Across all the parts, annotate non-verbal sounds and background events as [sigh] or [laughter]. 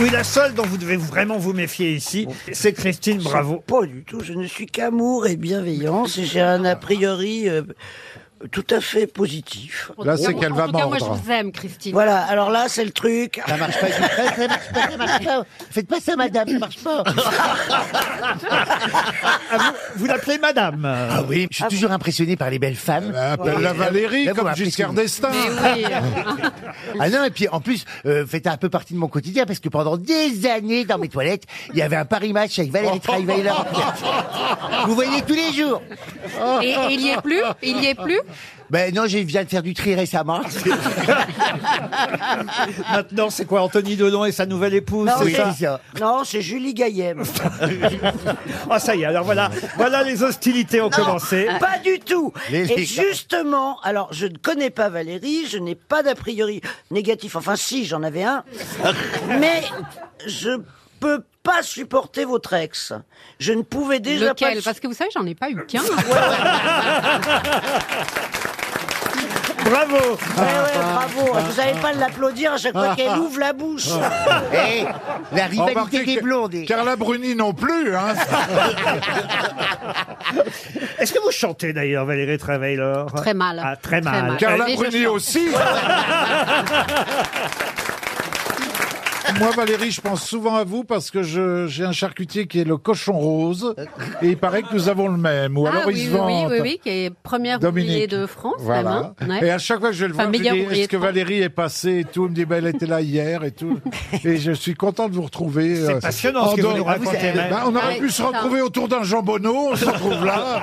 Oui, la seule dont vous devez vraiment vous méfier ici, c'est Christine Bravo. Pas du tout, je ne suis qu'amour et bienveillance et j'ai un a priori euh, tout à fait positif. Là, c'est En- qu'elle va En tout cas, moi, je mordre. vous aime, Christine. Voilà, alors là, c'est le truc. Ça marche pas, ça marche pas, ça marche pas, ça marche [laughs] pas. Faites pas ça, madame, ça marche pas. Vous l'appelez madame. euh, Ah oui, je suis toujours impressionné par les belles femmes. Ah, Appelle-la Valérie, Là, vous comme m'appelez Giscard Christine. d'Estaing. Oui, euh, [laughs] Ah non, et puis en plus, euh, faites un peu partie de mon quotidien parce que pendant des années, dans mes toilettes, il y avait un Paris Match avec Valérie Trierweiler. [laughs] vous voyez tous les jours. et, et il y est plus Il y est plus Ben non, je viens de faire du tri récemment. [laughs] Maintenant, c'est quoi Anthony Delon et sa nouvelle [laughs] épouse Non, c'est oui, ça c'est ça. Non, c'est Julie [laughs] Gaillet. [laughs] Ah, ça y est, alors voilà, voilà les hostilités ont commencé. euh, Pas du tout. Les- Et justement, alors je ne connais pas Valérie, je n'ai pas d'a priori négatif. Enfin, si, j'en [laughs] avais un. Mais je peux pas supporter votre ex. Je ne pouvais déjà pas. Lequel le- Parce que vous savez, j'en ai pas eu qu'un. [laughs] Bravo Ah. Ouais, ouais, bravo. Vous n'allez pas l'applaudir à chaque fois qu'elle ouvre la bouche. Ah. Eh, la Remarquez rivalité des que- blondes. et- Carla Bruni non plus, hein. Est-ce que vous chantez d'ailleurs, Valérie Travailleur Très mal. Ah, très Très mal. mal. Euh, Carla mais je Bruni chante. aussi. Moi, Valérie, je pense souvent à vous parce que je- j'ai un charcutier qui est le cochon rose et il paraît que nous avons le même. Ou alors ah, il oui, se oui, oui, vante. oui, oui, qui est première ouvrier Dominique. de France, Voilà. même. hein. Et Ouais. à chaque fois que je le vois, Enfin, je lui meilleur dis ouvrier Est-ce que de France. Valérie est passée et tout Il me dit bah, Elle était là hier et [laughs] tout. et je suis content de vous retrouver. C'est euh, passionnant en ce que vous dehors- nous racontez. même. Bah, on aurait Ah, pu oui, se c'est ça. retrouver autour d'un jambonneau, on se retrouve [laughs] là.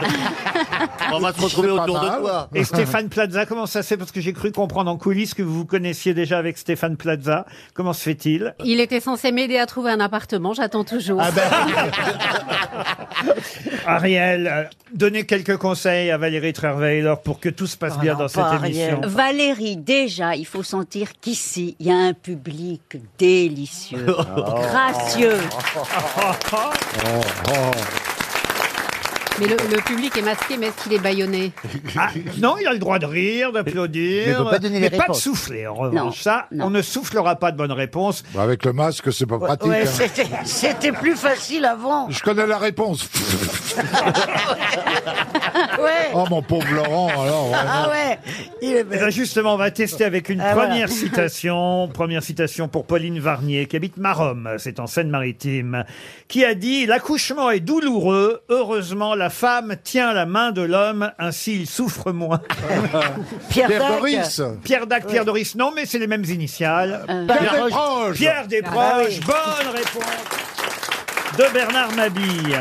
On va se retrouver C'est pas autour de mal. toi. Et Stéphane Plaza, comment ça se fait Parce que j'ai cru comprendre en coulisses que vous vous connaissiez déjà avec Stéphane Plaza. Comment se fait-il Il était censé m'aider à trouver un appartement, j'attends toujours. Ah ben, [laughs] Ariel, euh, donnez quelques conseils à Valérie Trierweiler pour que tout se Oh passe bien non, dans cette pas émission. Ariel. Valérie, déjà, il faut sentir qu'ici, il y a un public [laughs] délicieux, gracieux. Oh. Mais le, le public est masqué, mais est-ce qu'il est baïonné Ah, non, il a le droit de rire, d'applaudir, Mais- mais faut pas donner les mais pas de réponses. souffler. En revanche, ça, non. on ne soufflera pas de bonnes réponses. Bah, avec le masque, c'est pas pratique. Ouais, hein. c'était- c'était plus facile avant. Je connais la réponse. [laughs] Ouais. oh mon pauvre Laurent, alors. vraiment. Ah ouais. Il est Eh ben, justement, on va tester avec une Ah, voilà. [laughs] première citation. Première citation pour Pauline Varnier, qui habite Maromme, c'est en Seine-Maritime, qui a dit « L'accouchement est douloureux. Heureusement, la femme tient la main de l'homme, ainsi il souffre moins. [laughs] Pierre, Pierre Dac. Doris. » Pierre Dac, Pierre Doris, non, mais c'est les mêmes initiales. Euh. Ah, Pierre Desproges. Pierre bah Desproges, bonne réponse de Bernard Mabille.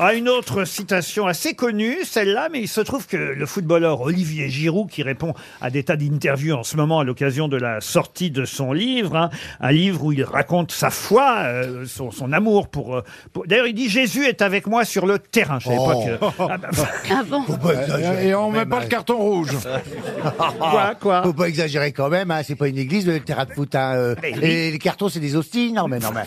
Ah, une autre citation assez connue, celle-là, mais il se trouve que le footballeur Olivier Giroud, qui répond à des tas d'interviews en ce moment à l'occasion de la sortie de son livre, hein, un livre où il raconte sa foi, euh, son, son amour pour, euh, pour- D'ailleurs, il dit Jésus est avec moi sur le terrain. Je savais Oh. Oh. [laughs] pas que. Ah, bah, Ah bon Euh, Et on met pas le carton [laughs] rouge. quoi, quoi Ah, Faut pas exagérer quand même, hein, c'est pas une église, le terrain de foot. hein, euh, Mais oui. et les cartons, c'est des hosties. Non, mais non, mais.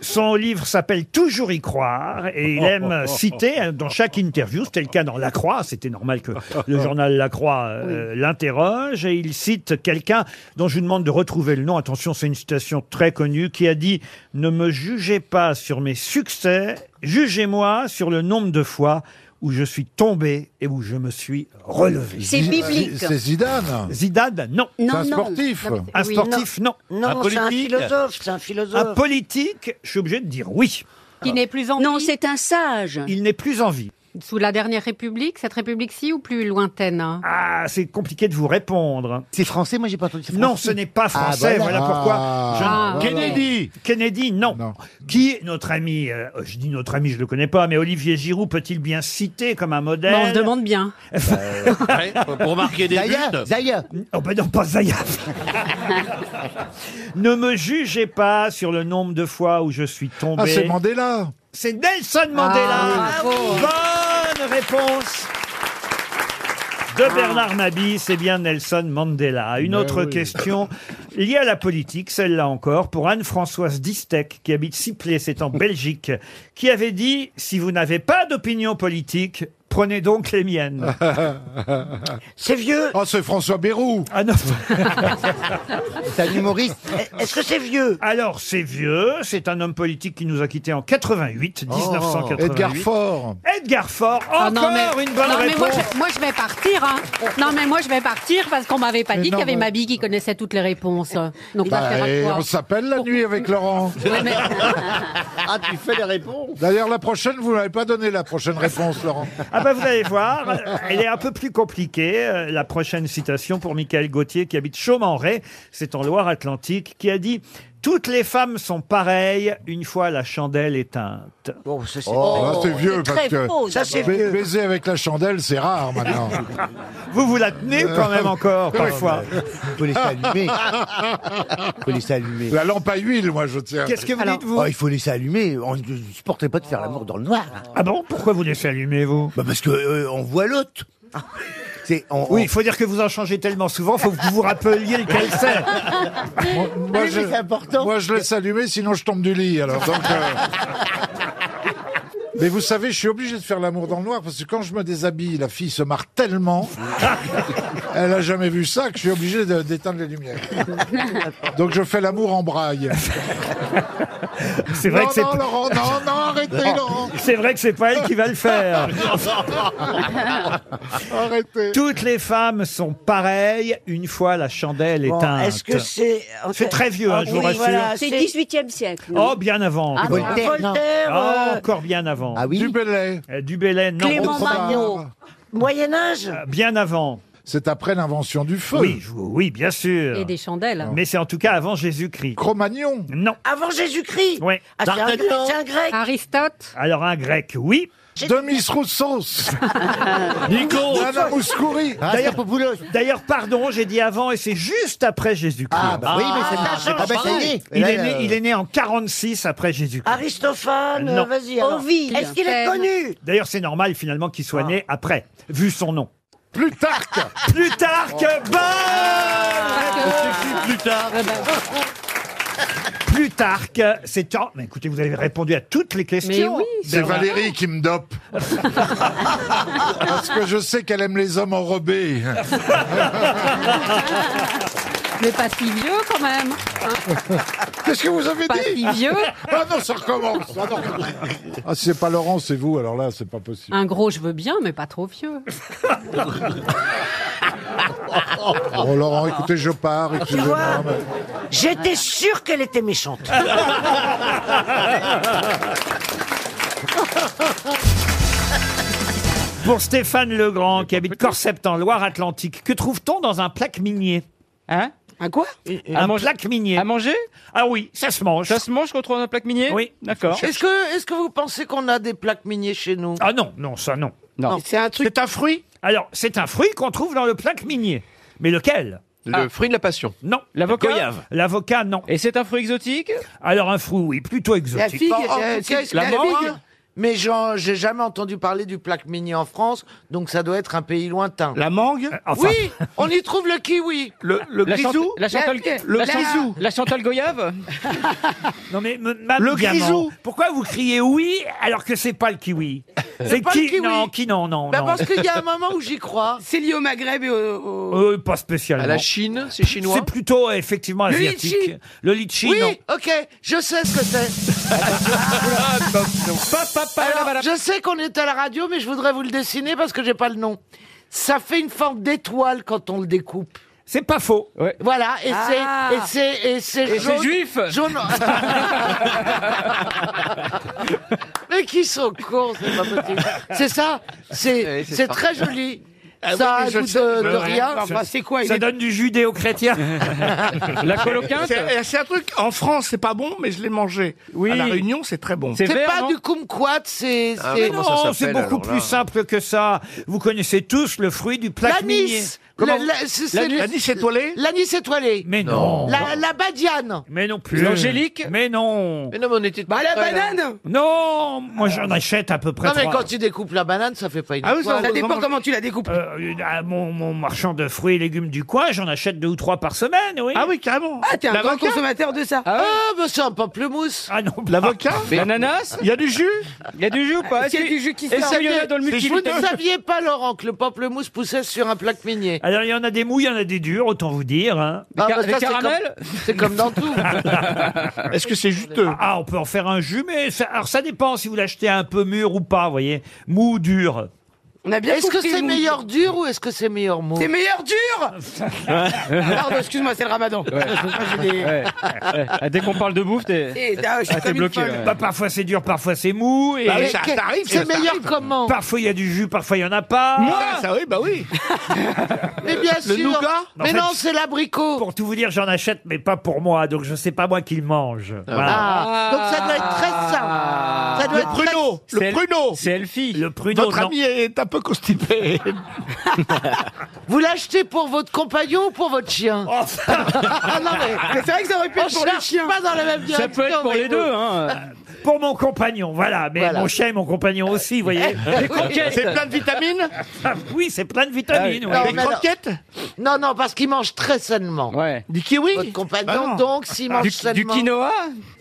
[laughs] Son livre s'appelle Toujours y croire et il aime citer hein, dans chaque interview, c'était le cas dans La Croix, c'était normal que [laughs] le journal La Croix euh, l'interroge et il cite quelqu'un dont je vous demande de retrouver le nom, attention c'est une citation très connue qui a dit « Ne me jugez pas sur mes succès, jugez-moi sur le nombre de fois où je suis tombé et où je me suis relevé C'est biblique. C'est Zidane. ». Zidane, non. C'est Non, un non. sportif. Un Oui, sportif, non. Non, Un c'est un politique. philosophe, c'est un Un philosophe. politique, je suis obligé de dire oui. Qui n'est plus en Non, vie c'est un sage. Il n'est plus en vie. Sous la dernière République, cette République-ci ou plus lointaine hein Ah, c'est compliqué de vous répondre. C'est français, moi j'ai pas entendu. c'est Non, français. Ah, ce n'est pas français. voilà. voilà. pourquoi. je- Ah, Kennedy. Kennedy, non. Non. Qui, notre ami, euh, je dis notre ami, je le connais pas, mais Olivier Giroud peut-il bien citer comme un modèle Euh, Bah, on se demande bien. [laughs] Ouais, pour marquer des Zaya, buts. Zaya. Oh ben non, pas Zaya. [laughs] ne me jugez pas sur le nombre de fois où je suis tombé. Ah, c'est Mandela. C'est Nelson Mandela. Ah, bravo. Bonne [laughs] réponse. De Bernard Mabi, c'est bien Nelson Mandela. Une Ben Mais autre oui. [laughs] question liée à la politique, celle-là encore, pour Anne-Françoise Distec, [laughs] qui habite Siplé, c'est en Belgique, qui avait dit « Si vous n'avez pas d'opinion politique, Prenez donc [laughs] les miennes. C'est vieux. Oh, c'est François Bérou. [laughs] Ah non. C'est un humoriste. Eh, Est-ce que c'est vieux Alors, c'est vieux, c'est un homme politique qui nous a quittés en 88, 1988. Oh, Edgar Faure. Edgar Faure, encore Ah non, mais- une bonne non, mais réponse. moi je, moi, je vais partir. hein. Non, mais moi, je vais partir parce qu'on m'avait pas Mais dit non, qu'il y avait mais- ma bille qui connaissait toutes les réponses. Donc, on va Bah, et faire à on quoi s'appelle la nuit avec Laurent. Ouais, mais- Ah, tu fais les réponses D'ailleurs, la prochaine, vous m'avez pas donné la prochaine réponse, Laurent. Ah bah vous allez voir, euh, elle est un peu plus compliquée. euh, La prochaine citation pour Michael Gauthier qui habite Chaumes-en-Ré, c'est en Loire-Atlantique, qui a dit « Toutes les femmes sont pareilles une fois la chandelle éteinte Bon, ça Oh, c'est. Oh, là, c'est vieux, parce très que- faux, Ça, c'est d'abord. Ba- Baiser avec la chandelle, c'est rare maintenant. ». [laughs] Euh, Vous vous la tenez quand même encore parfois. [laughs] Il faut laisser allumer. Il faut laisser allumer. La lampe à huile, moi, je tiens. [laughs] Qu'est-ce que vous dites vous Oh, il faut laisser allumer. On ne supporterait pas de faire l'amour dans le noir. Ah bon Pourquoi vous laissez allumer vous Ah. Bah parce que euh, on voit l'autre. C'est on, Oui, il faut dire que vous en changez tellement souvent, faut que vous vous rappeliez [laughs] lequel c'est. Moi, moi, Ah mais c'est important. Moi, je laisse allumer, sinon je tombe du lit. Alors, [laughs] donc, euh, Mais vous savez, je suis obligé de faire l'amour dans le noir parce que quand je me déshabille, la fille se marre [laughs] tellement. Elle a jamais vu ça que je suis obligé de- d'éteindre les lumières. Donc je fais l'amour en braille. [laughs] C'est vrai Non, que c'est non, Laurent, non, non, arrêtez, Laurent, c'est vrai que c'est pas elle qui va le faire. [laughs] arrêtez. Toutes les femmes sont pareilles une fois la chandelle Bon, éteinte. Est-ce que c'est. C'est très vieux, hein, je vous oui, rassure. voilà, C'est c'est- 18e siècle. non Oh, bien avant. Ah, encore. Voltaire, non. Voltaire, Ah, euh, encore bien avant. Ah oui. Du Bellay. Euh, Du Bélène, non. Euh, Clément Autre part. Marot. Moyen-Âge Bien avant. C'est après l'invention du feu. Oui, je- oui, bien sûr. Et des chandelles. [laughs] Mais c'est en tout cas avant Jésus-Christ. Cro-Magnon. Non. Avant Jésus-Christ Oui. Ah, c'est un, D'Artagnan. c'est un grec Aristote. Alors un grec, oui. Demis Roussos. [laughs] Nico Nana Mouskouri. D'ailleurs, Popoulos. D'ailleurs, pardon, j'ai dit avant et c'est juste après Jésus-Christ. Ah bah oui, mais ça ça marche. change Ah bah ça y est. il, Là, est né, euh, il est né en 46 après Jésus-Christ. Aristophane, Non. euh, vas-y. alors. Ovide. Est-ce qu'il est Athènes. connu Ah. D'ailleurs, c'est normal finalement qu'il soit né après, vu son nom. Plutarque. [laughs] Oh. Plutarque, bonne Parce que- Plus tard. Ah, bah, oh, Plutarque, c'est en... Mais écoutez, vous avez répondu à toutes les mais questions. oui. C'est Valérie qui me [laughs] dope. Parce que je sais qu'elle aime les hommes [laughs] enrobés. [laughs] Mais pas si vieux quand même. Qu'est-ce que vous avez Pas dit si vieux. Ah non, ça recommence. Ah, non. Ah, si c'est pas Laurent, c'est vous. Alors là, c'est pas possible. Un gros, je veux bien, mais pas trop vieux. [laughs] Oh Laurent, écoutez, je pars. vois Excusez-moi. mais- J'étais sûre qu'elle était méchante. Pour Stéphane Legrand, qui habite Corsept en Loire-Atlantique, que trouve-t-on dans un plaque minier Hein Un quoi Un manger- plaque minier. À manger Ah oui, ça se mange. Ça se mange quand on trouve dans la plaque minier Oui. D'accord. Est-ce que, est-ce que vous pensez qu'on a des plaques miniers chez nous Ah non, non, ça non. Non. C'est un truc. C'est un fruit Alors, c'est un fruit qu'on trouve dans le plaque minier. Mais lequel Le fruit de la passion. Non. Ah. L'avocat L'avocat, non. Et c'est un fruit exotique Alors un fruit, oui, plutôt La exotique. figue. Bon, en euh, Oh, tout cas, est-ce la que la mort, figue- hein. Mais j'en- j'ai jamais entendu parler du plaque minier en France, donc ça doit être un pays lointain. La mangue Enfin, [laughs] Oui, on y trouve le kiwi. Le, le La, grisou chante- la chantal, La- le la- grisou, la chantal goyave [laughs] non mais me- Madame Le Diamant, grisou. Pourquoi vous criez oui alors que c'est pas le kiwi C'est pas qui le kiwi. Non, qui non, non, Bah, non. parce qu'il y a un moment où j'y crois. C'est lié au Maghreb et au... [laughs] Euh, pas à spécialement. la Chine, c'est chinois. C'est plutôt euh, effectivement Le asiatique. litchi. Le litchi, Oui, non. ok, je sais ce que c'est. Alors, je sais qu'on est à la radio, mais je voudrais vous le dessiner parce que j'ai pas le nom. Ça fait une forme d'étoile quand on le découpe. C'est pas faux. Voilà, et Ah. c'est et c'est et c'est Et c'est jaune. juif Jaune. Mais qui sont cons, c'est pas possible. C'est ça, Eh, c'est c'est c'est ça. très joli. Ah oui, ça mais a je goût sais, de, je de le rien. Enfin, c'est quoi Ça donne du judéo-chrétien. [laughs] La coloquinte euh, C'est c'est un truc, en France, c'est pas bon, mais je l'ai mangé. Oui. À La Réunion, c'est très bon. C'est C'est vert, pas non du kumquat, c'est Ah, c'est mais Comment ça Non, Oh, c'est s'appelle, beaucoup alors, là plus simple que ça. Vous connaissez tous le fruit du plaque minier. l'anis. La- Comment la- c'est- La c'est- nuit- la niche étoilée La niche étoilée. Mais non. La, la badiane. Mais non plus. L'angélique Mais non. Mais non, mais on était. Bah, la près, là. banane Non, moi j'en achète à peu près. Non, mais trois. quand tu découpes la banane, ça fait pas une. Ah oui, ça, étoile. Ça dépend comment tu la découpes. Euh, à mon, mon marchand de fruits et légumes du coin, j'en achète deux ou trois par semaine, oui. Ah oui, carrément. Ah, t'es un grand L'avocat consommateur de ça. Ah, bah c'est un pamplemousse. Ah non, L'avocat L'ananas Il y a du jus Il y a du jus ou pas Est-ce qu'il y a du jus qui Est-ce sort qu'il y en a dans le Vous multivitamine ne saviez pas, Laurent, que le pamplemousse poussait sur un plaque minier Alors, il y en a des mous, il y en a des durs, autant vous dire. hein. Ah, bah, ça, c'est comme- C'est comme dans [laughs] tout. Est-ce que c'est juteux Ah, on peut en faire un jus, mais ça, alors ça dépend si vous l'achetez un peu mûr ou pas, vous voyez. Mou ou dur. On a bien Est-ce que compris, c'est nous. meilleur dur ou est-ce que c'est meilleur mou C'est meilleur dur Pardon, excuse-moi, c'est le ramadan. J'ai des- Dès qu'on parle de bouffe, Et, ah, je suis Ah, t'es comme une bloqué, folle. ouais. Bah, parfois c'est dur, parfois c'est mou. Et Bah oui, ça Mais que- t'arrive, c'est ça meilleur t'arrive. comment Parfois il y a du jus, parfois il n'y en a pas. Moi Ah, ça, oui, bah oui. Mais bien Le sûr. nougat Mais En fait, non, c'est l'abricot. Pour tout vous dire, j'en achète, mais pas pour moi, donc je sais pas moi qui le mange. Ah. Donc ça doit être très Ah. simple. Ça doit être très- le pruneau. C'est Elfie. Le pruneau, Votre non. ami est un peu constipé. [laughs] Vous l'achetez pour votre compagnon ou pour votre chien Oh. [laughs] Ah non mais, Mais c'est vrai que ça aurait pu on être pour le cherche chien. Pas dans la même Ça direction. peut être pour mais les deux, vous- hein. [laughs] Pour mon compagnon, voilà. Mais Voilà. mon chien et mon compagnon aussi, vous voyez. Ah, Des [laughs] croquettes. C'est plein de vitamines Oui, c'est plein de vitamines. Ah Non, oui. mais alors- Non, non, parce qu'il mange très sainement. Du kiwi Votre compagnon, Bah non. donc, s'il Ah. mange Du- du sainement... quinoa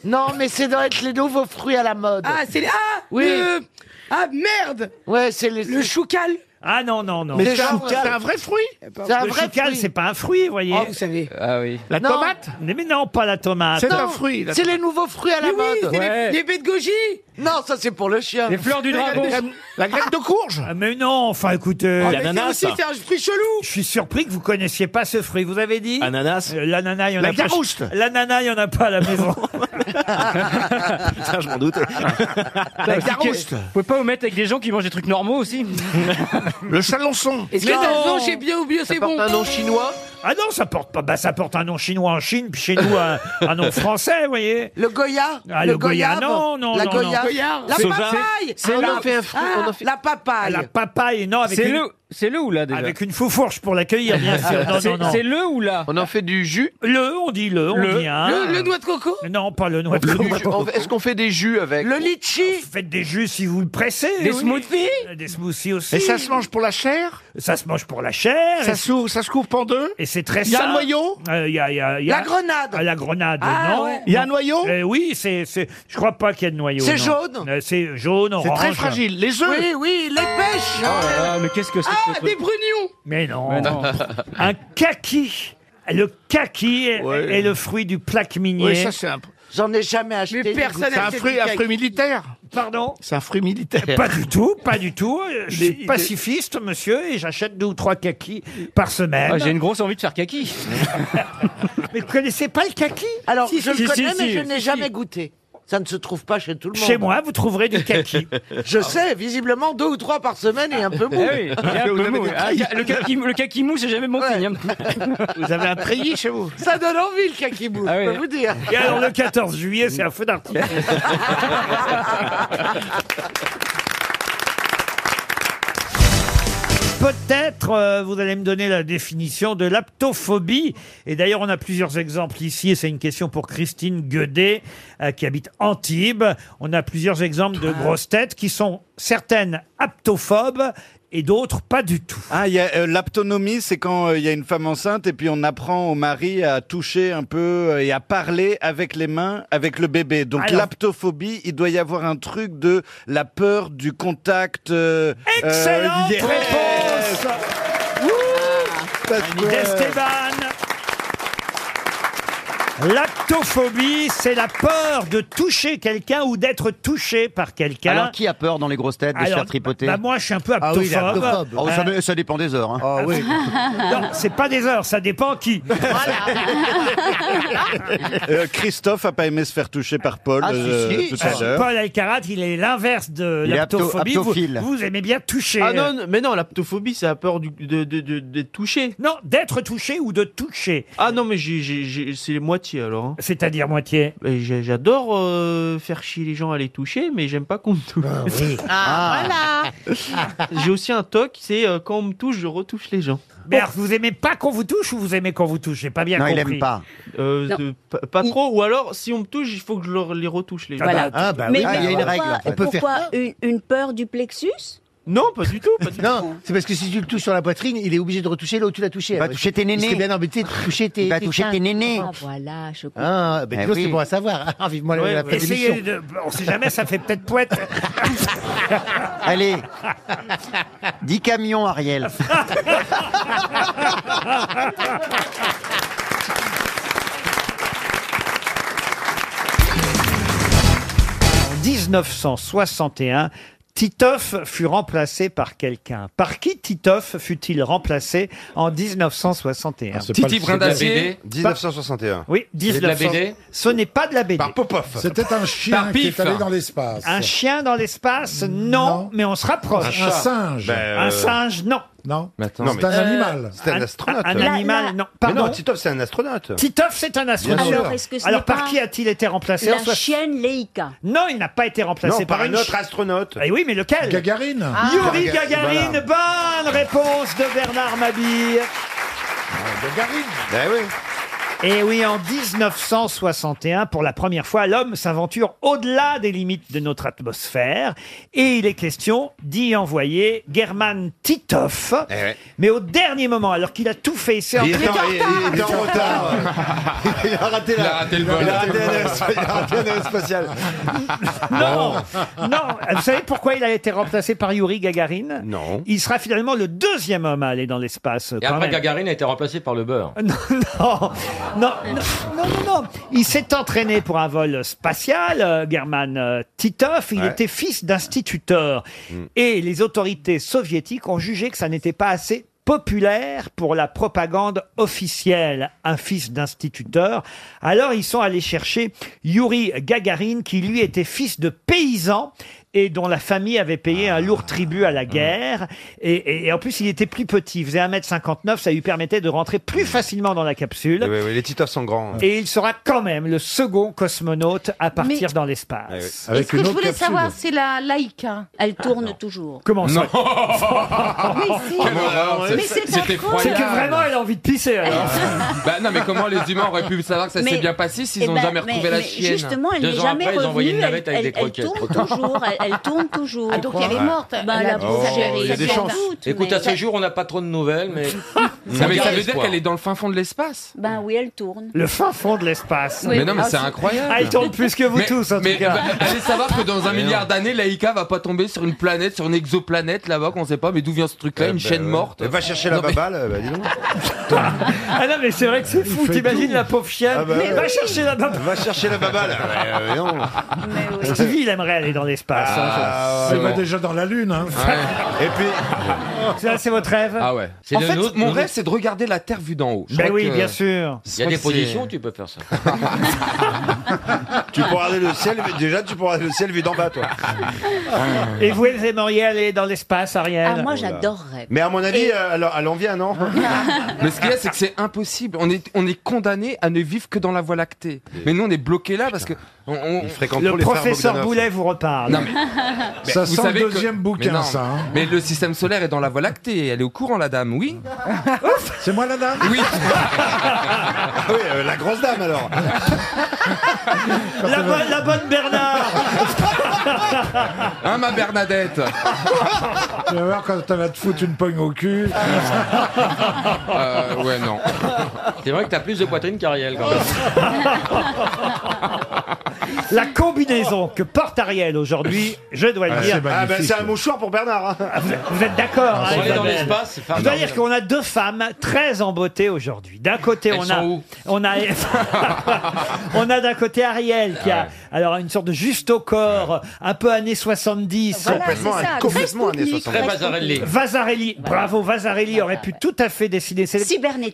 Non, mais c'est doit être les nouveaux fruits à la mode. Ah, c'est les... Ah Oui. le- Ah, merde Ouais, c'est les... Le choucal Ah non, non, non. Mais Le c'est un, choucal, c'est un vrai fruit Eh, C'est un le vrai choucal, fruit. c'est pas un fruit, vous voyez. Oh, vous savez. Ah oui. La Non. tomate Mais mais non, pas la tomate. C'est Non, un fruit. la- C'est les nouveaux fruits à la Mais oui, mode. c'est Ouais. les, les baies de goji Non, ça c'est pour le chien. Les fleurs du La dragon graine- la graine de courge Ah, Mais non, enfin écoutez, La- Mais c'est L'ananas. aussi, c'est un fruit chelou je suis surpris que vous connaissiez pas ce fruit. Vous avez dit Ananas Euh, L'ananas, il y en La a pas. garouste. L'ananas, il y en a pas à la maison. Ça, je m'en [laughs] doute. Bah, La Vous pouvez- garouste Vous pouvez pas vous mettre avec des gens qui mangent des trucs normaux aussi Le chalençon Est-ce que Mais non. ça non, chez bien ou bien c'est bon chinois ah non, ça porte pas. Bah, ça porte un nom chinois en Chine, puis chez nous un, un nom français, vous voyez. Le Goya Ah, le Goya, non, non, La non, Ah, Goya non. La Soja. papaye C'est- c'est On la- en fait un fruit, on en fait- La papaye La papaye, non, avec C'est une, le, c'est le ou là déjà Ah, avec une foufourche pour l'accueillir, bien sûr. Non, non, C'est non. c'est le ou là On en fait du jus Le, on dit le, on Le- dit un. le, le noix de coco Non, pas le noix de coco. Est-ce qu'on fait des jus avec Le litchi Faites des jus si vous le pressez. Des oui. Euh, smoothies Des smoothies aussi. Et ça se mange pour la chair Ça se mange pour la chair. Ça s'ouvre, ça se coupe en deux Et c'est très Il y a sain. un noyau Euh, Il y a, il y a- il y a- La grenade Ah, La grenade, Ah, non. ouais. Il y a un noyau Euh, oui, c'est, c'est, je crois pas qu'il y a de noyau. C'est non. jaune Euh, c'est jaune, C'est orange. très fragile. Les œufs Oui, oui, les pêches Ah, mais qu'est-ce que c'est Ah, des brugnons Mais non. Mais non. Un kaki. Le kaki est- Ouais. est le fruit du plaque minier. Oui, ça c'est un, J'en ai jamais acheté. Mais personne c'est n'a un fait fruit, du un cake. fruit militaire. Pardon C'est un fruit militaire. Pas du tout, pas du tout. Euh, Je Des- suis pacifiste, monsieur, et j'achète deux ou trois kakis par semaine. Ah, J'ai une grosse envie de faire kaki Mais vous connaissez pas le kaki Alors, je si, le connais, si, mais si, je n'ai si. jamais goûté. Ça ne se trouve pas chez tout le monde. Ah Chez moi, vous trouverez du [laughs] kaki. Je sais, visiblement deux ou trois par semaine et un [laughs] peu mou. Ah oui, il y a un peu mou. Ah, le kaki- Le kakimou, c'est jamais bon signe. hein. [laughs] Vous avez un treillis chez vous Ça donne envie le kakibou, Ah oui. je peux vous dire. et alors, le 14 juillet, c'est un feu d'artifice. Peut-être euh, vous allez me donner la définition de l'aptophobie. Et d'ailleurs, on a plusieurs exemples ici. Et c'est une question pour Christine Guedet, euh, qui habite Antibes. On a plusieurs exemples de grosses têtes qui sont certaines aptophobes et d'autres pas du tout. Ah, il y a, euh, l'aptonomie, c'est quand euh, il y a une femme enceinte et puis on apprend au mari à toucher un peu euh, et à parler avec les mains, avec le bébé. Donc Alors- l'aptophobie, il doit y avoir un truc de la peur du contact. euh, Excellente euh, réponse parce que, euh, D'Esteban. L'actophobie, c'est la peur de toucher quelqu'un ou d'être touché par quelqu'un. Alors, qui a peur dans les grosses têtes de se Alors, faire tripoter bah, moi, je suis un peu Ah oui, il est aptophobe. aptophobe. Oh, ça, ça dépend des heures. hein. Ah [laughs] oui. [laughs] Non, c'est pas des heures, ça dépend qui. euh, Christophe a pas aimé se faire toucher par Paul Ah, si, euh, si. tout Euh, à l'heure. Paul Alcarat, il est l'inverse de Il est apto- l'aptophobie. Vous, aptophile. vous aimez bien toucher. Ah Euh, non, non, mais non, l'aptophobie, c'est la peur du- de, de, de- d'être touché. [laughs] non, d'être touché ou de toucher. Ah non, mais j'ai, j'ai- j'ai- c'est moi moitié alors. C'est-à-dire moitié J'adore euh, faire chier les gens à les toucher, mais j'aime pas qu'on me touche. [laughs] Ah, J'ai aussi un toc, c'est euh, quand on me touche, je retouche les gens. Mais alors, vous aimez pas qu'on vous touche ou vous aimez qu'on vous touche J'ai pas bien compris. Euh, Non. de- pa- pas trop, ou alors si on me touche, il faut que je leur- les retouche les gens. Ah bah, Voilà. mais pourquoi- pourquoi une, une peur du plexus Non, pas du tout. non, c'est parce que si tu le touches sur la poitrine, il est obligé de retoucher là où tu l'as touché. va Ouais, toucher tes il serait nénés. bien embêté de toucher tes. Il va tes toucher seins. tes nénés. Ah, voilà, je comprends. Ah, ben, Eh dis donc, oui. c'est bon à savoir. [laughs] Ah, vivement la- la fin de Essayez l'émission. de... On sait jamais, ça fait peut-être [laughs] poète. Allez, 10 camions, [laughs] Ariel. Ah, Eh En 1961, Titoff fut remplacé par quelqu'un. Par qui Titoff fut-il remplacé en 1961 Ah, c'est Titi pas le- Brin c'est de la d'Acier. BD. 1961. Oui, C'est de la 1961. BD. Ce n'est pas de la BD. Par Popoff. C'était un chien Par qui est pif. allé dans l'espace. Un chien dans l'espace Non, mais on se rapproche. Un Un chat. singe. Ben, euh, Un singe, non. Non. Mais attends, c'est un euh, animal. C'est un astronaute. Un animal, non. Pardon. Mais non, Titov, c'est un astronaute. Titoff, c'est un astronaute. sûr. Alors, Alors, est-ce que ce n'est par pas qui a-t-il été remplacé La en soix- chienne Leica. Non, il n'a pas été remplacé Non, par un une autre chi- astronaute. Eh oui, mais lequel Gagarine. Ah. Yuri Gaga- Gagarine, bonne réponse de Bernard Mabille. Gagarine. Ben Et Eh oui, en 1961, pour la première fois, l'homme s'aventure au-delà des limites de notre atmosphère. Et il est question d'y envoyer German Titov. Mais au dernier moment, alors qu'il a tout fait, c'est Eh Il entré- est en- il- il est en retard. Il a raté la- Il a raté le vol. Il a raté la navette spa- il a raté la navette spatiale. Ah Non, non. Vous savez pourquoi il a été remplacé par Yuri Gagarin Non. Il sera finalement le deuxième homme à aller dans l'espace. Et quand après, même. Gagarine a été remplacé par le beurre. [laughs] Non, non, non, non, non, non, non. Il s'est entraîné pour un vol spatial, euh, German euh, Titov. Il Ouais. était fils d'instituteur. Mm. Et les autorités soviétiques ont jugé que ça n'était pas assez populaire pour la propagande officielle, un fils d'instituteur. Alors ils sont allés chercher Yuri Gagarin, qui lui était fils de paysan et dont la famille avait payé un lourd tribut à Ah. la guerre. Et, et- et en plus, il était plus petit, il faisait 1m59, ça lui permettait de rentrer plus facilement dans la capsule. Eh Oui, oui, oui, les Titovs sont grands. hein. Et il sera quand même le second cosmonaute à partir dans l'espace. Avec Est-ce que je voulais savoir, c'est la Laïka. Elle tourne toujours. Comment ça [laughs] Mais si. Quelle horreur, Mais c'est- c'est c'est affreux. effroyable. C'est que vraiment, elle a envie de pisser. alors. Bah non, mais comment les humains auraient pu savoir que ça s'est Mais- bien passé s'ils eh n'ont ben, jamais retrouvé mais- la mais chienne Justement, elle Deux n'est ans jamais après, ils ont envoyé revenue. une Elle, navette avec elle- des elle croquettes. tourne [laughs] toujours. Elle, elle tourne toujours. Ah, donc elle est morte. Bah, la pauvre chérie, il y a des sans chances. doute, Écoute, mais à ce ça- jour, on n'a pas trop de nouvelles, mais. Non, mais garde ça veut dire espoir. qu'elle est dans le fin fond de l'espace. Ben oui, elle tourne. Le fin fond de l'espace. Mais non, mais c'est incroyable. Ah, il tourne plus que vous Mais- tous, en mais, tout cas. bah, allez savoir que dans un Mais milliard non. d'années, l'Aïka va pas tomber sur une planète, sur une exoplanète là-bas, qu'on sait pas, mais d'où vient ce truc-là, Eh une ben, chaîne ouais. morte. Et va chercher la Non, mais- babale, bah, dis donc. Ah non, mais c'est vrai que c'est fou. T'imagines la pauvre chienne. Ah bah ouais. Va chercher la babale. Va chercher la [laughs] babale. Ouais, euh, ouais, non. Stevie, il aimerait aller dans l'espace. Ah, hein, ça. ouais, Il va ouais. déjà dans la lune. hein. Et puis. [laughs] [laughs] Ça, c'est votre rêve Ah ouais. C'est En le fait, nôtre- mon le rêve, nôtre. c'est de regarder la Terre vue d'en haut. Je Ben crois oui, que- bien sûr. Je Il y a crois des que positions c'est- où tu peux [laughs] faire ça. Tu pourras regarder le ciel, mais déjà tu pourras regarder le ciel vu d'en bas, toi. Ah. Et vous, vous aimeriez aller dans l'espace, Ariel Ah, Oh moi, j'adorerais. Mais à mon avis, Et- euh, alors, elle en vient, non [laughs] Mais ce qu'il y a, c'est que c'est impossible. On est, on est condamné à ne vivre que dans la Voie lactée. Mais nous, on est bloqué là parce que. On, on- Le professeur Boulet vous reparle. Non, mais- Mais Ça vous sent le savez que- deuxième bouquin, mais non, ça. hein. Mais le système solaire est dans la Voie lactée. Elle est au courant, la dame, oui [laughs] C'est moi la dame Oui. Ah oui, euh, la grosse dame alors. La, bonne- la bonne Bernard [laughs] Hein, ma Bernadette Tu vas voir quand tu vas te foutre une pogne au [laughs] cul. Euh, Ouais, non. C'est vrai que t'as plus de poitrine qu'Ariel quand même. La combinaison que porte Ariel aujourd'hui, je dois le Ah, dire. Ah, c'est magnifique. Ah, ben, c'est un mouchoir pour Bernard. hein. Vous êtes- Vous êtes d'accord Ah, hein, on est dans Isabelle l'espace, c'est Je dois formidable. dire qu'on a deux femmes très en beauté aujourd'hui. D'un côté, Elles on sont a, où on [laughs] a, on a d'un côté Ariel qui Ah a alors une sorte de juste au corps, un peu années 70, Voilà, Complètement, c'est ça, complètement très années technique, 70. très Vasarely. Vasarely, bravo, Vasarely aurait pu tout à fait dessiner. C'est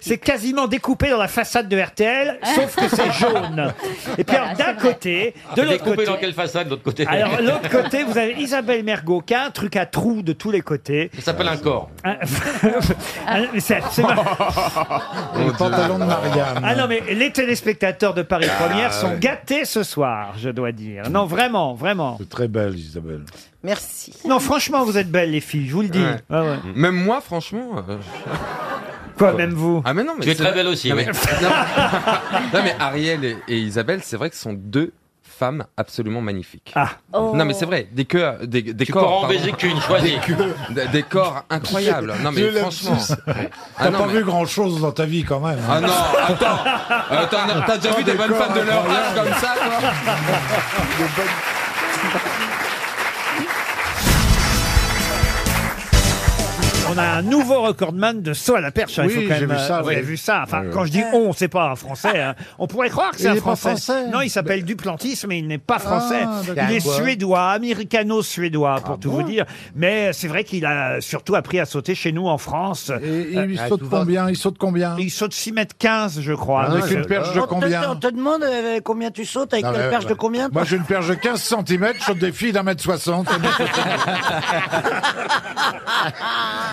C'est quasiment découpé dans la façade de RTL, sauf que c'est jaune. Et puis alors, d'un côté, voyez. De l'autre Découpé côté. dans quelle façade, de l'autre côté [laughs] Alors, l'autre côté, vous avez Isabelle Mergot qui a un truc à trous de tous les côtés. Ça s'appelle un corps. Un- un- c'est- Ah, c'est mar- Le pantalon de Marianne. Ah non, mais les téléspectateurs de Paris Ah, Première sont ouais. gâtés ce soir, je dois dire. Non, vraiment, vraiment. C'est très belle, Isabelle. Merci. Non, franchement, vous êtes belles, les filles, je vous le dis. Ouais. Mm. Ah ouais. Même moi, franchement. euh, [laughs] Quoi, même vous Ah mais non, mais Tu es c'est très vrai. belle aussi, Non, oui. mais, non, non, mais [laughs] Ariel et, et Isabelle, c'est vrai que ce sont deux femmes absolument magnifiques. Ah. Oh. Non mais c'est vrai, des queues, des, des Tu corps. pars en pardon. Belgique, tu une choisie. Des, queues, des- euh, des corps incroyables. Non mais J'ai le franchement. [laughs] lapsus. Ah T'as non, pas mais- vu grand chose dans ta vie quand même. Ah non, attends. Euh, t'en as- T'as déjà Oh, vu des des bonnes corps femmes de leur âge incroyables. comme ça, [laughs] toi On a un nouveau recordman de saut à la perche. hein, il Oui, faut quand j'ai même, vu euh, ça, Vous oui. avez vu ça. Enfin, Oui, oui. quand je dis on, c'est pas un français. hein. On pourrait croire que c'est Il un est pas français. français. Bah. Ah, Non, il s'appelle Duplantis, mais il n'est pas français. d'accord. il est Quoi Ah suédois, américano-suédois, pour tout vous dire. Mais euh, c'est vrai qu'il a surtout appris à sauter chez nous en France. Euh, Et il Ah, saute combien Il saute combien Il saute 6 mètres 15, je crois. Ah, avec une perche de On te- combien On te demande euh, combien tu sautes, avec Non, quelle mais, perche de ouais. combien [laughs] Moi j'ai une perche de 15 cm, je saute des filles d'un mètre [laughs] 60.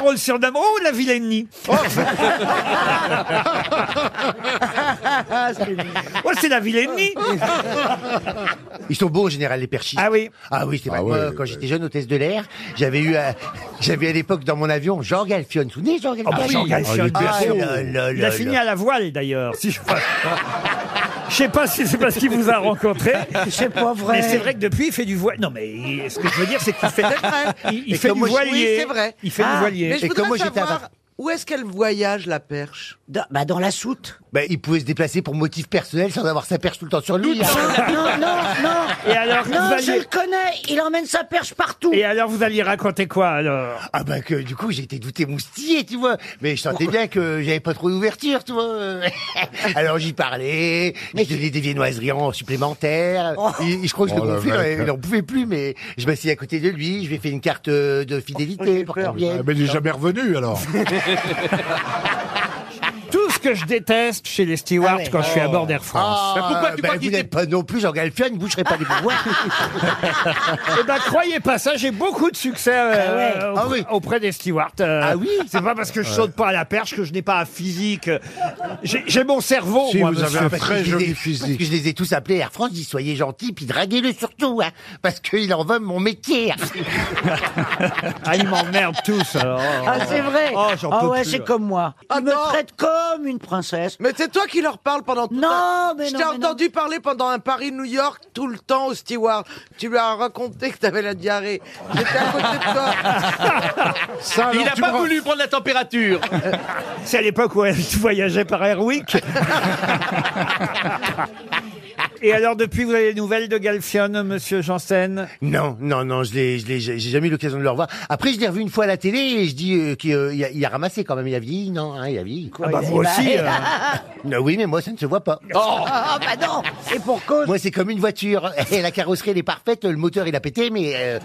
On le surnomme Oh, la vilainie [laughs] Ah, bah, Oh, c'est la vilainie Ils sont beaux en général les perchistes. Ah oui. Ah oui, c'est vrai. Moi, quand j'étais jeune hôtesse de l'air, j'avais eu à, [laughs] j'avais à l'époque dans mon avion Jean Galfion. Vous vous souvenez Jean Galfion Ah bah, Jean Galfion, bien sûr. là, là, Il là, a fini là. à la voile d'ailleurs. Si je Je sais pas si c'est parce qu'il vous a rencontré. C'est pas vrai. Mais c'est vrai que depuis, il fait du voile. Non, mais il- ce que je veux dire, c'est [laughs] qu'il fait, C'est vrai. il, il Et fait comme du moi, je- voilier. Oui, c'est vrai. Il fait du Ah, voilier. Mais je Et voudrais comme moi, j'étais à savoir, où est-ce qu'elle voyage, la perche dans, bah, dans la soute. Bah, il pouvait se déplacer pour motif personnel sans avoir sa perche tout le temps sur lui. hein. Non, non, non. Et alors, vous non, je alliez- le connais. Il emmène sa perche partout. Et alors, vous alliez raconter quoi alors Ah bah que du coup j'étais douté moustillé, tu vois. Mais je sentais bien que j'avais pas trop d'ouverture, tu vois. [laughs] Alors j'y parlais, je donnais des viennoiseries en supplémentaire. Et- et je crois que je Oh, le le gonflais, mec. il n'en pouvait plus, mais je m'assis à côté de lui, je lui ai fait une carte euh, de Oh, fidélité pour qu'il Ah, revienne. mais il est jamais [laughs] revenu alors. Tout ce que je déteste chez les stewards Ah ouais. quand je suis à bord d'Air France. Ah, bah, vous n'êtes pas non plus Jean Galfian, vous ne serez pas des [laughs] pouvoirs. Eh ben, croyez pas ça, j'ai beaucoup de succès euh, Ah ouais. auprès, Ah oui. auprès des stewards. euh, Ah oui C'est pas parce que je saute pas à la perche que je n'ai pas un physique. J'ai j'ai mon cerveau, Si moi, vous avez monsieur. un Parce que très je les ai- joli Parce que physique. je les ai tous appelés Air France, dis soyez gentils, puis draguez-le surtout, hein, parce qu'il en veut mon métier. hein. Ah, ils m'emmerdent tous. alors. Ah, c'est vrai. Oh, j'en ah peux ouais, plus. c'est comme moi. Il Ah me non. traite comme une princesse. Mais c'est toi qui leur parle pendant tout Non, un- mais Je non, t'ai mais non. entendu parler pendant un Paris-New York tout le temps au steward. Tu lui as raconté que t'avais la diarrhée. J'étais à côté de [laughs] toi. Ça, alors, Il n'a tu pas me- voulu prendre la température. Euh, C'est à l'époque où elle [laughs] voyageait par Airwick. Et alors, depuis, vous avez des nouvelles de Galfion, monsieur Janssen Non, non, non, je l'ai, je l'ai, j'ai j'ai jamais eu l'occasion de le revoir. Après, je l'ai revu une fois à la télé et je dis euh, qu'il euh, il a, il a ramassé quand même, il a vieilli, non, hein, il a vieilli. Ah bah, Vous aussi. Oh. euh, [laughs] Non, oui, mais moi, ça ne se voit pas. Ah bah non. Et pour cause. Moi, c'est comme une voiture. [laughs] Et la carrosserie, elle est parfaite, le moteur, il a pété, mais euh,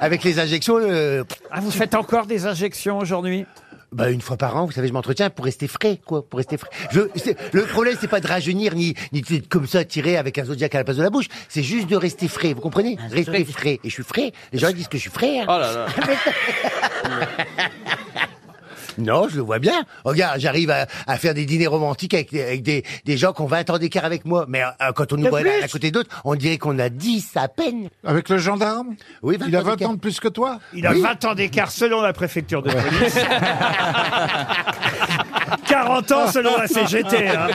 avec les injections, euh, ah, vous faites encore des injections aujourd'hui bah, une fois par an, vous savez, je m'entretiens pour rester frais, quoi, pour rester frais. Je, c'est- le problème, c'est pas de rajeunir ni, ni de- comme ça tirer avec un zodiac à la place de la bouche, c'est juste de rester frais, vous comprenez Rester frais. Et je suis frais, les gens disent que je suis frais. hein. Ah, Oh là là. [laughs] Non, je le vois bien. Regarde, j'arrive à, à faire des dîners romantiques avec, des- avec des, des gens qui ont 20 ans d'écart avec moi. Mais euh, quand on nous De voit plus l'un à côté d'autres, on dirait qu'on a 10 à peine. Avec le gendarme Oui, Il a 20 d'écart. ans de plus que toi Il a 20 ans d'écart selon la préfecture de police. 40 ans selon la CGT. hein.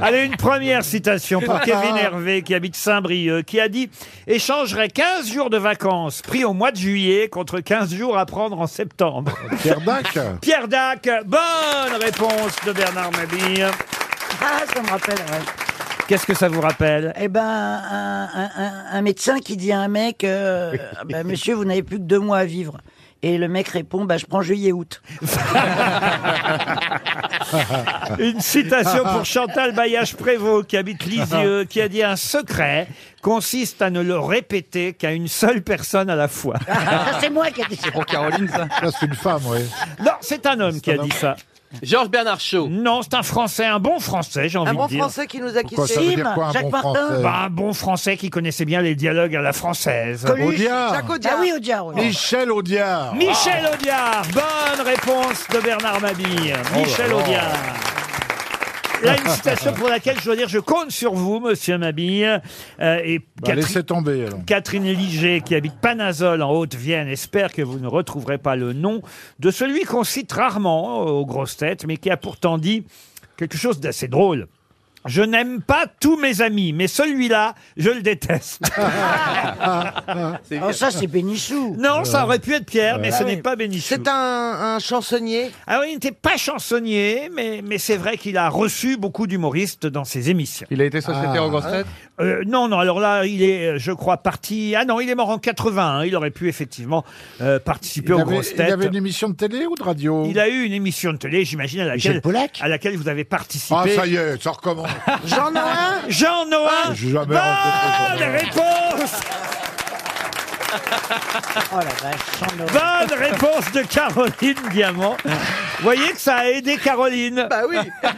Allez, une première citation pour Kevin Hervé qui habite Saint-Brieuc, qui a dit « Échangerai 15 jours de vacances pris au mois de juillet contre 15 jours à prendre en septembre. Pierre Dac » Pierre Dac, bonne réponse de Bernard Mabille. Ah, ça me rappelle. ouais. Qu'est-ce que ça vous rappelle Eh ben, un, un- un- un médecin qui dit à un mec, euh, Bah, monsieur, vous n'avez plus que deux mois à vivre. Et le mec répond, bah, je prends juillet-août. [laughs] Une citation Ah, pour Chantal Bailliage-Prévost, qui habite Lisieux, qui a dit un secret consiste à ne le répéter qu'à une seule personne à [laughs] la fois. Ah, ça, c'est moi qui ai dit ça. Là, c'est une femme, oui. Non, c'est un homme qui a dit ça. Georges Bernard Shaw. Non, c'est un Français, un bon Français, j'ai envie Un bon de dire. Français qui nous a quittés. Sim, Jacques Martin. Bah, Un bon Français qui connaissait bien les dialogues à la française. Coluche, Audiard. Jacques Audiard. Ah oui, Audiard, oui. Michel Audiard. Michel Audiard. Bonne réponse de Bernard Mabille. Michel là. Audiard. Là, une citation pour laquelle je dois dire, je compte sur vous, monsieur Mabille. Euh, et Catherine- laissez tomber, alors. Catherine Liger, qui habite Panazol en Haute-Vienne, espère que vous ne retrouverez pas le nom de celui qu'on cite rarement euh, aux grosses têtes, mais qui a pourtant dit quelque chose d'assez drôle. Je n'aime pas tous mes amis, mais celui-là, je le déteste. [laughs] Oh, ça, c'est Bénichou. Non, ça aurait pu être Pierre, mais Ah ce oui. n'est pas Bénichou. Euh, C'est un, chansonnier Ah oui, il n'était pas chansonnier, mais, mais c'est vrai qu'il a reçu beaucoup d'humoristes dans ses émissions. Il a été sociétaire Ah. aux grosses têtes euh, Non, non, alors là, il est, euh, je crois, parti... Ah non, il est mort en 81, il aurait pu effectivement euh, participer Il aux avait- grosses il têtes. avait une émission de télé ou de radio Il a eu une émission de télé, j'imagine, à laquelle, Michel Polac à laquelle vous avez participé. Ah, ça y est, ça recommence. Jean Noin Jean Noin J'ai jamais rencontré Bonne réponse Oh Bonne réponse de Caroline Diamant. Vous voyez que ça a aidé Caroline. Bah oui. Oh,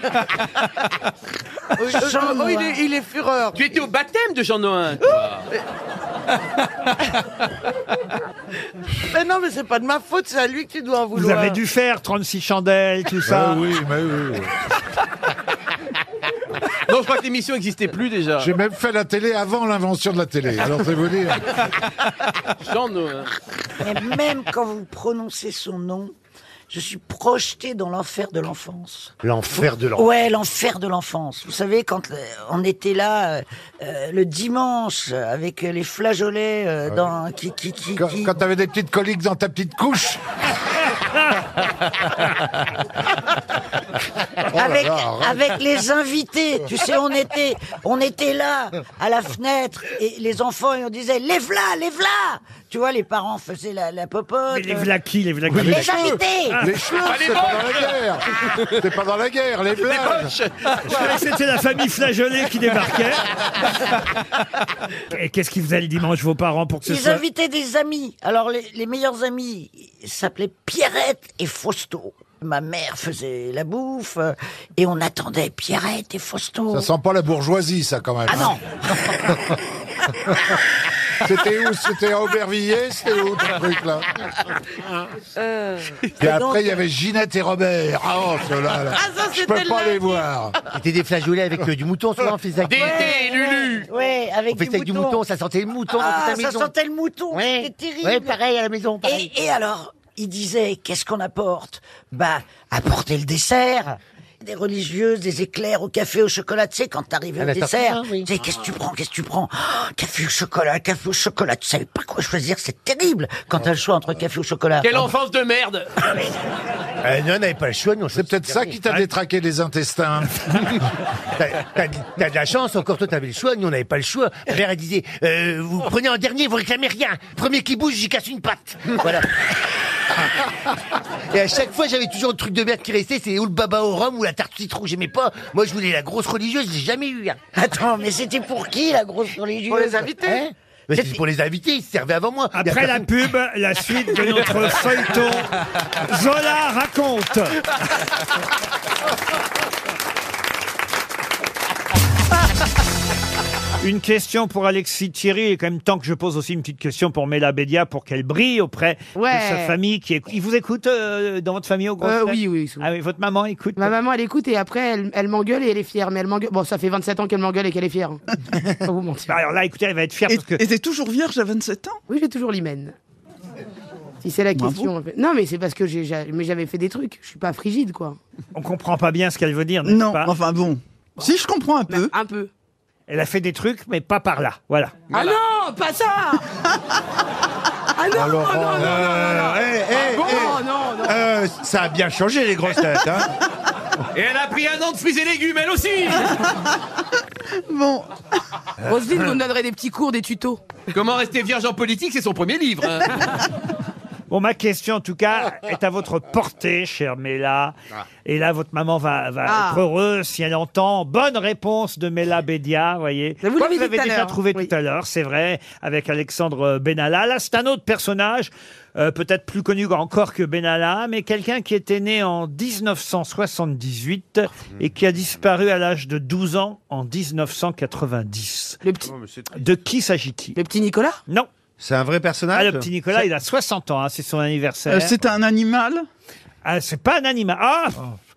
oh, Jean oh, il, Noir. est, il est fureur. Tu étais au baptême de Jean Noël. [laughs] Mais non, mais c'est pas de ma faute, c'est à lui que tu dois en [laughs] Vous vouloir. avez dû faire 36 chandelles, tout ça. Ah oui, mais oui. Non, je crois que l'émission n'existait plus déjà. J'ai même fait la télé avant l'invention de la télé. Alors, c'est vous [laughs] dire. Jean Noël. Mais même quand vous prononcez son nom, je suis projeté dans l'enfer de l'enfance. L'enfer de l'enfer. Ouais, l'enfer de l'enfance. Vous savez, quand euh, on était là euh, euh, le dimanche euh, avec euh, les flageolets euh, dans qui qui qui. Quand, qui- quand t'avais des petites coliques dans ta petite [laughs] couche. Oh avec, là, arrête. avec les invités, tu sais, on était, on était là, à la fenêtre, et les enfants, et on disait, lève-la, lève-la Tu vois, les parents faisaient la, la popote. Mais les vlaquis, les vlaquis. Oui, les, les cheveux. invités Les cheveux, c'est pas dans la guerre. C'est pas dans la guerre, les blagues. Je croyais que C'était la famille flageolée qui débarquait. Et qu'est-ce qu'ils faisaient le dimanche, vos parents, pour que ce Ils soit... invitaient des amis. Alors, les, les meilleurs amis ils s'appelaient Pierrette et Fausto. Ma mère faisait la bouffe, euh, et on attendait Pierrette et Fausto. Ça sent pas la bourgeoisie, ça, quand même. Ah non [laughs] C'était où C'était à Aubervilliers C'était où, ton truc, là Euh. Et après, il y avait Ginette et Robert. Ah, oh, ceux-là, là. Je peux pas les voir. C'était des flageolets avec euh, du mouton, souvent on faisait ça avec- Lulu Ouais, avec, On faisait ça avec du mouton, ça sentait le mouton Ah, dans toute la ça maison. sentait le mouton, c'était terrible. Ouais, pareil, à la maison, pareil. Et, et alors, il disait, qu'est-ce qu'on apporte Bah, apportez le dessert. Des religieuses, des éclairs au café, au chocolat, tu sais, quand t'arrives À au la dessert, tartine, bah, Ah, oui. tu sais, qu'est-ce que tu prends, qu'est-ce que tu prends Oh, Café au chocolat, café au chocolat, tu savais pas quoi choisir, c'est terrible quand t'as le choix entre café au chocolat. Quelle enfance de merde Eh non, on n'avait pas le choix, nous. C'est peut-être ça qui t'a détraqué les intestins. [laughs] T'as- T'as t'as de la chance, encore toi t'avais le choix, nous on n'avait pas le choix. Ma mère elle disait, euh, vous prenez en dernier, vous réclamez rien. Premier qui bouge, j'y casse une patte. Voilà. Et à chaque fois j'avais toujours le truc de merde qui restait, c'est ou le baba au rhum ou la tarte citron, j'aimais pas. Moi je voulais la grosse religieuse, j'ai jamais hein. eu. Attends, mais c'était pour qui la grosse religieuse Hein Pour les invités Mais c'est pour les invités, ils se servaient avant moi. Y a Après la personne- pub, la suite de [laughs] notre [laughs] feuilleton. Zola raconte. Une question pour Alexis Thierry. Il est quand même temps que je pose aussi une petite question pour Mela Bédia pour qu'elle brille auprès Ouais. de sa famille qui écoute. Il vous écoute euh, dans votre famille au gros Euh, oui, Ah oui, votre maman écoute. Ma maman, elle écoute et après, elle, elle m'engueule et elle est fière. Mais elle m'engueule. Bon, ça fait 27 ans qu'elle m'engueule et qu'elle est fière. hein. Pas vous mentir. Alors là, écoutez, elle va être fière Et- parce que. et t'es toujours vierge à 27 ans Oui, j'ai toujours l'hymen. Si c'est la Bravo. question. en fait. Non, mais c'est parce que j'ai, j'a- mais j'avais fait des trucs. Je suis pas frigide, quoi. On comprend pas bien ce qu'elle veut dire, Non, enfin bon. Si je comprends un peu. Un peu. Elle a fait des trucs, mais pas par là. Voilà. Ah non, pas ça Ah non, Alors, non, non, non, non, Euh, non. Ah bon, eh. non, non. Euh, ça a bien changé les grosses têtes. Hein. Et elle a pris un an de fruits et légumes, elle aussi [laughs] Bon. Roselyne, vous me donnerez des petits cours, des tutos. Comment rester vierge en politique, c'est son premier livre. hein. Bon, ma question, en tout cas, est à votre portée, chère Mela. Et là, votre maman va, va Ah. être heureuse si elle entend. Bonne réponse de Mela Bédia, voyez. vous Comme l'avez dit tout à déjà l'heure. trouvé tout à l'heure, c'est vrai, avec Alexandre Benalla. Là, c'est un autre personnage, euh, peut-être plus connu encore que Benalla, mais quelqu'un qui était né en 1978 et qui a disparu à l'âge de 12 ans en 1990. De qui s'agit-il Le petit Nicolas Non. C'est un vrai personnage Le petit Nicolas, il a 60 ans, hein, c'est son anniversaire. Euh, c'est un animal C'est pas un animal.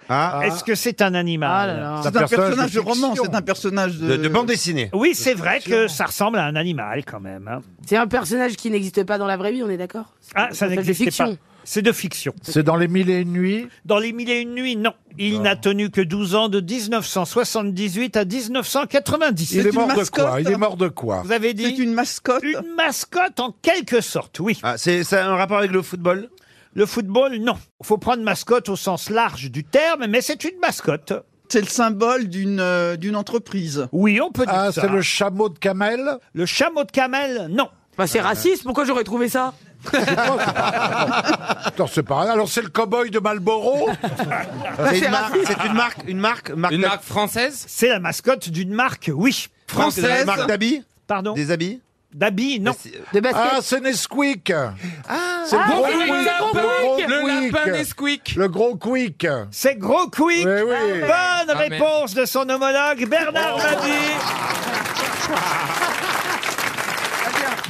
Ah Est-ce que c'est un animal C'est un personnage de roman, c'est un personnage de... dessinée. Oui, c'est vrai que ça ressemble à un animal quand même. hein. C'est un personnage qui n'existe pas dans la vraie vie, on est d'accord Ah, ça s'appelle de n'existe pas. fiction. C'est de fiction. C'est dans les mille et une nuits Dans les mille et une nuits, non. Il n'a tenu que 12 ans de 1978 à 1990. Il est mort de quoi hein. Il est mort de quoi Vous avez dit C'est une mascotte Une mascotte en quelque sorte, oui. Ah, c'est un rapport avec le football Le football, non. Il faut prendre mascotte au sens large du terme, mais c'est une mascotte. C'est le symbole d'une euh, d'une entreprise. Oui, on peut dire Ah, ça. c'est le chameau de Camel Le chameau de Camel, non. Bah, c'est raciste, pourquoi j'aurais trouvé [laughs] ça Attends, c'est pas Alors c'est le cow-boy de [laughs] Malboro Bah, C'est une, marque, c'est une marque, une marque, marque d'hab- française C'est la mascotte d'une marque, oui. Française Une marque d'habits Pardon Des habits D'habits, non. De Ah, c'est Nesquik Ah, C'est le gros oui, quick, oui, le gros quick. quick. Le gros quick C'est gros quick Bonne Ah, mais- Oh. réponse de son homologue Bernard Mabie.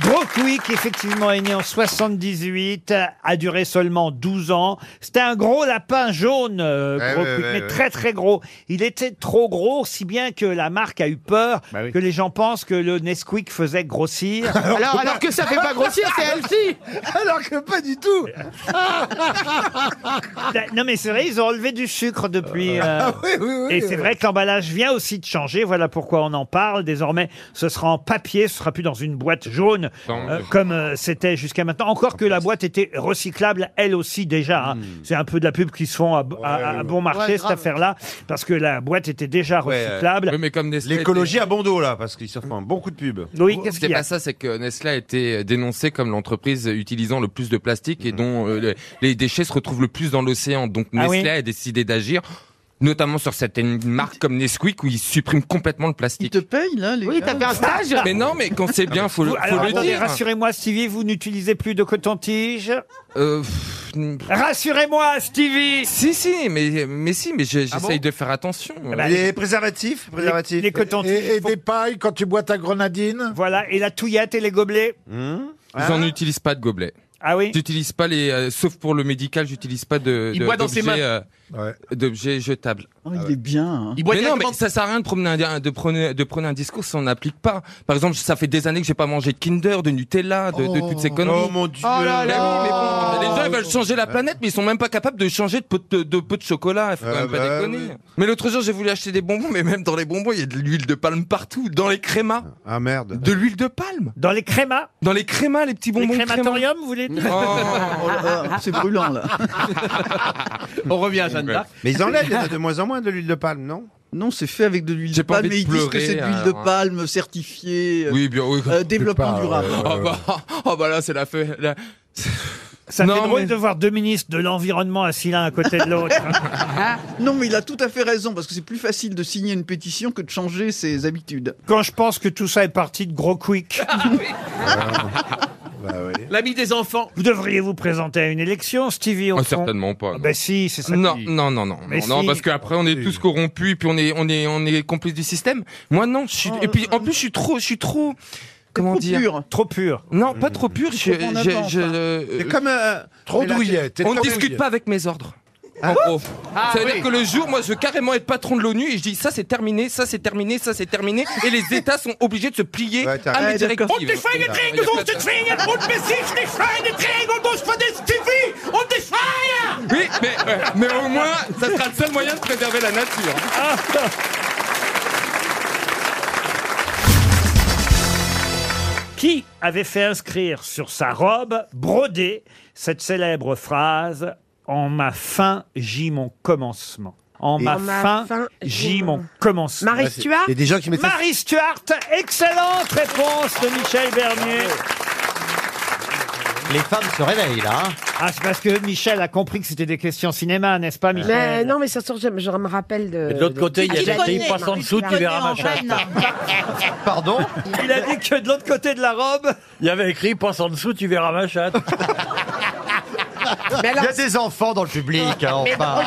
Gros Quick, effectivement, est né en 78, a duré seulement 12 ans. C'était un gros lapin jaune, euh, Ouais, Gros ouais, Quick, ouais, mais ouais. très très gros. Il était trop gros, si bien que la marque a eu peur que les gens pensent que le Nesquik faisait grossir. [laughs] Bah [laughs] Alors- alors que ça fait [laughs] pas grossir, c'est [laughs] healthy. Alors que pas du [laughs] tout Bah, Non mais c'est vrai, ils ont enlevé du sucre depuis. Euh, euh, Ah oui, oui, oui, et oui. c'est vrai que l'emballage vient aussi de changer. Voilà pourquoi on en parle. Désormais, ce sera en papier, ce sera plus dans une boîte jaune euh, comme euh, c'était jusqu'à maintenant. Encore que la boîte était recyclable, elle aussi déjà. Hmm. hein. C'est un peu de la pub qui se font à, b- à- à bon marché Ouais, cette grave. affaire-là, parce que la boîte était déjà euh, recyclable. Oui, mais comme L'écologie à bon dos, là, parce qu'ils se font un bon coup de pub. Euh, Oui, qu'est-ce C'est qu'il y a pas ça, c'est que Nestlé a été euh, dénoncé comme l'entreprise utilisant le plus de plastique et dont euh, le- les déchets se retrouvent le plus dans l'océan. Donc Mhm. Ah Nestlé oui. a décidé d'agir, notamment sur certaines marques comme Nesquik où ils suppriment complètement le plastique. Ils te payent là Oui, t'as hein. fait un stage Mais non, mais quand c'est bien, faut le, Ah bah, Vous- faut hein. alors, le attendez, dire. Rassurez-moi, Stevie, vous n'utilisez plus de coton-tige Euh, Rassurez-moi, Stevie Si, si, mais, mais si, mais je- Ah j'essaye bon de faire attention. bah, préservatifs, préservatifs. Eh ben, Les, cotons Et, et des pailles quand tu bois ta grenadine Voilà, et la touillette et les gobelets Hum Ah. Ils n'en utilisent pas de gobelets. Ah oui J'utilise pas les... euh, sauf pour le médical, j'utilise pas de... Il de- boit dans ses d'objets, mains. euh, D'objets jetables. Il est bien. hein. mais non, mais ça sert à rien de, promener un di- de, prôner- de prôner un discours si on n'applique pas. Par exemple, ça fait des années que j'ai pas mangé de Kinder, de Nutella, de, de toutes ces conneries. Oh, mon Dieu. Mais Oh là oui, là. mais Oh. bon, les gens ils veulent changer la planète, mais ils sont même pas capables de changer de pot de, de pot de chocolat. Il faut quand même pas bah déconner. oui. Mais l'autre jour, j'ai voulu acheter des bonbons, mais même dans les bonbons, il y a de l'huile de palme partout, dans les crémas. Ah merde. De l'huile de palme. Dans les crémas Dans les crémas, les petits bonbons. Les crémas. crématoriums, vous voulez dire Oh. C'est brûlant, là. On revient à Jeanne d'Arc. Mais ils enlèvent, il y [laughs] en a de moins en moins de l'huile de palme, non Non, c'est fait avec de l'huile de pas palme. envie mais de ils disent que pleurer, hein, c'est de l'huile alors, de palme certifiée. euh, Oui, bien, oui. euh, développement durable. Ah bah, ah bah là, c'est la feu. la- Ça Non, fait drôle mais- de voir deux ministres de l'environnement assis l'un à côté [laughs] de l'autre. [laughs] Non, mais il a tout à fait raison, parce que c'est plus facile de signer une pétition que de changer ses habitudes. Quand je pense que tout ça est parti de gros quick. [laughs] L'ami des enfants. Vous devriez vous présenter à une élection, Stevie. Au Ah, fond. certainement pas. Ah non. ben si, c'est ça. Non, qui- non, non, non, Mais non, non, si. parce qu'après on est tous corrompus, et puis on est, on est, on est complices du système. Moi non, je suis, et puis en plus je suis trop, je suis trop, comment trop dire, pur. Oh, euh, Trop pur. Non, pas trop pur. Je, Trop en je- avant, je- enfin. euh, T'es comme, euh, Trop mais là, douillet. t'es- t'es On trop ne discute douillet. pas avec mes ordres. En gros. Ah, ça veut oui. dire que le jour, moi, je veux carrément être patron de l'ONU et je dis ça, c'est terminé, ça, c'est terminé, ça, c'est terminé. Et les États sont obligés de se plier à mes Ouais, directives. d'accord. Oui, mais, euh, mais au moins, ça sera le seul moyen de préserver la nature. Qui avait fait inscrire sur sa robe brodée cette célèbre phrase En ma fin, j'y mon commencement. En ma, En ma fin, fin, j'y mon commencement. Marie Ouais, c'est- Stuart il y a des gens qui mettaient- Marie Stuart, excellente réponse de Michel Bernier. les femmes se réveillent là. Ah, c'est parce que Michel a compris que c'était des questions cinéma, n'est-ce pas, Michel Mais non, mais ça sort, je, je me rappelle de. Mais de l'autre côté, il y a des des petits poissons dessous, tu verras ma chatte. [laughs] Pardon Il a dit que de l'autre côté de la robe. Il y avait écrit Passe en dessous, tu verras ma [laughs] chatte. Mais alors- Il y a des enfants dans le public, hein, Mais enfin.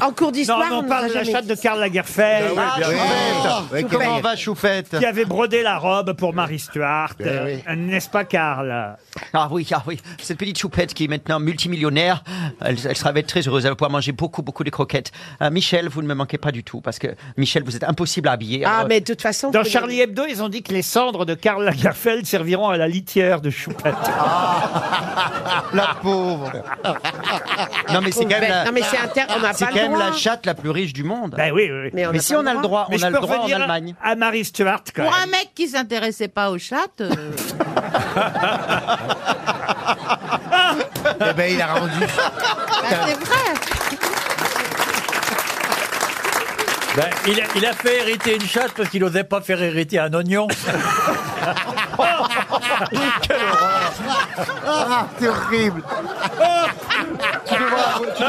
En cours d'histoire, Non, mais on nous parle a de la jamais chatte dit de Karl Lagerfeld. Ah, oui, bien Choupette. sûr. Ouais, Choupette. comment va Choupette Qui avait brodé la robe pour Marie Stuart. Eh oui. Euh, N'est-ce pas, Karl Ah oui, ah oui. Cette petite choupette qui est maintenant multimillionnaire, elle, elle sera être très heureuse. Elle va pouvoir manger beaucoup, beaucoup de croquettes. Euh, Michel, vous ne me manquez pas du tout parce que Michel, vous êtes impossible à habiller. Ah, Alors, mais de toute façon. Dans vous- Charlie Hebdo, ils ont dit que les cendres de Karl Lagerfeld serviront à la litière de Choupette. [laughs] La pauvre. Ah. non mais c'est quand même la, Non, mais c'est inter- on n'a c'est pas quand le même droit. la chatte la plus riche du monde. Ben oui, oui. Mais on mais n'a si pas on a le droit, Mais on je a le peux droit en revenir Allemagne. À Marie Stuart, quand Pour même. un mec qui s'intéressait pas aux chattes. [laughs] euh, Eh ben, il a rendu. [laughs] bah, c'est vrai. Ben, il, a, il a fait hériter une chatte parce qu'il n'osait pas faire hériter un [laughs] [laughs] oignon. Oh, Ah, c'est horrible. Ah, tu,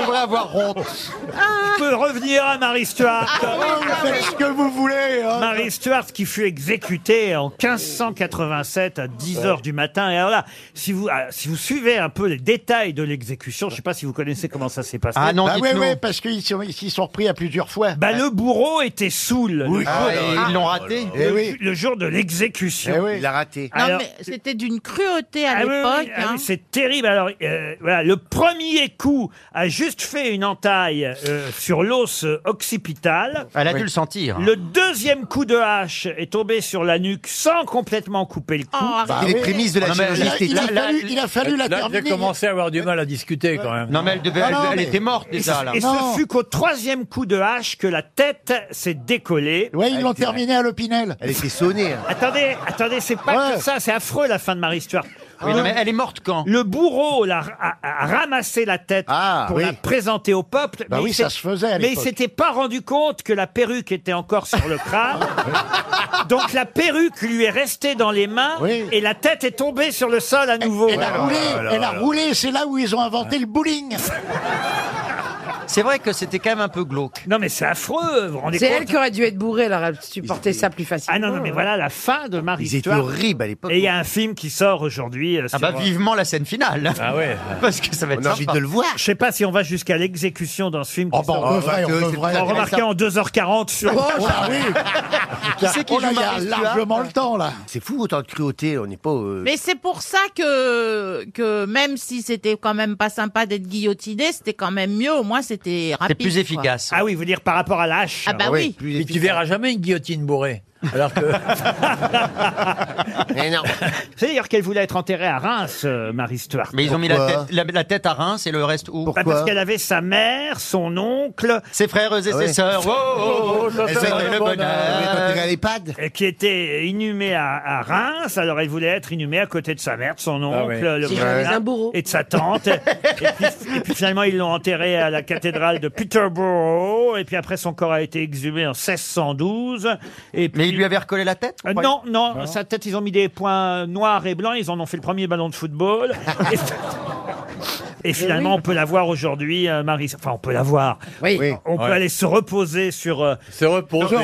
devrais, avoir honte. Ah On peut revenir à Marie Stuart. faites ce que vous voulez. hein. Marie Stuart qui fut exécutée en 1587 à 10 heures du matin. Et alors là, si vous, ah, si vous suivez un peu les détails de l'exécution, je sais pas si vous connaissez comment ça s'est passé. Ah non, Bah, dites-nous. ouais, ouais. parce qu'ils sont, ils s'y sont repris à plusieurs fois. Bah, le bourreau était saoul. Oui. le Ah, jour- et ils l'ont raté. Le, Eh oui. le jour de l'exécution. Eh oui. Il a raté. Non, Alors- mais c'était d'une cruauté à Ah oui, oui, l'époque. ah oui, hein. c'est terrible. Alors, euh, voilà, le premier coup a juste fait une entaille euh, sur l'os euh, occipital. Elle a dû le sentir. Le deuxième coup de hache est tombé sur la nuque sans complètement couper le cou. Oh, Bah oui. Les prémices de la Non, mais chirurgie là, il a esthétique. fallu- Là, il a fallu la là, terminer. j'ai commencé à avoir du mal à discuter quand Hein. même. Non, mais elle devait- Ah, elle- non, elle mais- était morte Et déjà, ce- là. Et Non. ce fut qu'au troisième coup de hache que la tête s'est décollée. Ouais, ils l'ont terminé à l'Opinel. Elle était sonnée. hein. Attendez, attendez, c'est pas que ça, c'est affreux la fin de Marie Stuart. Oui, non, mais elle est morte quand Le bourreau l'a ra- a, a ramassé la tête pour Ah, oui. la présenter au peuple. Bah mais oui, il ça s'est- se faisait à Mais il l'époque. s'était pas rendu compte que la perruque était encore sur le crâne. Donc la perruque lui est restée dans les mains et la tête est tombée sur le sol à nouveau. Elle a roulé, elle a roulé, c'est là où ils ont inventé le bowling. [laughs] C'est vrai que c'était quand même un peu glauque. Non, mais c'est affreux. Vous vous rendez C'est compte elle qui aurait dû être bourrée, elle aurait supporté ça plus facilement. Ah non, non, mais voilà la fin de Marie Ils étaient Stuart. horribles à l'époque. Et il y a un film qui sort aujourd'hui. euh, Ah bah sur- vivement la scène finale. Ah ouais. [laughs] Parce que ça va être a sympa. envie de le voir. Je sais pas si on va jusqu'à l'exécution dans ce film. qui bah, sort- on devrait, on devrait. En remarquant en 2h40 sur. Oh, bah oui. Qui c'est qui Oh là, joue il y a Marie Stuart largement le temps là. C'est fou autant de cruauté, on n'est pas. euh, Mais c'est pour ça que, que même si c'était quand même pas sympa d'être guillotiné, c'était quand même mieux. Au moins, c'était rapide. quoi. Ah oui, vous dire par rapport à l'âge. Ah bah Ah oui, Mais tu verras jamais une guillotine bourrée. Alors [laughs] que. Mais non. C'est d'ailleurs qu'elle voulait être enterrée à Reims, euh, Marie Stuart. Mais ils ont mis la tête, la, la tête à Reims et le reste où Bah, parce qu'elle avait sa mère, son oncle. Ses frères et ses sœurs. [laughs] Oh, oh, oh, elles auraient le bonheur. l'EHPAD. Qui était inhumée à, à Reims. Alors elle voulait être inhumée à côté de sa mère, de son oncle, Ah ouais. le Si voilà, j'avais un et de sa tante. et, puis, et puis finalement ils l'ont enterrée à la cathédrale de Peterborough. Et puis après son corps a été exhumé en 1612. Et Mais ils lui avaient recollé la tête Euh, non, non, sa tête, ils ont mis des points noirs et blancs, ils en ont fait le premier ballon [laughs] de football. Et, et finalement, on peut la voir aujourd'hui, euh, Marie. Enfin, on peut la voir. Oui. On peut Ouais. aller se reposer sur. euh, Se reposer.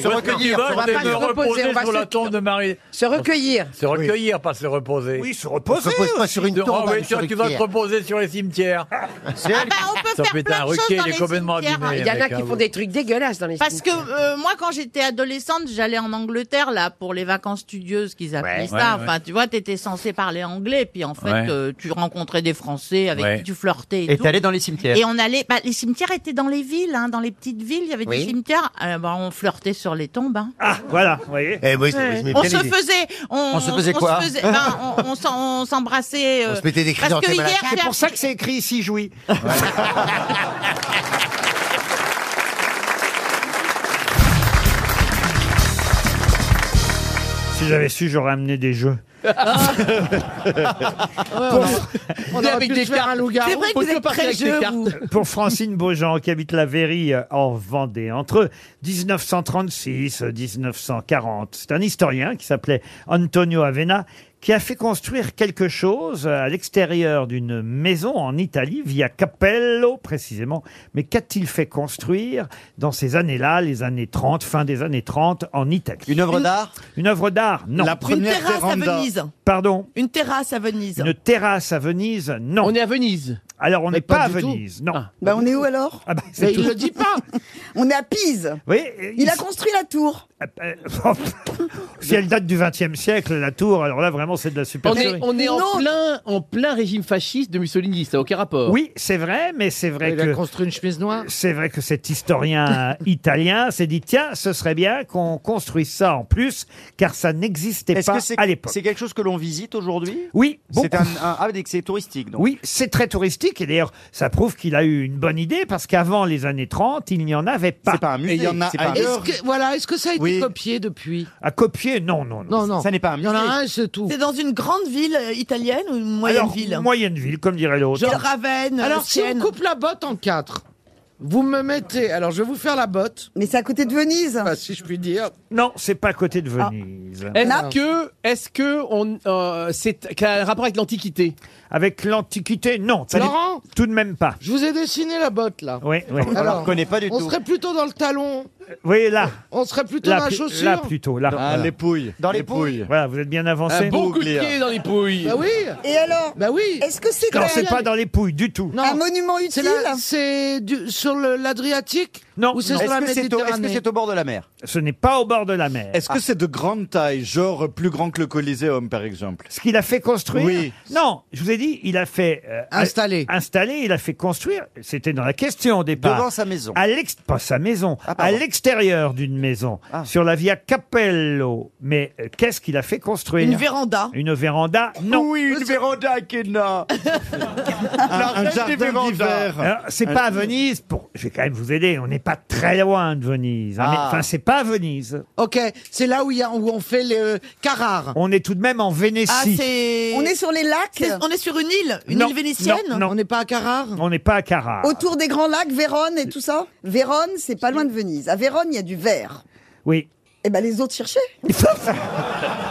Se recueillir. On On va va te pas se reposer, reposer on va sur la se- tombe de Marie. Se recueillir. Se recueillir, pas se reposer. Oui, se reposer. reposer repose aussi. Ah tombe, oui, hein, tu, sur tu une vas te pierre. reposer sur les cimetières. Ah bah, on peut Ça, faire putain, plein de Ruquier, choses il dans est les complètement cimetières. abîmé, Il y en a mec, hein, qui font vous. des trucs dégueulasses dans les Parce que euh, moi, quand j'étais adolescente, j'allais en Angleterre là pour les vacances studieuses qu'ils appelaient Ouais. ça. Ouais, enfin, tu vois, t'étais censé parler anglais, puis en fait, Ouais. euh, tu rencontrais des Français avec Ouais. qui tu flirtais. Et, Et tout. t'es allé dans les cimetières. Et on allait. bah, les cimetières étaient dans les villes, hein, dans les petites villes. Il y avait Oui. des cimetières. Euh, bah, on flirtait sur les tombes. hein. Ah, voilà, vous voyez. Eh Ouais. on se faisait, on, On se faisait quoi faisait- [laughs] ben, on, on s'en- on s'embrassait. euh, On se mettait des parce que hier, j'ai C'est pour ça que c'est écrit ici, jouit. Si j'avais su, j'aurais amené [laughs] des jeux. on aurait pu se faire un loup-garou. C'est vrai que Faut vous que êtes partir très avec des jeu, cartes. vous. [laughs] Pour Francine Beaujean, qui habite la Véry euh, en Vendée, entre euh, 1936 et 1940, c'est un historien qui s'appelait Antonio Avena qui a fait construire quelque chose euh, à l'extérieur d'une maison en Italie, via Capello précisément. Mais qu'a-t-il fait construire dans ces années-là, les années 30, fin des années 30, en Italie Une œuvre d'art Une œuvre d'art, non. La première terrasse à véranda. Venise. Pardon Une terrasse à Venise. Hein Une terrasse à Venise, non. On est à Venise Alors, on n'est pas, à Venise, non. Bah on est où alors Ah bah, c'est tout. [laughs] pas. on est à Pise. Oui, Il a construit la tour. Euh, Si elle date du XXe siècle, la tour, alors là, vraiment, c'est de la On est, supercherie. on est en, plein, en plein régime fasciste de Mussolini, ça n'a aucun rapport. Oui, c'est vrai, mais c'est vrai Il que... a construit une chemise noire. C'est vrai que cet [laughs] historien italien s'est dit, tiens, ce serait bien qu'on construise ça en plus, car ça n'existait Est-ce pas que c'est à l'époque. c'est quelque chose que l'on visite aujourd'hui Oui, C'est un, beaucoup. un- ah, dès que c'est touristique. Donc. Oui, c'est très touristique et d'ailleurs, ça prouve qu'il a eu une bonne idée parce qu'avant les années 30, il n'y en avait pas. C'est pas un musée, Et il y en a c'est pas un- Est-ce que, voilà, est-ce que ça a été Oui. copié depuis À copier, non, non, non. Non, non. Ça n'est pas un musée. Il y en a un, c'est tout. C'est dans une grande ville euh, italienne ou une moyenne Alors, ville Moyenne ville, comme dirait l'autre. Genre Ravenne, euh, Alors, si on Sienne. coupe la botte en quatre, vous me mettez. Alors, je vais vous faire la botte. Ah, Mais c'est à côté de Venise. Ah. si je puis dire. Non, c'est pas à côté de Venise. Est-ce que, est-ce que on, euh, c'est quel a un rapport avec l'Antiquité Avec l'Antiquité, non. Ça Laurent dé- Tout de même pas. Je vous ai dessiné la botte, là. Oui, oui. on serait plutôt dans le talon. Oui, là. On serait plutôt là, dans la plu- chaussure. Là, plutôt. Là. Dans- Voilà. les pouilles. Dans les Les pouilles. pouilles. Voilà, vous êtes bien avancé. Un bon coup de pied dans les pouilles. Bah oui. Et alors Bah oui. Est-ce que c'est Non, quand c'est même- pas dans les pouilles du tout. Un monument C'est utile la- C'est du- sur le- l'Adriatique Non. Ou c'est non. sur la Est-ce que c'est au- est-ce que Méditerranée c'est au bord de la mer Ce n'est pas au bord de la mer. Ah. Est-ce que c'est de grande taille, genre plus grand que le Coliseum, par exemple Ce qu'il a fait construire Oui. Non, je vous ai dit, il a fait... euh, Installer. a- Installer, il a fait construire, c'était dans la question au départ. Devant sa maison. Ah, À l'ex- pas sa maison, à pardon. Ah. l'extérieur d'une maison, sur la via Capello. Mais euh, qu'est-ce qu'il a fait construire Une véranda. Une véranda, non. Oui, une véranda, [laughs] Kenna Un jardin d'hiver. Alors, c'est pas à Venise, pour... je vais quand même vous aider, on n'est pas très loin de Venise. hein, mais- Ah. Enfin, c'est pas à Venise. Ok, c'est là où, il y a- où on fait les euh, carrars. On est tout de même en Vénétie. Ah, On est sur les lacs. C'est- On est sur une île, Non, non, non. On n'est pas à Carrare On n'est pas à Carrare. Autour des grands lacs, Vérone et tout ça. Vérone, c'est pas loin de Venise. À Vérone, il y a du verre. Oui. Eh ben les autres cherchaient. Il a- a-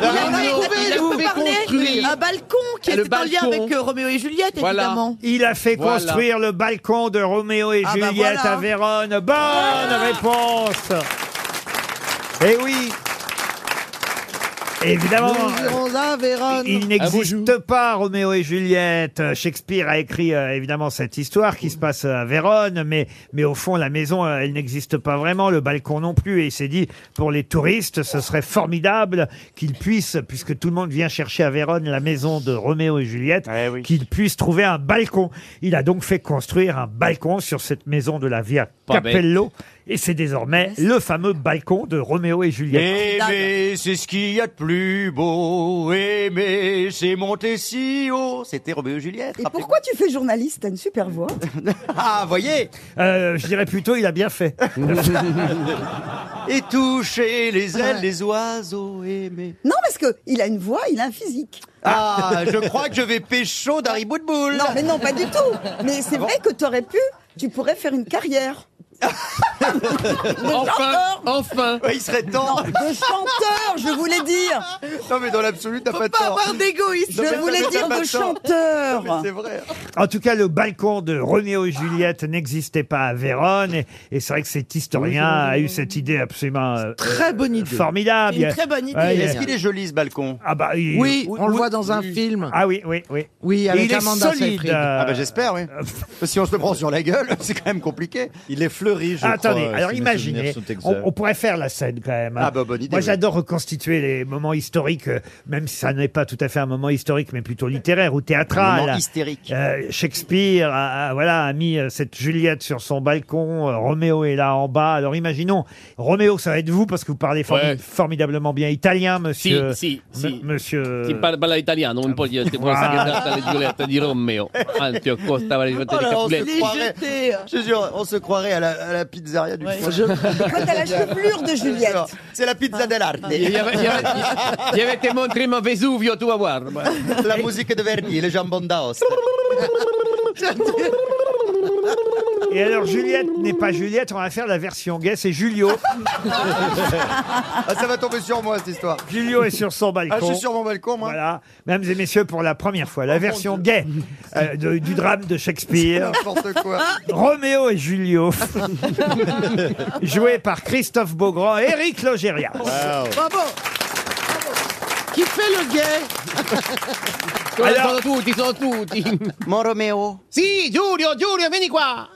il a- il a trouvé construit. Un balcon qui Le était en lien balcon. avec euh, Roméo et Juliette, Voilà. évidemment. Il a fait Voilà. construire le balcon de Roméo et Ah bah Juliette voilà. Ah à Vérone. Bonne réponse. Eh oui. Évidemment. Nous irons à Vérone. Ah, Il Ah, n'existe pas Roméo et Juliette. Euh, Shakespeare a écrit euh, évidemment cette histoire qui se passe à Vérone, mais, mais au fond, la maison, euh, elle n'existe pas vraiment, le balcon non plus. Et il s'est dit, pour les touristes, ce serait formidable qu'ils puissent, puisque tout le monde vient chercher à Vérone la maison de Roméo et Juliette, Eh qu'ils puissent trouver un balcon. Il a donc fait construire un balcon sur cette maison de la Via Pas bête. Capello. Et c'est désormais le fameux balcon de Roméo et Juliette. Aimer, c'est ce qu'il y a de plus beau. Aimer, c'est monter si haut. C'était Roméo [laughs] et Juliette. Et pourquoi tu fais journaliste T'as une super voix. [laughs] Ah, voyez Euh, je dirais plutôt, il a bien fait. [laughs] Et toucher les ailes des oiseaux. Aimer. Non, parce que il a une voix, il a un physique. Ah, je crois que je vais pécho d'Harry [laughs] Boudboul. Non, mais non, pas du tout. Mais Ah c'est vrai que t'aurais pu, tu pourrais faire une carrière. Enfin, enfin. il serait temps. De chanteur, je voulais dire. Non, mais dans l'absolu, t'as pas pas tort. avoir d'égoïsme. Non, mais Je t'as- voulais t'as dire pas de tort. chanteur. Non, mais C'est vrai. En tout cas, le balcon de Roméo et Juliette n'existait pas à Vérone. Et, et c'est vrai que cet historien a eu cette idée absolument euh, Très bonne idée. formidable. Une très bonne idée. Ouais, il- Est-ce qu'il est joli ce balcon Ah bah, il- Oui, on le voit dans un film. Ah oui, oui, oui. Oui, Et avec il est Amanda solide. Seyfried. euh, Ah bah j'espère, [laughs] oui. si on se le prend sur la gueule, [laughs] c'est quand même compliqué. Il est fleuri, je Ah, Attendez, euh, crois, alors si mes imaginez, souvenirs sont exacts. on, on pourrait faire la scène quand même. hein. Ah bah, bonne idée, Moi oui. j'adore reconstituer les moments historiques, euh, même si ça n'est pas tout à fait un moment historique, mais plutôt littéraire ou Un théâtral. moment hystérique. Euh, Shakespeare a, a- voilà, a mis euh, cette Juliette sur son balcon, euh, Roméo est là en bas. Alors imaginons, Roméo ça va être vous parce que vous parlez formi- Ouais. formidablement bien italien, monsieur. Si, si, m- si. Monsieur. Si parla, parla italiano, un po' di tipo Ah. la le Giulietta di Romeo. Antio Costa, la Giulietta Oh di là là, on Capulet. se croirait, je te jure, on se croirait à la, à la pizzeria du coin. Quand [laughs] t'as la chevelure de Juliette. C'est la pizza dell'arte. Gli ave- gli ave- gli avete montrimo Vesuvio, tu va guarda. La musique de Verdi, le jambon d'Aoste. [laughs] Et alors, Juliette n'est pas Juliette, on va faire la version gay, c'est Julio. [laughs] Ah, ça va tomber sur moi cette histoire. Julio est sur son balcon. Ah, je suis sur mon balcon, moi. Oh, Voilà. Mesdames et messieurs, pour la première fois, la version gay euh, de- du drame de Shakespeare. N'importe quoi. Roméo et Julio, joué par Christophe Beaugrand et Eric Logérias. Bravo Qui fait le gay Sono Alors- tutti, sono tutti. Mon Roméo. Sì, Giulio, Giulio, vieni qua.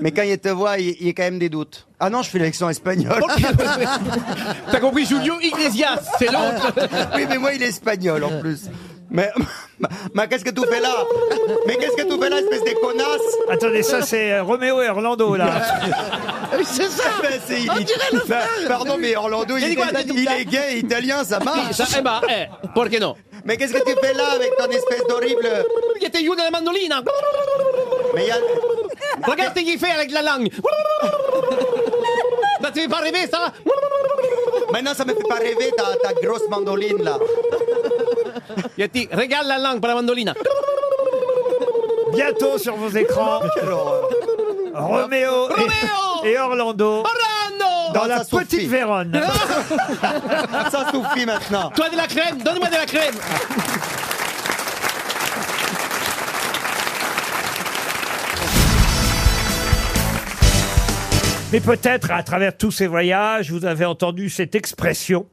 Mais quand il te voit, il il y a quand même des doutes. Ah non, je fais l'accent [laughs] espagnol. [laughs] T'as compris, Julio Iglesias, c'est l'autre. [laughs] Oui, mais moi, il est espagnol en plus. Mais, [laughs] mais qu'est-ce que tu [laughs] fais là Mais qu'est-ce que tu fais là, espèce de connasse Attendez, [laughs] ça c'est euh, Roméo et Orlando là. C'est ça Ben, c'est, On dirait le Enfin, frère. Ben, Pardon, mais Orlando, il, Vieni est, qua, vieni il qua. est gay, italien, ça marche Sì, sa- eh, ma, eh, perché no? Mais qu'est-ce que tu fais là avec ton espèce d'horrible... Gli te aiuta la mandolina. Mais il y a... Ma che gli fai avec la [laughs] langue? Ma tu pas rêver, ça? Maintenant, ça me fait pas rêver ta, ta grosse mandoline là. Gli ti regala la langue per la mandolina. Bientôt sur vos écrans, Roméo et, et Orlando Orlando dans la Ça suffit. petite Vérone. [laughs] Ça suffit maintenant. Toi de la crème, donne-moi de la crème. Mais peut-être, à travers tous ces voyages, vous avez entendu cette expression,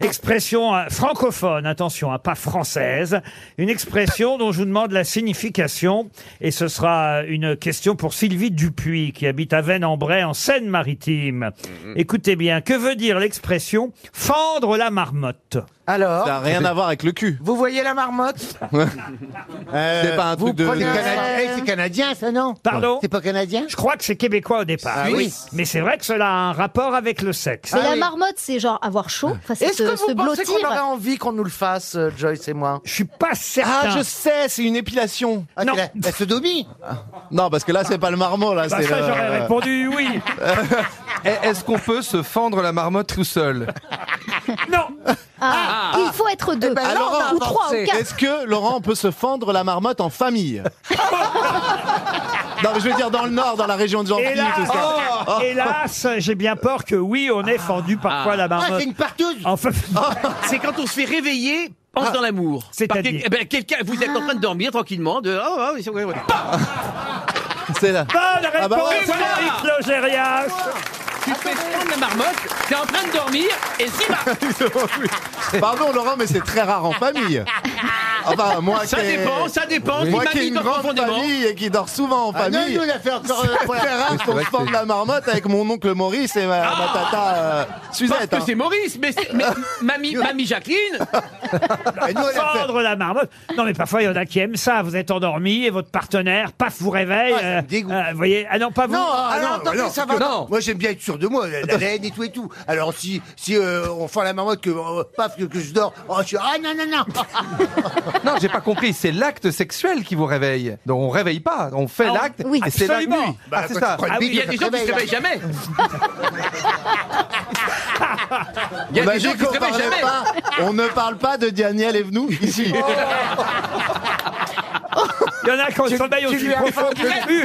expression euh, francophone, attention, hein, pas française, une expression dont je vous demande la signification, et ce sera euh, une question pour Sylvie Dupuis, qui habite à Vennes-en-Bray, en Seine-Maritime. Écoutez bien, que veut dire l'expression « fendre la marmotte » Alors Ça a rien à voir avec le cul. Vous voyez la marmotte C'est pas un truc de- C'est cana- eh, c'est canadien, ça, non Pardon C'est pas canadien Je crois que c'est québécois au départ. Ah oui. Mais c'est vrai que cela a un rapport avec le sexe. Mais la marmotte, c'est genre avoir chaud, enfin, c'est Est-ce se, que se vous pensez qu'on blottir. aurait envie qu'on nous le fasse, euh, Joyce et moi Je suis pas certain. Ah, je sais, c'est une épilation. non. La sodomie Non, parce que là, c'est pas le marmot, là. Bah, c'est ça, le- j'aurais répondu [laughs] oui. Eh, Est-ce qu'on peut se fendre la marmotte tout seul Ah, il faut être Eh deux. ben, Alors, ou trois ou quatre. est-ce que Laurent on peut se fendre la marmotte en famille Non, mais je veux dire dans le nord, dans la région de Gentilly, Hélas, tout ça. Oh, [laughs] hélas, j'ai bien peur que oui, on ait fendu parfois la marmotte. Ah, c'est une partouze Enfin, C'est quand on se fait [laughs] réveiller Ah, pense dans l'amour. C'est Par à quel- dire eh ben, quelqu'un, vous êtes en train de dormir tranquillement, de. Oh, oh, c'est- ouais, ouais. Pam [laughs] C'est là. Bonne Ah bah réponse, ouais, voilà. Eric Logérias. Tu te fais prendre la marmotte, t'es en train de dormir, et c'est là Pardon Laurent, mais c'est très rare en famille. Ah bah, moi Ça qui ai- dépend, ça dépend. Moi Une qui ai mamie une dort grande profondément. famille et qui dort souvent en Ah non, famille. nous, on a fait encore, euh, c'est voilà. très rare Oui, c'est qu'on vrai se que fende c'est- la marmotte avec mon oncle Maurice et ma, ma Ah tata euh, Parce Suzette. que hein. c'est Maurice, mais, mais- mamie, mamie Jacqueline, Fendre la marmotte. Non, mais parfois, il y en a qui aiment ça. Vous êtes endormi et votre partenaire, paf, vous réveille. euh, euh, vous voyez, ah non, pas vous. Non, ah, non, bah non, non, parce que Moi, j'aime bien être sûr de moi, la, la laine et tout et tout. Alors, si, si euh, on fend la marmotte, que, euh, paf, que, que je dors, oh, je suis, ah non, non, non Non, j'ai pas compris. C'est l'acte sexuel qui vous réveille. Donc on réveille pas, on fait Ah, on- l'acte. oui. et c'est la Absolument. nuit. Bah, ah, c'est quand ça. tu prends une Ah oui, il bite, y a des gens qui se réveillent jamais. Il y a Bah, On a des gens dit qui se qu'on réveillent parlait jamais. Bah, pas- on ne parle pas de Daniel et Venou ici. [laughs] Il y en a qui ont le tu sommeil aussi lui as profond que fendu la- le cul.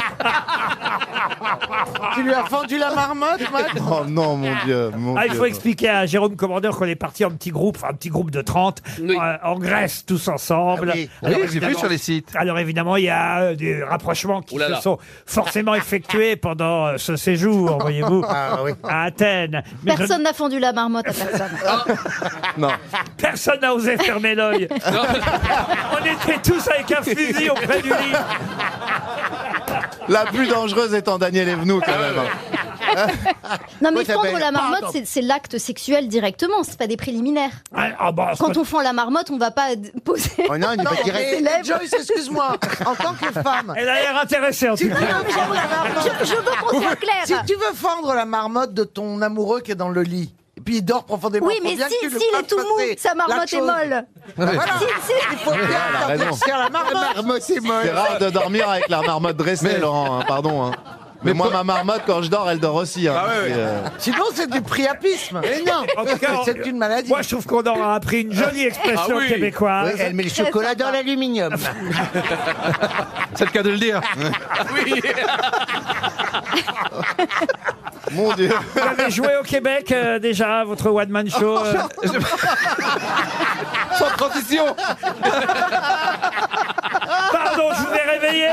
Tu lui as fendu la marmotte, Max Oh non, mon Dieu, mon Ah, il Dieu. faut expliquer à Jérôme Commandeur qu'on est parti en petit groupe, enfin, un petit groupe de 30, euh, en Grèce, tous ensemble. Ah oui. Alors, Oui, j'ai vu évidemment- sur les sites. Alors évidemment, il y a euh, des rapprochements qui Ouh là se là. sont forcément effectués pendant euh, [laughs] ce séjour, voyez-vous, Ah à Athènes. Mais je- Ah. Personne n'a fendu la marmotte à [laughs] personne. personne n'a osé [laughs] fermer l'œil. On était tous avec un fusil auprès du lit. La plus dangereuse étant Daniel et Venou quand même. hein. Non, mais Ouais, ça fendre fait- la marmotte, Pardon. c'est- c'est l'acte sexuel directement, c'est pas des préliminaires. Ah, ah, bah, c'est Quand pas- on fend la marmotte, on va pas d- poser. [laughs] Oh non, il est Non, pas mais direct. Joyce, excuse-moi, en tant que femme. Elle a l'air intéressée en tout Non, cas. non, mais j'avoue, la marmotte- Je- je veux qu'on soit clair. Si tu veux fendre la marmotte de ton amoureux qui est dans le lit, et puis il dort profondément. Oui, faut mais bien que si, tu lui si, il fasses est tout mou, passer sa la marmotte est chose. molle. Ah oui. Voilà. Si, si. Il faut bien Ah, elle a raison. t'endormir sur la marmotte. marmotte, c'est molle. C'est rare de dormir avec la marmotte dressée, Laurent, hein, pardon. hein. Mais moi, ma marmotte, quand je dors, elle dort aussi. hein. C'est, euh, Sinon, c'est du priapisme. Mais non. En tout cas, c'est une maladie. Moi, je trouve qu'on aura appris une jolie expression Ah oui. québécoise. Oui, elle met le Très chocolat sympa. [laughs] dans l'aluminium. C'est le cas de [laughs] le dire. Mon Dieu. Vous avez joué au Québec euh, déjà, votre one-man [laughs] show euh, [laughs] Sans transition Pardon, je vous ai réveillé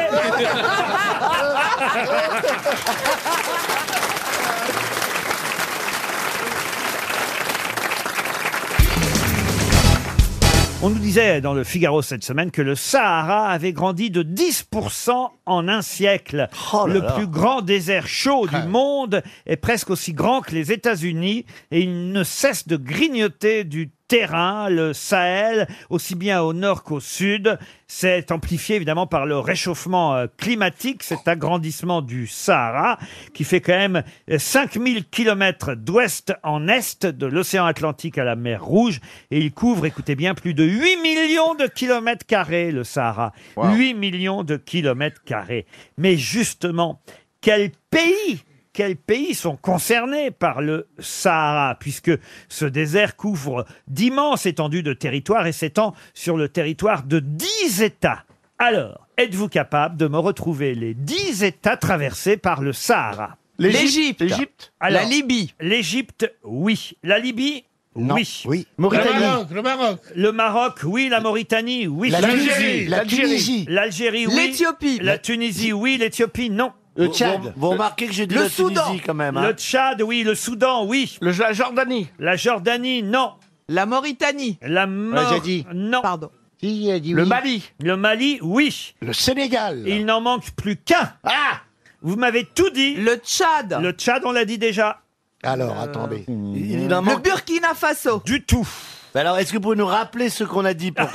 On nous disait dans le Figaro cette semaine que le Sahara avait grandi de 10% en un siècle. Oh là le là. plus grand désert chaud du monde est presque aussi grand que les États-Unis et il ne cesse de grignoter du terrain, le Sahel, aussi bien au nord qu'au sud. C'est amplifié évidemment par le réchauffement euh, climatique, cet agrandissement du Sahara qui fait quand même euh, 5000 km d'ouest en est de l'océan Atlantique à la mer Rouge et il couvre, écoutez bien, plus de 8 millions de kilomètres carrés le Sahara. 8 millions de kilomètres carrés. Mais justement, quel pays quels pays sont concernés par le Sahara, puisque ce désert couvre d'immenses étendues de territoire et s'étend sur le territoire de 10 États. Alors, êtes-vous capable de me retrouver les 10 États traversés par le Sahara L'Égypte. L'Égypte. Alors, La Libye. L'Égypte, oui. La Libye Oui. oui. Mauritanie. Le Maroc, le Maroc. Le Maroc, oui. La Mauritanie, oui. La L'Algérie, Tunisie, la Tunisie. L'Algérie, oui. L'Éthiopie. La Tunisie, oui. L'Éthiopie, non. Le Vous- Tchad. vous- vous remarquez que j'ai dit Le la Tunisie Soudan. quand même, hein. Le Tchad, oui. Le Soudan, oui. la Jordanie. La Jordanie, non. La Mauritanie. La Mauritanie. j'ai dit. Non. Pardon. Le oui Mali. Le Mali, oui. Le Sénégal. Il n'en manque plus qu'un. Ah Vous m'avez tout dit. Le Tchad. Le Tchad, on l'a dit déjà. Alors, attendez. Le Burkina Faso. Euh, Du tout. alors, est-ce que vous pouvez nous rappeler ce qu'on a [laughs] dit pour...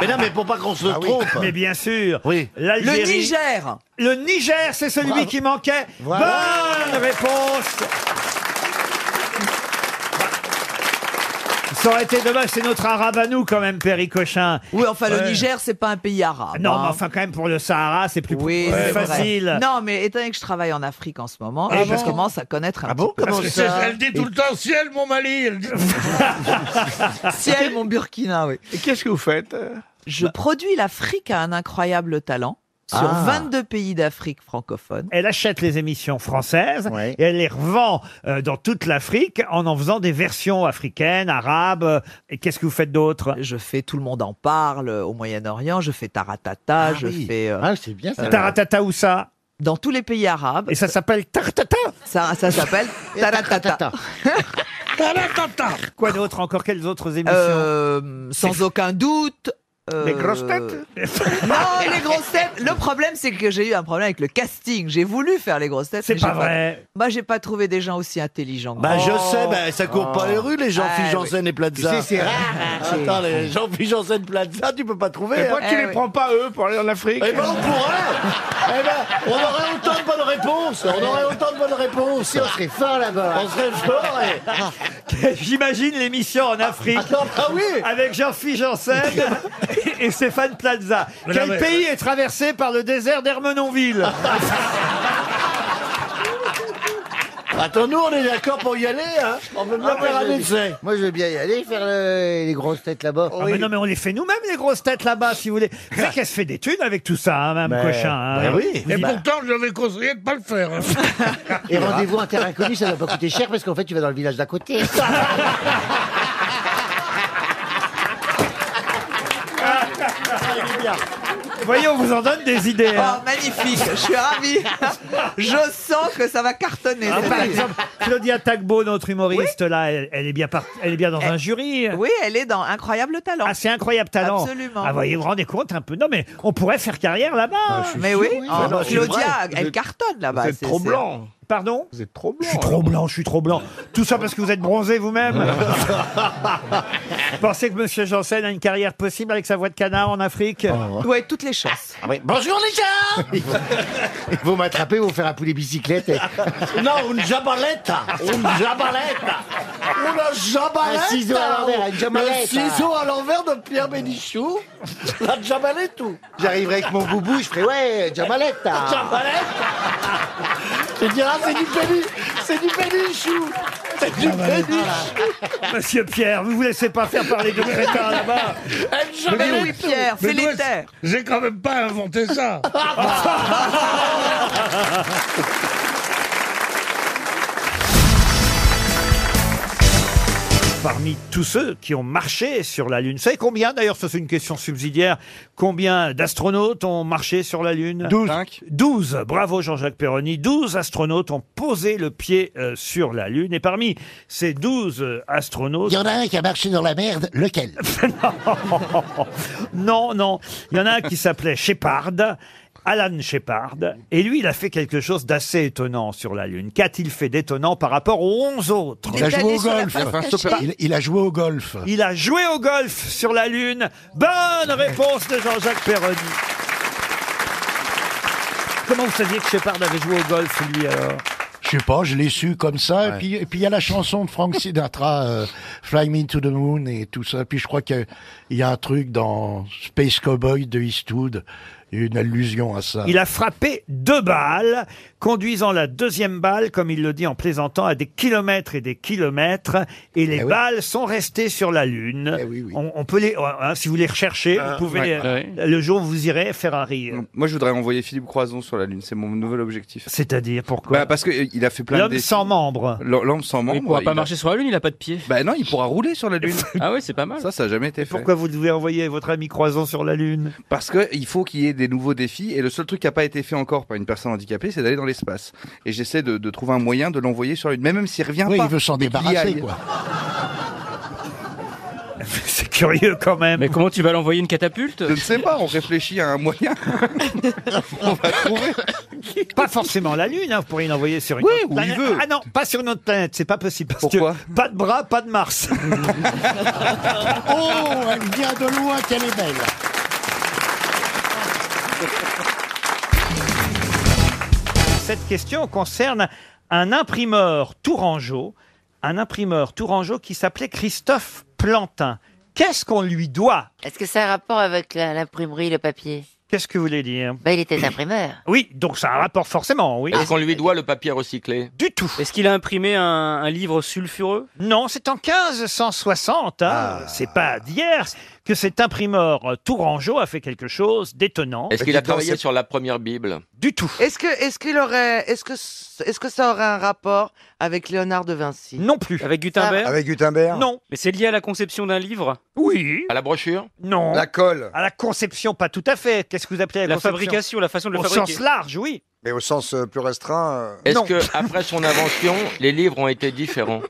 Mais non, mais pour pas qu'on se Ah oui. trompe. Mais bien sûr. Oui. L'Algérie. Le Niger, c'est celui Bravo. qui manquait. Bravo. Bonne réponse. Ça aurait été dommage, c'est notre arabe à nous quand même, Perry Cochin. Oui, enfin, le Ouais. Niger, Ah, c'est pas un pays arabe. Ah Non, hein. mais enfin quand même pour le Sahara, c'est plus, Oui, plus c'est vrai. facile. Non, mais étant donné que je travaille en Afrique en ce moment, Ah je bon commence à connaître un petit peu. Comment ça temps ciel, mon Mali. [laughs] ciel, mon Burkina, oui. Et qu'est-ce que vous faites Je produis l'Afrique à un incroyable talent sur Ah. 22 pays d'Afrique francophone. Elle achète les émissions françaises et elle les revend euh, dans toute l'Afrique en en faisant des versions africaines, arabes. euh, Et qu'est-ce que vous faites d'autre Je fais Tout le monde en parle euh, au Moyen-Orient. Je fais Taratata, je fais. ah, c'est bien ça. Taratata où ça Dans tous les pays arabes. Et ça s'appelle Taratata Ça, ça [laughs] s'appelle Taratata. [laughs] Quoi d'autre encore Quelles autres émissions Euh, sans aucun doute. euh, Les grosses têtes Non, les grosses têtes. Le problème, c'est que j'ai eu un problème avec le casting. J'ai voulu faire les grosses têtes. C'est mais pas j'ai vrai. Oh. Bah, j'ai pas trouvé des gens aussi intelligents. que Bah, moi. je sais, bah, ça court pas les rues, les gens Oh. Ah, philippe oui. Janssen et Plaza. Tu sais, c'est Eh rare, [laughs] hein. Attends, les gens philippe Janssen Plaza, tu peux pas trouver. Mais pourquoi tu les prends pas, eux, pour aller en Afrique Eh ben, on pourrait Eh ben, on aurait autant de bonnes réponses On aurait autant de bonnes réponses Si, on serait fort là-bas On serait fort Ah. et... [laughs] J'imagine l'émission en Afrique. Ah, Avec Jean-Philippe [laughs] Janssen et Stéphane Plaza. Mais non, Quel mais- euh, pays est traversé par le désert [laughs] d'Hermenonville Attends, nous, on est d'accord pour y aller, hein On peut bien faire un essai Ah, Moi, je veux bien y aller faire le- les grosses têtes là-bas. Ah, mais non, mais on les fait nous-mêmes, les grosses têtes là-bas, si vous voulez. Vous savez qu'elle se fait des thunes avec tout ça, hein, Mme Ben, Cochin. ben oui. Et Et pourtant, j'avais conseillé de pas le faire. hein. Ah. Et rendez-vous en terre inconnue, ça ne va pas coûter cher parce qu'en fait, tu vas dans le village d'à côté. Ah. Voyez, on vous en donne des idées. hein. Oh, magnifique. Je suis [laughs] ravie. je sens que ça va cartonner. Ah, cette par année. exemple, Claudia Tagbo, notre humoriste, là, elle, elle est bien par- elle est bien dans un jury. Oui, elle est dans Incroyable Talent. Ah, c'est incroyable talent. Absolument. Ah, voyez, vous vous rendez compte un peu. Non, mais on pourrait faire carrière là-bas. Ah, bah, Mais oui, oh, Claudia, elle cartonne là-bas. c'est- c'est- Pardon Vous êtes trop blanc. Je suis trop blanc, je suis trop blanc. Tout ça parce que vous êtes bronzé vous-même. Vous Pensez que Monsieur Janssen a une carrière possible avec sa voix de canard en Afrique Ouais, toutes les chances. Oh. Ah Bonjour les gens [laughs] Ils vont m'attraper, ils vont faire un poulet bicyclette. [laughs] et- Non, une jabaletta Une [laughs] jabaletta Una jabaletta Un ciseau à l'envers, une jabaletta. Le ciseau à l'envers de Pierre Bénichou La jabaletta [laughs] Ah. J'arriverai avec mon boubou, je ferai ouais, Jamalette. La jabaletta Tu diras, c'est du péniche, c'est du pénichou, c'est du péniche. Monsieur Pierre, vous vous laissez pas faire parler de crétins là-bas. Mais oui, Pierre, c'est les terres. J'ai quand même pas inventé [laughs] ça. bah. Ah. Parmi tous ceux qui ont marché sur la Lune, vous savez combien d'ailleurs, ça c'est une question subsidiaire, combien d'astronautes ont marché sur la Lune 12. 12, bravo Jean-Jacques Perroni, 12 astronautes ont posé le pied euh, sur la Lune et parmi ces 12 euh, astronautes... Il y en a un qui a marché dans la merde, [laughs] lequel non, non. Il y en a un qui s'appelait Shepard. Alan Shepard, et lui, il a fait quelque chose d'assez étonnant sur la Lune. Qu'a-t-il fait d'étonnant par rapport aux 11 autres Il a joué au golf. Il, il a joué au golf. Il a joué au golf sur la Lune. Bonne réponse de Jean-Jacques Perroni. Comment vous saviez que Shepard avait joué au golf, lui, alors Je sais pas, je l'ai su comme ça. Et puis, et puis il y a la chanson de Frank Sinatra, euh, Fly Me to the Moon et tout ça. Puis je crois qu'il y a un truc dans Space Cowboy de Eastwood, une allusion à Ah. ça. Il a frappé deux balles, conduisant la deuxième balle, comme il le dit en plaisantant, à des kilomètres et des kilomètres, et Eh les balles sont restées sur la Lune. On, on peut les, hein, si vous les recherchez, Ah, vous pouvez. ouais, les- Le jour où vous irez, Ferrari. euh, Moi, je voudrais envoyer Philippe Croison sur la Lune. C'est mon nouvel objectif. Bah, C'est-à-dire pourquoi Parce qu'il a fait plein de L'homme défis. sans membres. L- L'homme sans membre. pourra pas marcher sur la Lune, il a pas de pied. Bah non, il pourra rouler sur la Lune. [laughs] ah ouais, c'est pas mal. Ça, ça a jamais été fait. Pourquoi vous devez envoyer votre ami Croison sur la Lune Parce qu'il faut qu'il y ait des nouveaux défis. Et le seul truc qui n'a pas été fait encore par une personne handicapée, c'est d'aller dans l'espace. Et j'essaie de, de trouver un moyen de l'envoyer sur la Lune. Mais même s'il revient Oui, pas. il veut s'en mais qu'il y débarrasser, aille. quoi. Ah, C'est curieux quand même. Mais comment tu vas l'envoyer une catapulte Je ne sais pas, Ah, on réfléchit à un moyen. [laughs] Pas forcément la Lune, hein, vous pourriez l'envoyer sur une Oui, autre où il planète. veut. Ah non, pas sur notre planète, c'est pas possible. parce que Pas de bras, pas [laughs] de Mars. [laughs] Oh, elle vient de loin, qu'elle est belle. Cette question concerne un imprimeur tourangeau, un imprimeur tourangeau qui s'appelait Christophe Plantin. Qu'est-ce qu'on lui doit Est-ce que ça a un rapport avec la- l'imprimerie, le papier Qu'est-ce que vous voulez dire Bah, il était imprimeur. [coughs] Oui, donc ça a un rapport forcément, oui. Est-ce qu'on lui doit le papier recyclé Du tout. Est-ce qu'il a imprimé un, un livre sulfureux Non, c'est en 1560, hein, Ah. c'est pas d'hier, que cet imprimeur euh, tourangeau a fait quelque chose d'étonnant. Bah, Est-ce qu'il a travaillé sur la première Bible Du tout. Est-ce que, est-ce qu'il aurait, est-ce que, c- est-ce que ça aurait un rapport avec Léonard de Vinci Ah, Non plus. [laughs] Avec Gutenberg Avec Gutenberg Non. Mais c'est lié à la conception d'un livre Oui. À la brochure Non. La colle. À la conception, pas tout à fait. Qu'est-ce que vous appelez la, La conception fabrication, la façon de le Au fabriquer. sens large, oui. Mais au sens euh, plus restreint. Est-ce que après son invention, les livres ont été différents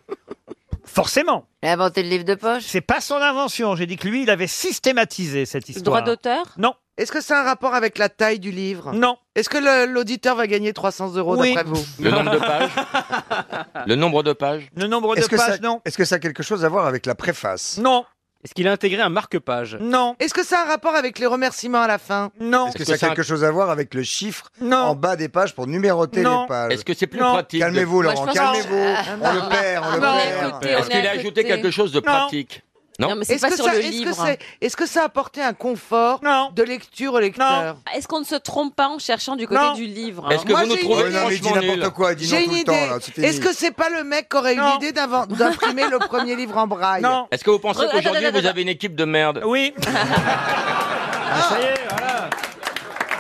Forcément. Il a inventé le livre de poche C'est pas son invention. J'ai dit que lui, il avait systématisé cette histoire. Droit d'auteur Non. Est-ce que c'est un rapport avec la taille du livre Non. Est-ce que le- l'auditeur va gagner 300 euros Oui. d'après vous Le nombre [laughs] de pages Ah. Le nombre de pages Le nombre Est-ce que, ça, est-ce que ça a quelque chose à voir avec la préface Non. Est-ce qu'il a intégré un Ah, marque-page Non. Est-ce que ça a un rapport avec les remerciements à la fin Non. Est-ce que ça a quelque chose à voir avec le chiffre en bas des pages pour numéroter les pages Est-ce que c'est plus Non. pratique de- Calmez-vous, Moi, je Laurent, pense que- calmez-vous. Ah, On non. le perd, on le Non, perd. écoutez, Est-ce on qu'il est a à ajouté côté. quelque chose de Non. pratique Non, mais c'est Est-ce pas que sur ça- le est-ce que livre. c'est- Est-ce que ça a apporté un confort de lecture au lecteur Est-ce qu'on ne se trompe pas en cherchant du côté Non. du livre hein Est-ce que Moi, vous nous j'ai trouvez une idée. Oh non, mais dis franchement n'importe nuls quoi, dis non J'ai tout une le idée. temps, là, c'est fini. Est-ce que c'est pas le mec qui aurait eu l'idée d'invent- d'imprimer le premier livre en braille Non. Est-ce que vous pensez Oh, Attends, qu'aujourd'hui attends, vous attends. avez une équipe de merde Oui. ça y est, [laughs]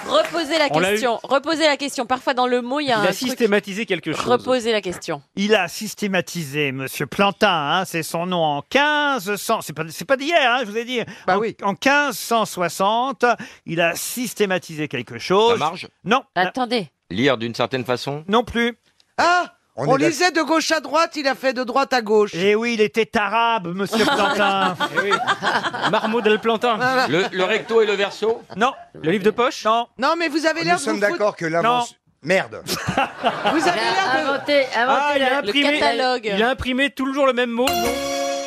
Reposez la On l'a question. Reposez la question. Parfois, dans le mot, il y a un. truc- quelque Reposez la question. Il a systématisé Monsieur Plantin, hein, c'est son nom en 1500. C'est pas, c'est pas d'hier, hein, je vous ai dit. Bah en, en 1560, il a systématisé quelque chose. La marge Non. Attendez. Lire d'une certaine façon Non plus. Ah On On, est d'ac- lisait de gauche à droite, il a fait de droite à gauche. Eh oui, il était arabe, [laughs] monsieur [laughs] Plantin. Marmot del Plantin. Le, le recto et le verso Non. Le livre de poche Non. Non, mais vous avez Oh, Ah, Nous l'air de sommes vous d'accord foutre- que l'invention. Merde Vous avez Il a l'air de... inventé, Ah, inventé il a le, le imprimé- catalogue. il a imprimé toujours le même mot.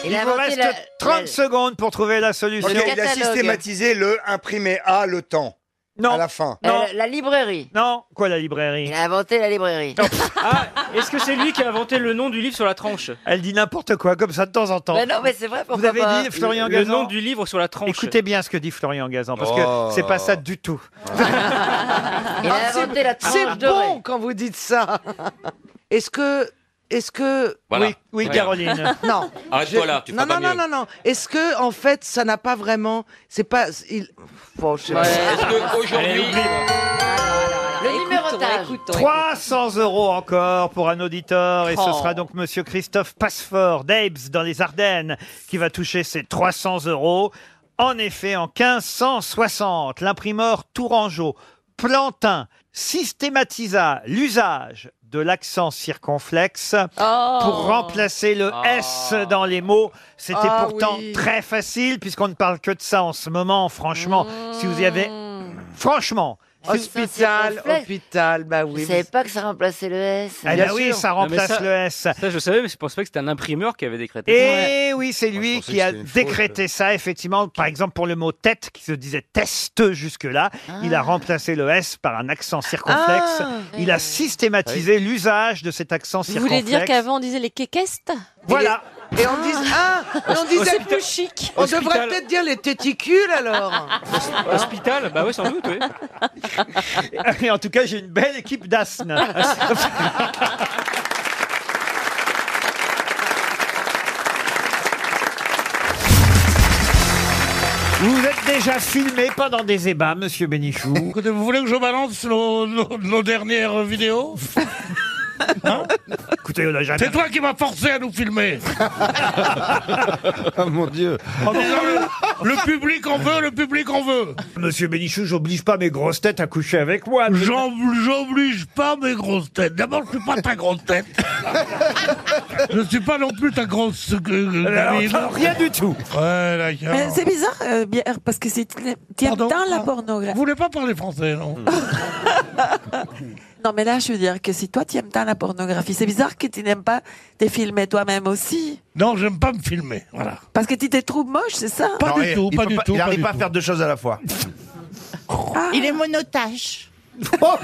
Il Il, a vous inventé reste la- 30 secondes pour trouver la Ok, solution. Il a systématisé le imprimé à le temps. Non. À la fin. Non. Euh, la librairie. Non. Quoi, la librairie Il a inventé la librairie. Ah, Est-ce que c'est lui qui a inventé le nom du livre sur la tranche Elle dit n'importe quoi, comme ça de temps en temps. Mais Ben non, mais c'est vrai, Vous pourquoi avez pas dit Florian Bah, Le Gazan nom du livre sur la tranche. Écoutez bien ce que dit Florian Gazan, parce Oh. que c'est pas ça du tout. Il a Ah, c'est- inventé la tranche C'est dorée. bon quand vous dites ça. Est-ce que. Est-ce que. Voilà. Oui, oui, Rien. Caroline. Non. Arrête-toi Je- là, tu non, feras non, pas non, mieux. non, non. Est-ce que, en fait, ça n'a pas vraiment. C'est pas. Il... Bon, je sais pas. Le numérotage. 300 euros encore pour un auditeur et ce Oh. sera donc Monsieur Christophe Passefort d'Aibes dans les Ardennes qui va toucher ces 300 euros. En effet, en 1560, l'imprimeur Tourangeau Plantin systématisa l'usage de l'accent circonflexe Oh. pour remplacer le S dans les mots. C'était Ah pourtant oui. très facile puisqu'on ne parle que de ça en ce moment. Franchement, si vous y avez... Hmm. Franchement, Oh, si- Hôpital, complexe. hôpital, bah oui. Je savais pas que ça remplaçait le S. Ah, bah oui, ça remplace Non, mais le S. Ça, je savais, mais je pense pas que c'était un imprimeur qui avait décrété. Et Eh oui, c'est lui pensais qui que a c'était une faute. décrété ça, effectivement. Par exemple, pour le mot tête, qui se disait test jusque-là, il a remplacé le S par un accent circonflexe. Ah. il a systématisé l'usage de cet accent Vous circonflexe. voulez dire qu'avant on disait les kékestes Voilà. Et on dit ah, mais on disait C'est plus chic. On devrait peut-être dire les téticules alors. Hôpital Bah ouais, sans doute, oui. [laughs] Et en tout cas, j'ai une belle [laughs] équipe d'asthme. Vous êtes déjà filmé pendant des ébats, monsieur Bénichou. Écoutez, vous voulez que je balance nos, nos- nos dernières vidéos Écoutez, on a jamais- C'est toi qui m'as forcé à nous filmer Ah mon Dieu. En disant, le, le public en veut, le public en veut Monsieur Bénichou, j'oblige pas mes grosses têtes à coucher avec moi. J'en- J'oblige pas mes grosses têtes. D'abord, je suis pas ta grosse tête. Je suis pas non plus ta grosse. euh, euh, gamine. rien du tout. Ouais, d'accord. Mais c'est bizarre, euh, bien- parce que c'est t'aimes tant la pornographie. Ah. Vous voulez pas parler français, non [laughs] Non, mais là, je veux dire que si toi, tu aimes tant la pornographie, c'est bizarre que tu n'aimes pas te filmer toi-même aussi. Non, j'aime pas me filmer, voilà. Parce que tu te trouves moche, c'est ça Pas du tout, pas du tout. pas du pas à faire deux choses à la fois. Ah. Il [laughs] est monotache. Bah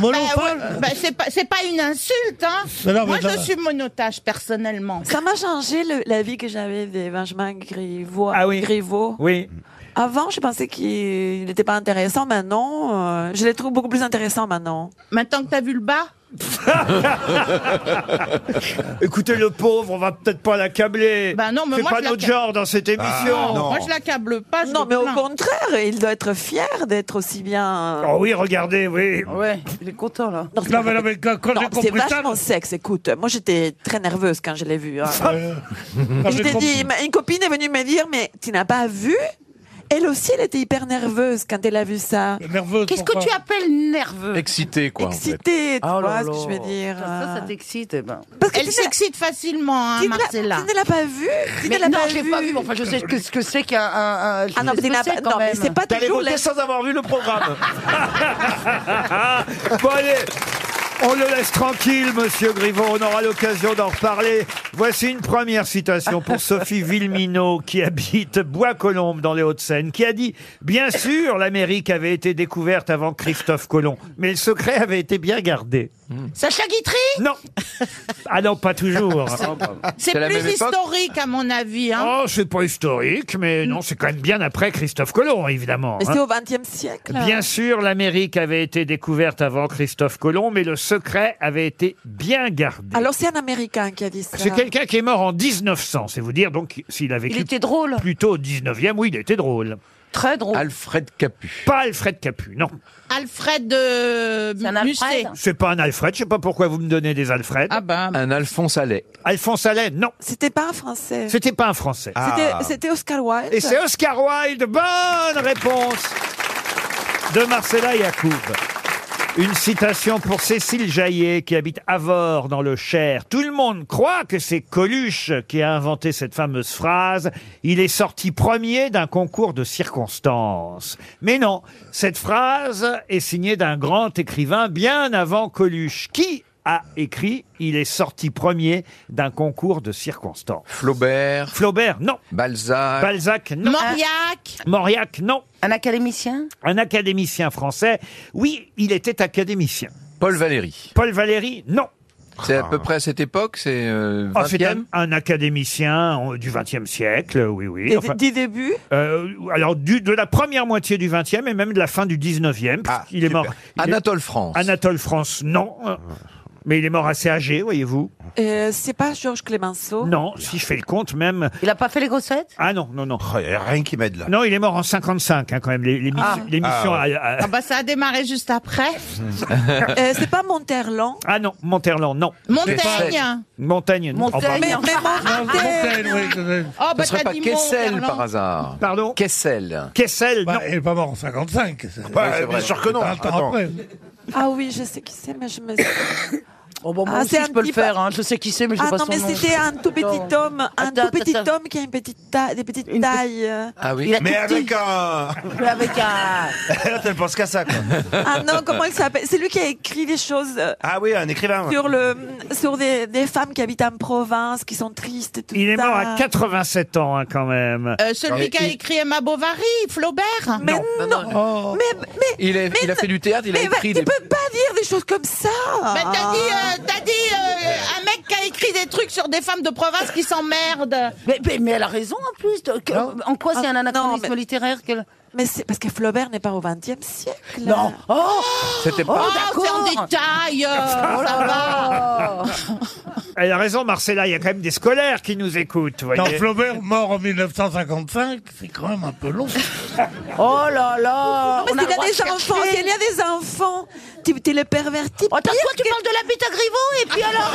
Monophone Bah ouais, bah c'est, pas, c'est pas une insulte, hein Mais non, mais Moi, ça je va. suis monotache, personnellement. Ça m'a changé le- la vie que j'avais de Benjamin Griveaux. Griveaux. Ah Oui. Avant, je pensais qu'il n'était pas intéressant. Maintenant, euh, je les trouve beaucoup plus intéressants maintenant. Maintenant que t'as vu le bas [laughs] Écoutez, le pauvre, on va peut-être pas l'accabler. Bah non, mais C'est moi, pas je notre l'accable. Ah, genre dans Ah, cette émission. Moi, je l'accable pas. je non, le mais plains. au contraire, il doit être fier d'être aussi bien. Oh oui, regardez, oui. Ouais, il est content là. Non, Non, mais là, mais quand- quand j'ai compris C'est ça, vachement sexe, écoute. Moi, j'étais très nerveuse quand je l'ai vu. hein. Quand je j'ai t'ai compris- dit, ma- une copine est venue me dire, mais tu n'as pas vu Elle aussi, elle était hyper nerveuse quand elle a vu ça. Nerveuse. Qu'est-ce que tu appelles nerveux Excité, quoi. Excitée, Ah tu vois ce que je veux Oh. dire. euh, Ça, ça t'excite, Elle s'excite facilement, hein, Tu ne l'as- Marcella. tu ne l'as pas vu Tu ne l'as non, pas je vu l'ai pas vu. mais Enfin, je sais ce que, ce que c'est qu'un. un- un- je Ah non, mais sais ce que t'es bah, c'est, là- quand non, mais même. c'est pas toujours la- avoir vu le programme. bon, allez. On le laisse tranquille, monsieur Griveaux. On aura l'occasion d'en reparler. Voici une première citation pour [laughs] Sophie Villeminot, qui habite Bois-Colombes dans les Hauts-de-Seine, qui a dit Bien sûr, l'Amérique avait été découverte avant Christophe Colomb, mais le secret avait été bien gardé. Sacha Guitry Non Ah non, pas [laughs] toujours. C'est plus historique, hein à mon avis. Hein. Oh, c'est pas historique, mais non, c'est quand même bien après Christophe Colomb, évidemment. Mais hein. c'est au XXe siècle. Bien sûr, l'Amérique avait été découverte avant Christophe Colomb, mais le secret avait été bien gardé. Alors c'est un Américain qui a dit ça. C'est quelqu'un qui est mort en 1900, c'est vous dire donc s'il a vécu Il était drôle. plutôt au 19e, oui, il était drôle. Très drôle. Alfred Capu. Pas Alfred Capu, non. Alfred de Musset. C'est pas un Alfred, je sais pas pourquoi vous me donnez des Alfred. Ah ben. Un Alphonse Allais. Alphonse Allais, non. C'était pas un Français. C'était pas un Français. C'était- Ah. C'était Oscar Wilde. Et c'est Oscar Wilde. Bonne réponse de Marcella Yacoub. Une citation pour Cécile Jaillet, qui habite Avord, dans le Cher. Tout le monde croit que c'est Coluche qui a inventé cette fameuse phrase. Il est sorti premier d'un concours de circonstances. Mais non, cette phrase est signée d'un grand écrivain bien avant Coluche. Qui a écrit. Il est sorti premier d'un concours de circonstances. Flaubert. Flaubert, non. Balzac. Balzac, non. Mauriac. Mauriac, non. Un académicien Un académicien français. Oui, il était académicien. Paul Valéry. Paul Valéry, non. C'est à peu près à cette époque, c'est euh, Oh, Ah, c'est 20e un, un académicien euh, du XXe siècle, euh, oui, oui. euh, Des- des débuts Alors, du, de la première moitié du XXe et même de la fin du XIXe. Ah, il est mort. Anatole France. Anatole France, non. euh, Mais il est mort assez âgé, voyez-vous. Euh, c'est pas Georges Clemenceau Non, si je fais le compte, même. Il a pas fait les grossettes Ah non, non, non. Il n'y Oh, a rien qui m'aide là. Non, il est mort en 55, hein, quand même. Les- les missions- Ah. L'émission. Ah, ouais. a- a- Ah bah ça a démarré juste [laughs] après. Euh, c'est pas Monterland Ah non, Monterland, non. Montaigne. C'est pas- Montagne, Montaigne. non. Oh, pardon. Mais- mais Montaigne. Montaigne, oui. Oh, bah, Ce serait t'as pas dit Kessel Monterland. par hasard Pardon Kessel. Kessel, Bah, non. Il est pas mort en 55. c'est- Ouais, c'est vrai. Bien sûr que non. Un temps après. Ah oui, je sais qui c'est, mais je me. Oh, bon, moi Ah, aussi, c'est un je peux le type- faire. hein. Je sais qui c'est, mais je sais Ah pas non, son mais nom. c'était un tout petit Attends. homme, un Attends, tout petit attends. homme qui a une petite taille, des petites tailles. euh. Mais avec un. [laughs] Mais avec un. Elle elle pense qu'à ça, quoi. Ah non, comment il s'appelle C'est lui qui a écrit des choses euh, Ah oui, un écrivain. sur le sur des, des femmes qui habitent en province, qui sont tristes et tout Il est ça. mort à 87 ans, hein, quand même. Euh, celui qui a écrit Emma Bovary, Flaubert. Mais non, mais, mais Il, est- il a fait du théâtre, il a écrit des. peut pas dire des choses comme ça. Mais t'as dit, euh, t'as dit euh, un mec qui a écrit des trucs sur des femmes de province qui s'emmerdent. Mais, mais- mais elle a raison en plus. de- que- en quoi c'est un anachronisme littéraire que... Ah, Mais c'est parce que Flaubert n'est pas au XXe siècle. Non. Oh C'était Oh, pas. c'est en détail. euh, ça va. Elle a raison, Marcella, il y a quand même des scolaires qui nous écoutent. vous Non, voyez. Flaubert, mort en 1955, c'est quand même un peu long. Oh là là Parce qu'il y a des enfants, il y a des enfants. Tu tu es le perverti. Attends, toi, tu parles de la bite à Griveaux et puis alors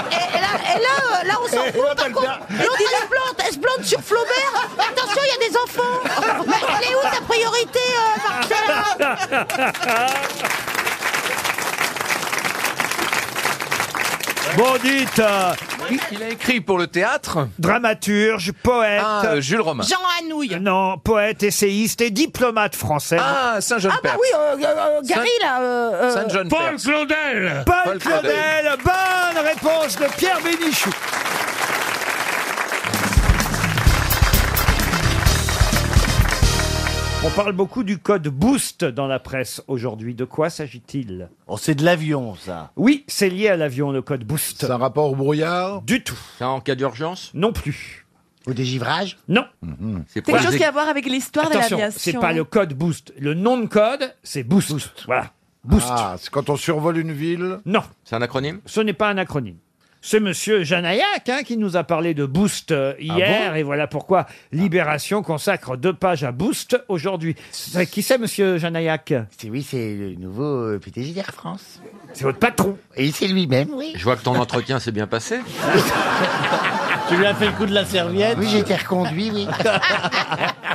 [laughs] elle, et, et là, et là, euh, là, on s'en fout par contre. L'autre, elle se plante, elle se plante sur Flaubert. Attention, il y a des enfants. Mais elle est où ta priorité, euh, Marcella Bon, dites. euh, Il a écrit pour le théâtre. Dramaturge, poète. Ah, euh, Jules Romain. Jean Anouilh. Non, poète, essayiste et diplomate français. Ah, Saint-Jean-Père. Ah bah oui, euh, euh, euh, Gary, là. euh, euh, Paul Claudel. Paul, Paul Claudel. Claudel. Bonne réponse de Pierre Bénichou. On parle beaucoup du code boost dans la presse aujourd'hui. De quoi s'agit-il Oh, c'est de l'avion, ça. Oui, c'est lié à l'avion, le code boost. C'est un rapport au brouillard Du tout. C'est en cas d'urgence Non plus. Au dégivrage Non. C'est C'est quelque chose qui a à voir avec l'histoire de Attention, l'aviation. c'est pas le code boost. Le nom de code, c'est boost. Voilà. Boost. Ah, c'est quand on survole une ville Non. C'est un acronyme Ce n'est pas un acronyme. C'est Monsieur Janayak hein, qui nous a parlé de Boost euh, hier, Ah bon et voilà pourquoi Libération consacre deux pages à Boost aujourd'hui. C'est- Qui c'est, [laughs] Monsieur Janayak C'est oui, c'est le nouveau euh, PDG d'Air France. C'est votre patron. Et c'est lui-même, oui. Je vois que ton entretien s'est bien passé. [laughs] Tu lui as fait le coup de la serviette Oui, j'ai été reconduit, oui.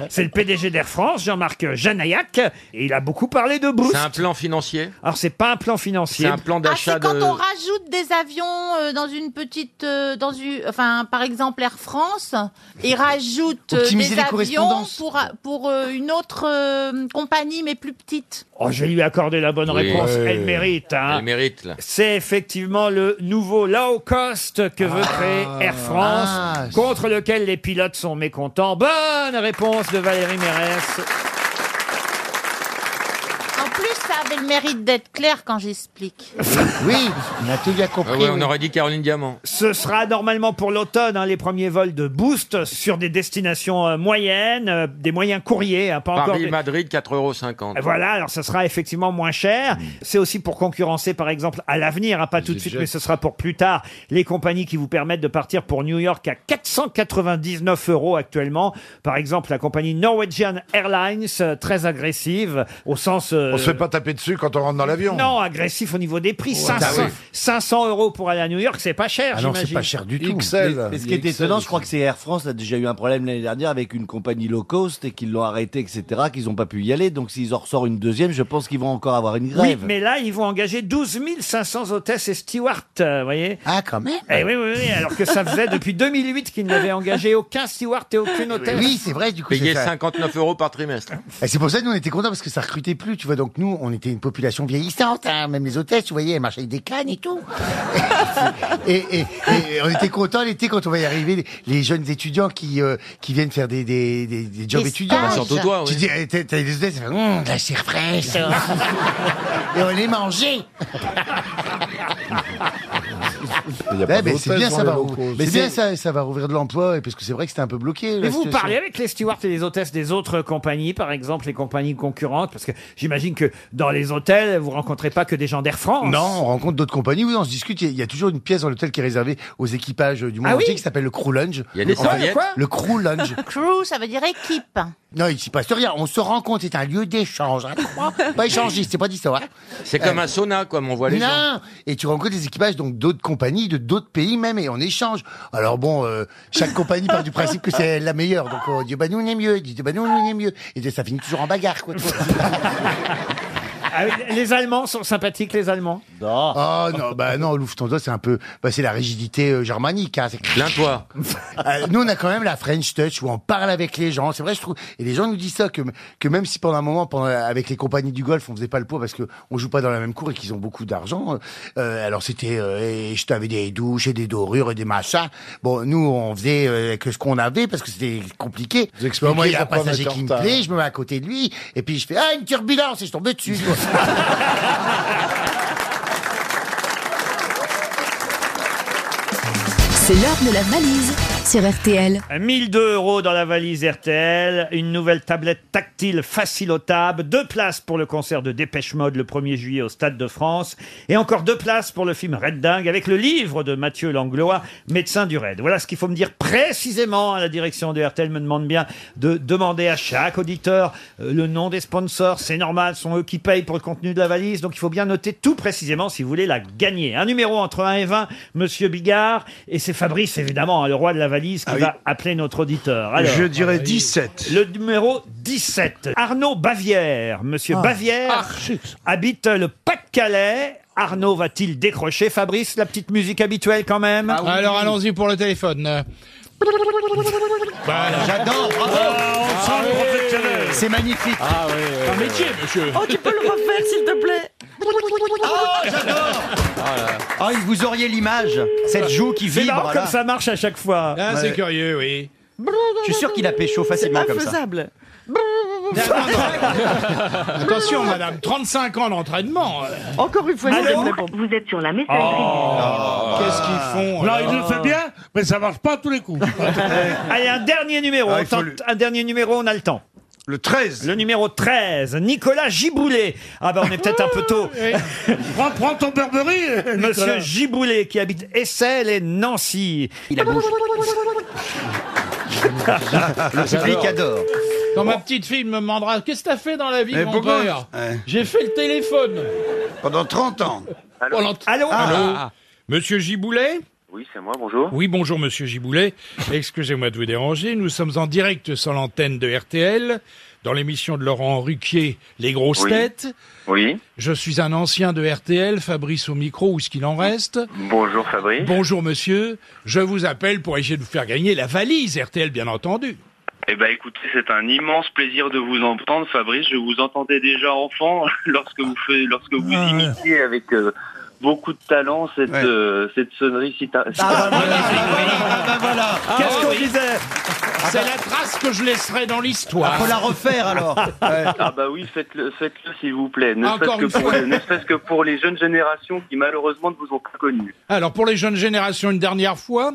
C'est le PDG d'Air France, Jean-Marc Janayak, et il a beaucoup parlé de Boost. C'est un plan financier Alors c'est pas un plan financier. C'est un plan d'achat Quand de. on rajoute des avions euh, dans une petite, euh, dans une, enfin par exemple Air France, ils rajoutent euh, Optimiser des les avions correspondances. pour pour euh, une autre euh, compagnie mais plus petite. Oh, je vais lui accorder la bonne Oui. réponse. Ouais. Elle mérite. hein. Elle mérite, là. C'est effectivement le nouveau low cost que veut créer Ah. Air France, contre lequel les pilotes sont mécontents. Bonne réponse de Valérie Mérès. En plus, ça avait le mérite d'être clair quand j'explique. Oui, on a tout bien compris. Ah ouais, on oui. aurait dit Caroline Diamant. Ce sera normalement pour l'automne hein, les premiers vols de Boost sur des destinations euh, moyennes, euh, des moyens courriers, hein, pas encore. Paris, des- Madrid, 4,50€. Voilà, alors ce sera effectivement moins Hmm. cher. C'est aussi pour concurrencer, par exemple, à l'avenir, hein, pas tout de suite, jets. mais ce sera pour plus tard, les compagnies qui vous permettent de partir pour New York à 499 euros actuellement. Par exemple, la compagnie Norwegian Airlines, euh, très agressive, au sens... euh, On se fait pas taper dessus quand on rentre dans l'avion. non, agressif au niveau des prix. Ah 500, oui. 500 euros pour aller à New York, c'est pas cher, Ah non, j'imagine. c'est pas cher du tout. Mais, mais ce qui est étonnant, je crois que c'est Air France a déjà eu un problème l'année dernière avec une compagnie low cost et qu'ils l'ont arrêté, etc., qu'ils n'ont pas pu y aller. Donc s'ils en ressortent une deuxième, je pense qu'ils vont encore avoir une Oui, grève. mais là, ils vont engager 12 500 hôtesses et stewards, euh, vous voyez Ah, quand même Eh oui, oui, oui, alors que ça [laughs] faisait depuis 2008 qu'ils n'avaient engagé aucun steward et aucune hôtesse. Oui, c'est vrai, du coup. Payer c'est ça. 59 euros par trimestre. Et c'est pour ça que nous, on était contents parce que ça recrutait plus, tu vois. Donc nous, on était c'était une population vieillissante, hein, même les hôtesses, vous voyez, elles marchaient avec des cannes et tout. [laughs] et, et- et on était contents l'été quand on voyait arriver les, les jeunes étudiants qui, euh, qui viennent faire des, des, des, des jobs Des étudiants. stages. Surtout toi, Tu oui. dis, eh, t'as t'as les hôtesses, elles font, Hum, de la chair fraîche. et on les mangeait. Il y a pas Ouais, Eh, mais d'hôtesses c'est bien, dans ça les va, locaux. rouvrir- Mais c'est bien c'est- ça, ça va rouvrir de l'emploi, et parce que c'est vrai que c'était un peu bloqué. la Mais vous situation. parlez avec les stewards et les hôtesses des autres compagnies, par exemple les compagnies concurrentes, parce que j'imagine que dans les hôtels, vous rencontrez pas que des gens d'Air France. Non, on rencontre d'autres compagnies, oui, on se discute. Il y a- il y, a toujours une pièce dans l'hôtel qui est réservée aux équipages euh, du monde Ah oui entier qui s'appelle le crew lounge. Il y a des En fait, serviettes Le crew [laughs] lounge. [laughs] Crew, ça veut dire équipe. Non, il s'y passe rien. On se rencontre, c'est un lieu d'échange. hein, crois. pas échangiste, c'est pas dit ça. hein. C'est comme Euh, un sauna, comme on voit les non, gens. et tu rencontres des équipages donc d'autres compagnies, de d'autres pays même, et on échange. Alors bon, euh, chaque compagnie part du principe que c'est la meilleure, donc on dit bah nous on est mieux, dit bah nous on est mieux, et ça finit toujours en bagarre quoi. [laughs] Ah oui, les Allemands sont sympathiques, les Allemands. Non. Oh non, bah non, Lufthansa c'est un peu, bah c'est la rigidité euh, germanique. Hein, c'est- Plains-toi. [laughs] Euh, nous, on a quand même la French Touch où on parle avec les gens. C'est vrai, je trouve. Et les gens nous disent ça que, que même si pendant un moment, pendant, avec les compagnies du golf, on faisait pas le poids parce que on joue pas dans la même cour et qu'ils ont beaucoup d'argent. euh, alors c'était, euh, et je t'avais des douches et des dorures et des machins. Bon, nous, on faisait euh, que ce qu'on avait parce que c'était compliqué. expliquez moi, il y a un pourquoi on passager était en qui me retard. plaît, je me mets à côté de lui et puis je fais ah une turbulence et je tombe dessus. [laughs] C'est l'heure de la valise sur RTL. 1002 euros dans la valise RTL, une nouvelle tablette tactile facile au table, deux places pour le concert de Dépêche Mode le 1er juillet au Stade de France, et encore deux places pour le film Red Dingue avec le livre de Mathieu Langlois, médecin du Red. Voilà ce qu'il faut me dire précisément à la direction de RTL me demande bien de demander à chaque auditeur euh, le nom des sponsors. C'est normal, ce sont eux qui payent pour le contenu de la valise, donc il faut bien noter tout précisément si vous voulez la gagner. Un numéro entre 1 et 20, Monsieur Bigard, et c'est Fabrice évidemment, hein, le roi de la valise, qui va appeler notre auditeur. Je dirais Ah, 17. Le numéro 17. Arnaud Bavière. Monsieur Ah. Bavière habite le Pas-de-Calais. Arnaud va-t-il décrocher Fabrice, la petite musique habituelle quand même Ah Alors allons-y pour le téléphone. J'adore, Ah, C'est magnifique. Ah oui. Un métier, monsieur. Oh, [laughs] tu peux le refaire, s'il te plaît Ah, vous auriez l'image, cette joue qui C'est vibre. marrant là. comme ça marche à chaque fois. Ah, c'est curieux, oui. Je suis sûr qu'il a pécho Ah, facilement comme ça. Attention, madame, 35 ans d'entraînement. euh. Encore une fois, Allô je vous réponds. vous êtes sur la messagerie. Oh. Qu'est-ce qu'ils font Ah. Non, alors il le fait bien, mais ça marche pas à tous les coups. euh, [laughs] Allez, un dernier numéro. on tente Un dernier numéro, on a le temps. Le 13. Le numéro 13. Nicolas Giboulet. Ah ben, on est peut-être un peu tôt. prends, ton Burberry. [laughs] Monsieur Nicolas. Giboulet, qui habite Essel et Nancy. [laughs] Il a Le public adore. Quand ma petite fille me demandera Qu'est-ce que t'as fait dans la Eh, vie, Mais mon pourquoi père Ouais. J'ai fait le téléphone. Hein. Pendant 30 ans. Allô Ah. Allô, Allô Monsieur Giboulet Oui, c'est moi, bonjour. Oui, bonjour Monsieur Giboulet. Excusez-moi de vous déranger. Nous sommes en direct sur l'antenne de RTL, dans l'émission de Laurent Ruquier, Les grosses Oui. têtes. Oui. Je suis un ancien de RTL, Fabrice au micro ou ce qu'il en reste. Bonjour Fabrice. Bonjour Monsieur. Je vous appelle pour essayer de vous faire gagner la valise RTL, bien entendu. Eh ben écoutez, c'est un immense plaisir de vous entendre Fabrice. Je vous entendais déjà enfant [laughs] lorsque vous fais- lorsque vous Ah, ouais. imitiez avec euh, beaucoup de talent cette euh, cette sonnerie si ta- si- voilà. Qu'est-ce qu'on disait C'est la trace que je laisserai dans l'histoire. ben- Ah, faut la [laughs] refaire, alors. Ah bah oui, faites-le, faites-le s'il vous plaît. Ne Encore serait-ce que, une pour fois. les- ne serait-ce que pour les jeunes générations qui malheureusement ne vous ont pas connu. Alors pour les jeunes générations, une dernière fois.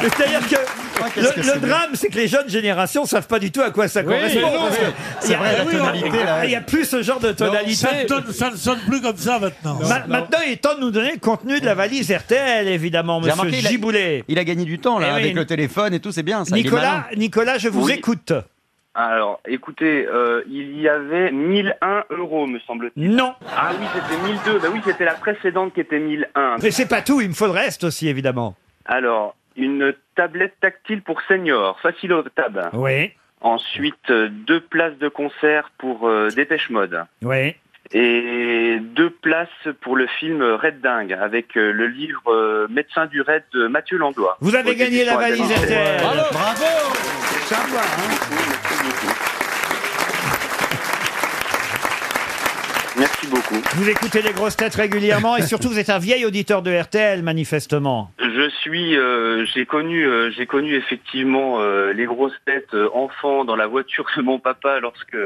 C'est-à-dire que Ah, le, que le c'est bien. drame, c'est que les jeunes générations ne savent pas du tout à quoi ça Oui, correspond. non, parce que oui. il C'est y a- vrai, la oui, on- tonalité, là, Il n'y a plus ce genre de tonalité. ça, ne tonne- ça ne sonne plus comme ça maintenant. Ma- Maintenant, il est temps de nous donner le contenu de la valise RTL, évidemment, J'ai monsieur remarqué, il a- Giboulet. Il a gagné du temps là Eh oui, avec une- le téléphone et tout, c'est bien ça. il est malin. Nicolas, Nicolas, je vous Oui. écoute. Alors, écoutez, euh, il y avait 1001 euros, me semble-t-il. Non. Ah oui, c'était 1002. Bah oui, c'était la précédente qui était 1001. Mais c'est pas tout, il me faut le reste aussi, évidemment. Alors, une tablette tactile pour seniors, facile au tab. Oui, Ensuite, euh, deux places de concert pour euh, Dépêche Mode. oui. Et deux places pour le film Red Dingue, avec euh, le livre euh, Médecin du Red de Mathieu Langlois. Vous avez Aux gagné la éditions valise Albin. RTL. Bravo. Bravo. Merci beaucoup. Merci beaucoup. Vous écoutez les grosses têtes régulièrement et surtout vous êtes un vieil auditeur de RTL manifestement. Je suis, euh, j'ai connu, euh, j'ai connu effectivement euh, les grosses têtes euh, enfants dans la voiture de mon papa lorsque,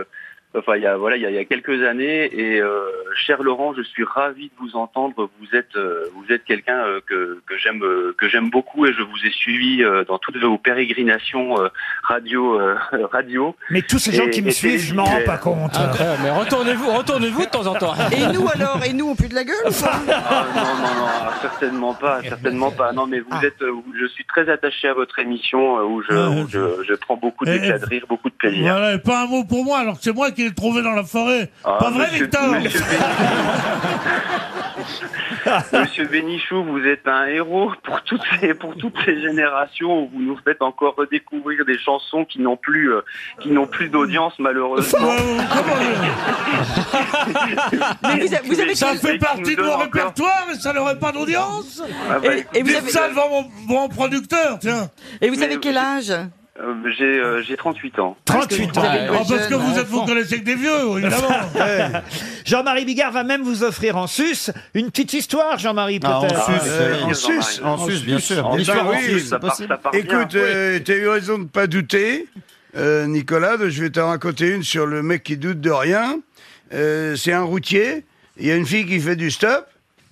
enfin, il y a voilà, il y a, il y a quelques années. Et euh, cher Laurent, je suis ravi de vous entendre. Vous êtes, euh, vous êtes quelqu'un euh, que que j'aime, euh, que j'aime beaucoup et je vous ai suivi euh, dans toutes vos pérégrinations euh, radio, euh, [laughs] radio. Mais tous ces gens Et- qui me et suivent, je m'en rends pas compte. mais retournez-vous, retournez-vous de temps en temps. Et nous alors Et nous, on pue de la gueule ou pas Ah, non, non, non, ah, certainement [laughs] pas, certainement pas. Non, mais vous Ah. êtes, euh, je suis très attaché à votre émission euh, où je, où je, je prends beaucoup de Eh, d'éclat de rire, beaucoup de plaisir. Voilà, et pas un mot pour moi, alors que c'est moi qui l'ai trouvé dans la forêt. Ah, pas vrai, monsieur- Victor monsieur [laughs] Monsieur Bénichou, vous êtes un héros pour toutes ces, pour toutes ces générations où vous nous faites encore redécouvrir des chansons qui n'ont plus, euh, qui n'ont plus d'audience, malheureusement. [laughs] Mais vous, a- vous avez euh, ça quel- fait partie de mon répertoire et Ah, ça n'aurait pas d'audience Ah bah, Et, et vous avez ça devant mon, mon producteur, tiens Et vous Mais- avez quel âge Ah, Euh, j'ai, euh, j'ai 38 ans. Ah, Parce que vous, êtes, vous connaissez que des vieux, évidemment hein. [laughs] Ouais. Jean-Marie Bigard va même vous offrir en sus une petite histoire, Jean-Marie, Ah, en peut-être. sus, euh, en sus, en sus, bien sûr. En Eh ben sus, en oui, sus, c'est possible. Écoute, euh, t'as eu raison de pas douter, euh, Nicolas. de- Je vais t'en raconter une sur le mec qui doute de rien. Euh, c'est un routier. Il y a une fille qui fait du stop.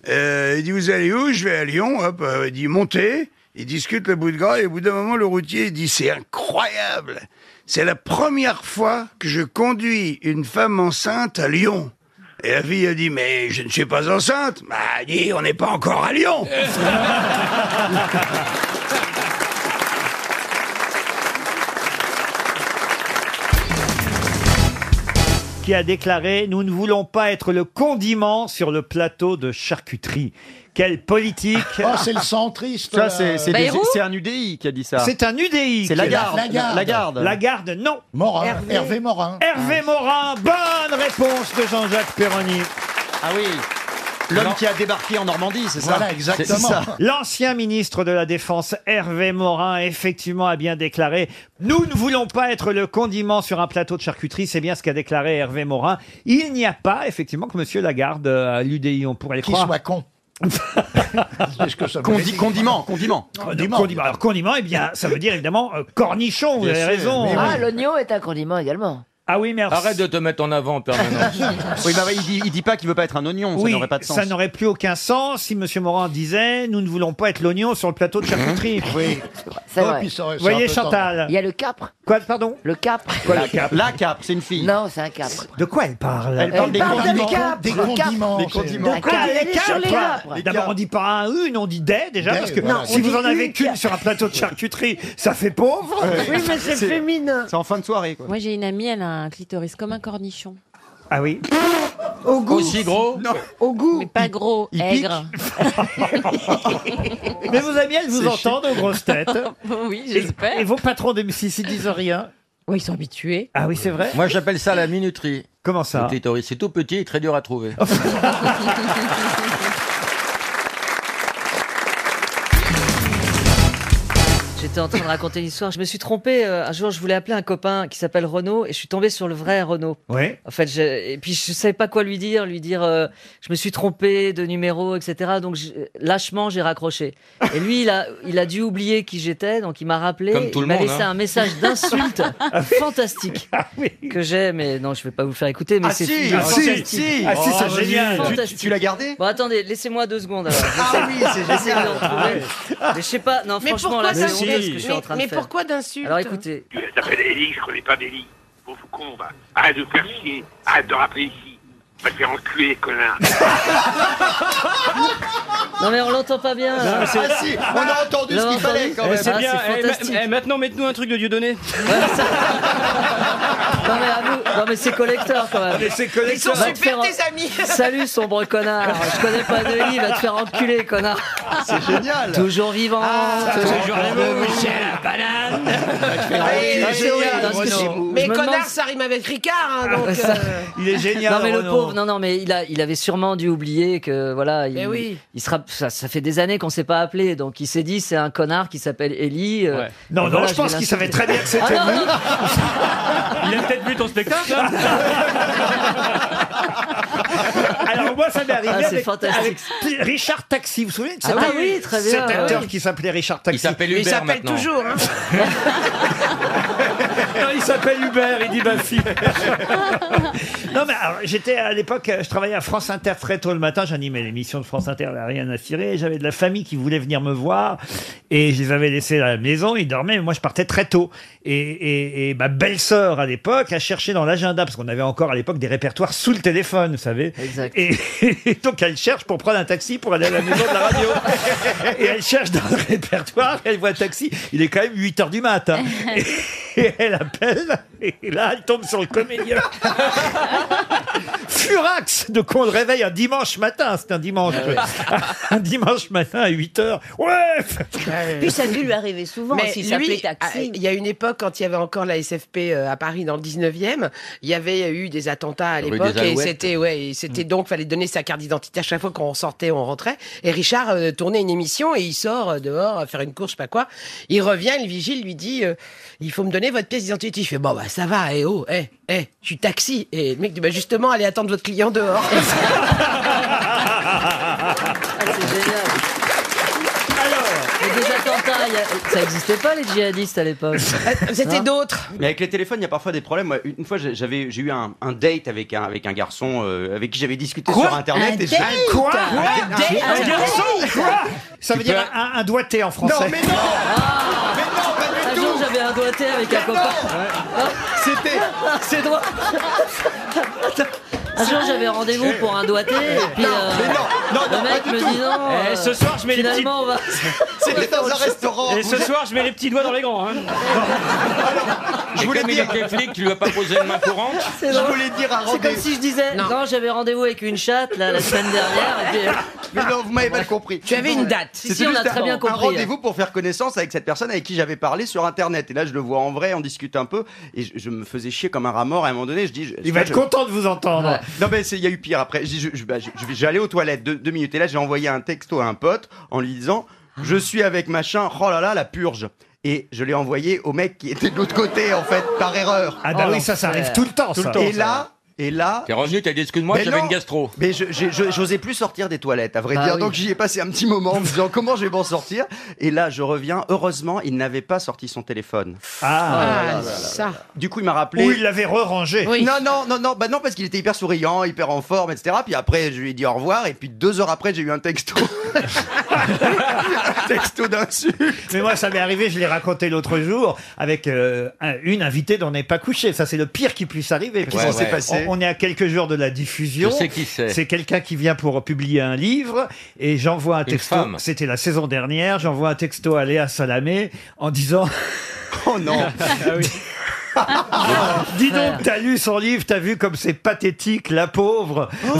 Euh, il dit vous allez où Je vais à Lyon. Hop, euh, il dit montez. Ils discutent le bout de gras et au bout d'un moment le routier il dit c'est incroyable. C'est la première fois que je conduis une femme enceinte à Lyon. Et la fille a dit mais je ne suis pas enceinte. Bah il dit on n'est pas encore à Lyon. qui a déclaré Nous ne voulons pas être le condiment sur le plateau de charcuterie. Quelle politique Oh, c'est le centriste. Ça, là. c'est- c'est des- Bayrou C'est un UDI qui a dit ça. C'est un UDI. C'est qui est- Lagarde. Lagarde. Lagarde. Lagarde, non. [laughs] Morin. Hervé, Morin. Hervé Morin, bonne réponse de Jean-Jacques Perroni. Ah oui. L'homme qui a débarqué en Normandie, c'est ça C'est ça. [laughs] L'ancien ministre de la Défense, Hervé Morin, effectivement, a bien déclaré Nous ne voulons pas être le condiment sur un plateau de charcuterie. C'est bien ce qu'a déclaré Hervé Morin. Il n'y a pas, effectivement, que Monsieur Lagarde euh, à l'UDI, on pourrait le Qui croire. soit [laughs] con. C'est ce que ça veut Condi- dire. condiment, condiment. Condiment. Condiment. Alors, condiment, eh bien, ça veut dire évidemment euh, cornichon, vous Bien avez sûr, raison. mais Ah, Ah, l'oignon est un condiment également. Ah oui, merci. Arrête de te mettre en avant en permanence. oui, bah, il, dit, il dit pas qu'il veut pas être un oignon, oui, ça n'aurait pas de sens. ça n'aurait plus aucun sens si Monsieur Morin disait Nous ne voulons pas être l'oignon sur le plateau de charcuterie. oui, C'est vrai. Vous voyez, Chantal Il y a le capre. Quoi, Euh, pardon Le capre. la cape. La cape, c'est une fille. Non, c'est [laughs] un capre. De quoi elle parle Elle parle des condiments. capres. Des Le capre. condiments, Des c'est- condiments. Un De quoi capre. les Elle est sur capres, les toi capres. Les D'abord, capres. on dit pas un une, on dit des déjà, Des, parce que voilà. si Non, on vous en dit avez une qu'une cape. sur un plateau de charcuterie, ça fait pauvre. féminin. C'est en fin de soirée, quoi. Moi, j'ai une amie, elle a un clitoris comme un cornichon. Ah oui. Au goût. Aussi gros Non. Au goût. Mais pas gros, Il pique. aigre. Mais vous aimez bien vous C'est entendre aux [laughs] grosses têtes. [laughs] oui, j'espère. Et, et vos patrons de M6, ils disent rien. Oui, ils sont habitués. Ah oui, c'est vrai. Moi, j'appelle ça la minuterie. Comment ça Le clitoris, c'est tout petit et très dur à trouver. J'étais en train de raconter une histoire. Je me suis trompée. euh, Un jour, je voulais appeler un copain qui s'appelle Renaud et je suis tombée sur le vrai Renaud. Ouais. En fait, j'ai- et puis je savais pas quoi lui dire, lui dire euh, je me suis trompée de numéro, etc. Donc je- lâchement, j'ai raccroché. Et lui, il a, il a dû oublier qui j'étais, donc il m'a rappelé. Comme tout il le m'a monde, laissé hein. un message [laughs] d'insulte Ah fantastique que j'ai, mais non, je vais pas vous le faire écouter. Mais Ah c'est si, il est ah si, fantastique. si. Ah si, c'est vas-y, génial. Tu- fantastique. tu l'as gardé Bon, attendez, laissez-moi deux secondes. alors. Ah J'essaie- oui, c'est j'essaie de génial. le retrouver. Ah. Mais je sais pas, non, Mais franchement, pourquoi là, c'est d'insulte honteux ce que je suis en Mais- train de mais faire. pourquoi d'insulte Alors écoutez. Elle s'appelle Ellie, je connais pas d'Ellie. Pauvre con, va. Arrête de faire chier. Arrête de rappeler ici. Va te faire enculer, connard. Non, mais on l'entend pas bien. Non, mais c'est- Ah, si, on a entendu ce On l'a qu'il fallait, entendu. bah quand même. Ah, C'est bien, c'est eh, fantastique. ma- eh, maintenant, mettez-nous un truc de Dieu [laughs] donné. Non, mais à nous. Non, mais c'est collecteur quand même. Mais c'est collecteur. Va te Ils sont super, en- tes [laughs] amis. Salut, sombre connard. Je connais pas Denis, va te faire enculer, connard. C'est génial. Toujours vivant. Ah, toujours amoureux, c'est la bah, banane. Mais connard, ça rime avec Ricard, Ah, hein, donc... euh, Il est génial, Non mais le Renaud. pauvre, non non mais il a, il avait sûrement dû oublier que voilà, il, Mais oui. il sera, ça, ça fait des années qu'on s'est pas appelé, donc il s'est dit c'est un connard qui s'appelle Ellie. euh, Non, et non, voilà, je pense vais qu'il savait l'insulter. très bien que c'était Ah, non, lui. non. Il a peut-être peut-être vu ton spectacle. hein. [laughs] Alors moi, ça m'est arrivé Ah, c'est avec, fantastique. avec Richard Taxi. Vous vous souvenez de Ah cet oui, oui, très bien, Cet ouais, acteur oui. qui s'appelait Richard Taxi. Il s'appelle Il Hubert s'appelle maintenant. toujours. [laughs] hein. Non, il s'appelle Hubert, Eh, il dit bah, ma fille. non, mais alors, j'étais à l'époque, euh, je travaillais à France Inter très tôt le matin, j'animais l'émission de France Inter, la rien à cirer, et j'avais de la famille qui voulait venir me voir, et je les avais laissés à la maison, ils dormaient, mais moi je partais très tôt. Et, et- et ma belle-sœur à l'époque a cherché dans l'agenda, parce qu'on avait encore à l'époque des répertoires sous le téléphone, vous savez. Et, [laughs] et donc elle cherche pour prendre un taxi pour aller à la maison de la radio. et elle cherche dans le répertoire, elle voit un taxi, il est quand même 8 heures du matin. Et elle appelle, et là, elle tombe sur le comédien. Furax de qu'on le réveille un dimanche matin, c'est un dimanche. [laughs] un dimanche matin à 8h. Ouais Puis ça a dû lui arriver souvent Mais s'il lui, s'appelait à- taxi. il y a une époque, quand il y avait encore la SFP euh, à Paris dans le 19e, il y avait eu des attentats à Rue l'époque des et Alouettes. Mm. c'était ouais, et c'était donc fallait donner sa carte d'identité à chaque fois qu'on sortait, on rentrait. Et Richard euh, tournait une émission et il sort euh, dehors euh, faire une course, je sais pas quoi. Il revient, le vigile lui dit euh, il faut me donner votre pièce d'identité. Il fait bon bah ça va, eh oh, eh eh, je suis taxi. Et le mec dit bah justement allez attendre votre [laughs] client dehors. Mais des attentats, il y a- ça n'existait pas les djihadistes à l'époque. C'était Hein d'autres. Mais avec les téléphones, il y a parfois des problèmes. Moi, Une fois, j'ai- j'avais, j'ai eu un, un date avec un, avec un garçon euh, avec qui j'avais discuté sur Internet. Un et je- date Quoi Un date Un Un garçon date Quoi Ça veut Tu dire peux- un, un doigté en français. Non, mais non [laughs] Un jour, j'avais un doigté avec un copain. C'était. C'est droit. Un jour, j'avais rendez-vous pour un doigté, et puis euh, le mec me dit non. Eh, euh, ce soir, je mets les petits. finalement, on [laughs] va- C'était dans un restaurant. Et ce soir, je mets les petits doigts dans les grands. hein. je voulais comme dire que le flic, tu lui as pas posé une main courante. C'est drôle. C'est comme si je disais non, j'avais rendez-vous avec une chatte là, la semaine dernière. Mais non, vous m'avez mal compris. Tu avais une date. Si, C'était si, on juste a très un- bien compris. Un rendez-vous pour faire connaissance avec cette personne avec qui j'avais parlé sur Internet. Et là, je le vois en vrai, on discute un peu. Et je, je me faisais chier comme un rat mort. À un moment donné, je dis. je- Il va je- être content de vous entendre. Non mais c'est- il y a eu pire après. J'ai- je- je- bah, je- je vais- J'allais aux toilettes deux, deux minutes et là j'ai envoyé un texto à un pote en lui disant je suis avec machin. Oh là là la purge. Et je l'ai envoyé au mec qui était de l'autre côté en fait par erreur. Ah bah Oh, oui, ça, ça l'enfer. arrive tout le temps, ça. Et là. Et là, T'es revenu, t'as dit excuse-moi, Mais j'avais non. une gastro. mais je- j'ai- je- j'osais plus sortir des toilettes, à vrai Bah dire. oui. Donc j'y ai passé un petit moment en me disant comment je vais m'en sortir. Et là, je reviens. Heureusement, il n'avait pas sorti son téléphone. Ah. là là là là. ça. Du coup, il m'a rappelé. Ou il l'avait re-rangé. Oui. Non, non, non, non, bah non, parce qu'il était hyper souriant, hyper en forme, etc. Puis après, je lui ai dit au revoir, et puis deux heures après, j'ai eu un texto. un [laughs] texto d'insulte. Mais moi, ça m'est arrivé, je l'ai raconté l'autre jour, avec euh, un- une invitée dont on n'est pas couché. Ça, c'est le pire qui puisse arriver. Qu'est-ce qui s'est passé on, on est à quelques jours de la diffusion. Je sais qui c'est. C'est quelqu'un qui vient pour publier un livre, et j'envoie un texto. femme. C'était la saison dernière, j'envoie un texto à Léa Salamé en disant... [laughs] Oh non [laughs] Ah [laughs] Dis donc, t'as lu son livre, t'as vu comme c'est pathétique, la pauvre. Oh,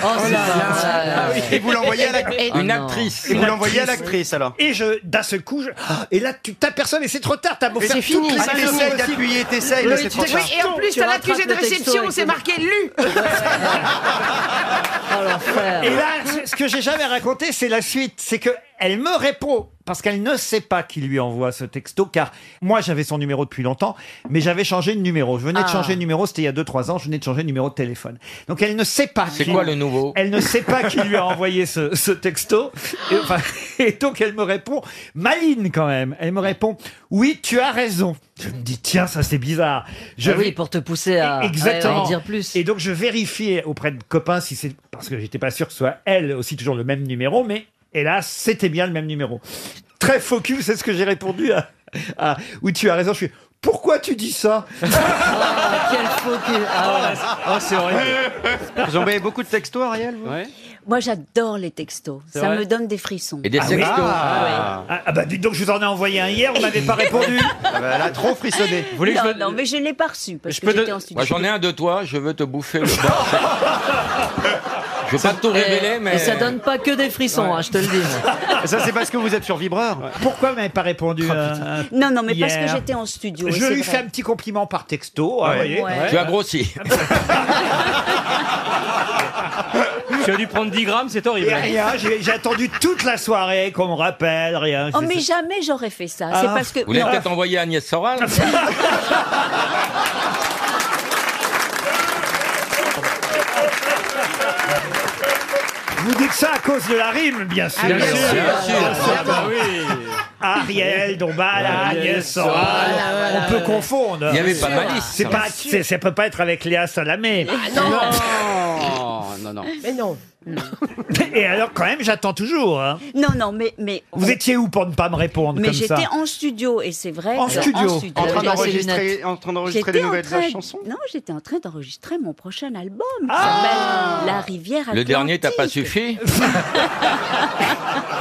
Oh. Oh c'est là pas là. vrai. Ah oui. [laughs] Et vous l'envoyez à la- [laughs] Et- Une Ah non. actrice. Une Vous l'envoyez à actrice, l'actrice, oui. alors. Et je, d'un seul coup, je... Ah, et là tu t'aperçois, mais c'est trop tard, t'as beau Mais faire c'est fini. toutes les Ah, t'essayes actions possibles. d'appuyer, t'essayes, mais Le c'est trop texto, tard. Et en plus, tu à rattrapes l'accusé de le texto réception, avec c'est le- marqué lu. Et là, ce- ce que j'ai jamais raconté, c'est la suite. C'est que elle me répond parce qu'elle ne sait pas qui lui envoie ce texto, car moi j'avais son numéro depuis longtemps, mais j'avais changé de numéro. Je venais de Ah. changer de numéro, c'était il y a 2-3 ans, je venais de changer de numéro de téléphone. Donc elle ne sait pas. C'est qui- quoi le nouveau Elle ne sait pas qui lui a envoyé ce, ce texto. Et, enfin, [laughs] et donc elle me répond, maline quand même, elle me répond, oui tu as raison. Je me dis, tiens, ça c'est bizarre. Je Ah oui, vais- pour te pousser à, à Exactement. en dire Et donc je vérifiais auprès de copains si c'est parce que j'étais pas sûr que ce soit elle aussi toujours le même numéro, mais hélas c'était bien le même numéro. Très focus, c'est ce que j'ai répondu à, à- où tu as raison. Je suis pourquoi tu dis [laughs] ça Ah, quel faux Ah, ouais. c'est horrible. Vous envoyez beaucoup de textos, Ariel vous Moi, j'adore les textos. C'est Ça vrai me donne des frissons. Et des oui sextos. Ah, ah bah dites donc, je vous en ai envoyé un hier, vous m'avez [laughs] pas répondu. Elle a trop frissonné. Vous voulez que non, je non, mais je ne l'ai pas reçu parce Je que peux te- j'étais en studio. Moi, j'en ai un de toi, je veux te bouffer le bras. Je veux pas tout révéler, mais. Et ça donne pas que des frissons, hein, je te [laughs] le dis. Ça, c'est parce que vous êtes sur Vibreur. Pourquoi vous m'avez pas répondu euh, Oh, Non, non, mais parce hier que j'étais en studio. Je c'est lui vrai. fais un petit compliment par texto. ah, vous voyez. Tu as [laughs] grossi. tu as dû prendre 10 grammes, c'est Et rien, j'ai j'ai attendu toute la soirée qu'on me rappelle, rien. Oh, J'ai- mais jamais j'aurais fait ça. C'est Ah. parce que. Vous l'avez non. peut-être envoyé à Agnès Soral vous dites ça à cause de la rime, bien sûr. Ah, bien sûr, bien sûr. Ah, bah Ariel, Dombal, Agnès Soral. Voilà, On peut ouais. confondre. Il y avait pas Bien sûr. Malice, C'est ça pas, va. c'est- ça peut pas être avec Léa Salamé. non Non, non. Mais non. Et alors, quand même, j'attends toujours. hein. Non, non, mais. mais Vous étiez où pour ne pas me répondre mais comme ça j'étais en studio et c'est vrai. En que- studio. En train Avec ses d'enregistrer- lunettes. en train d'enregistrer J'étais des en nouvelles train- chansons Non, j'étais en train d'enregistrer mon prochain album qui Ah s'appelle La rivière Le Atlantique. dernier, t'as pas [laughs] suffi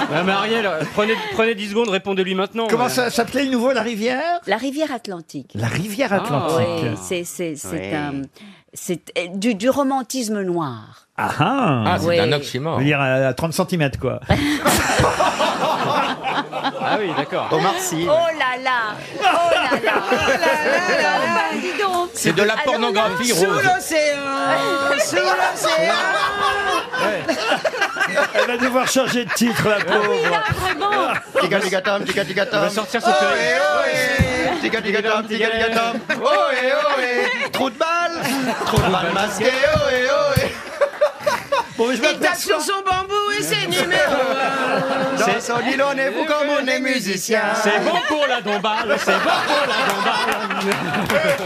Madame Ariel, prenez, prenez 10 secondes, répondez-lui maintenant. Comment Oh, Ouais. ça s'appelait le nouveau La Rivière La rivière Atlantique. La rivière Atlantique. Oui, c'est c'est- c'est Oui. un- c'est, euh, du, du romantisme noir. Ah, ah. Ah, c'est Ouais. un oxymore. Je veux dire à 30 cm, [laughs] quoi. Ah oui, d'accord. Omar Sy. Oh là là Oh là là Oh là là là Bah, dis donc. C'est de la Alors là, pornographie Oh rose. euh, l'océan Sous l'océan Elle va devoir changer de titre, la pauvre. Tiga tiga tom, tiga tiga tom. On va sortir Oh, ce eh, Ohé, ohé. Tiga tiga tom, tiga tiga tom. Ohé, ohé. Trou Oh, de balle. Trou de balle masqué. eh, Ohé, ohé. Bon, je Il tape sur son bambou et c'est numéro un. Dans son nylon et vous comme on est musicien. C'est bon pour la Ah, dombale, c'est bon pour la dombale.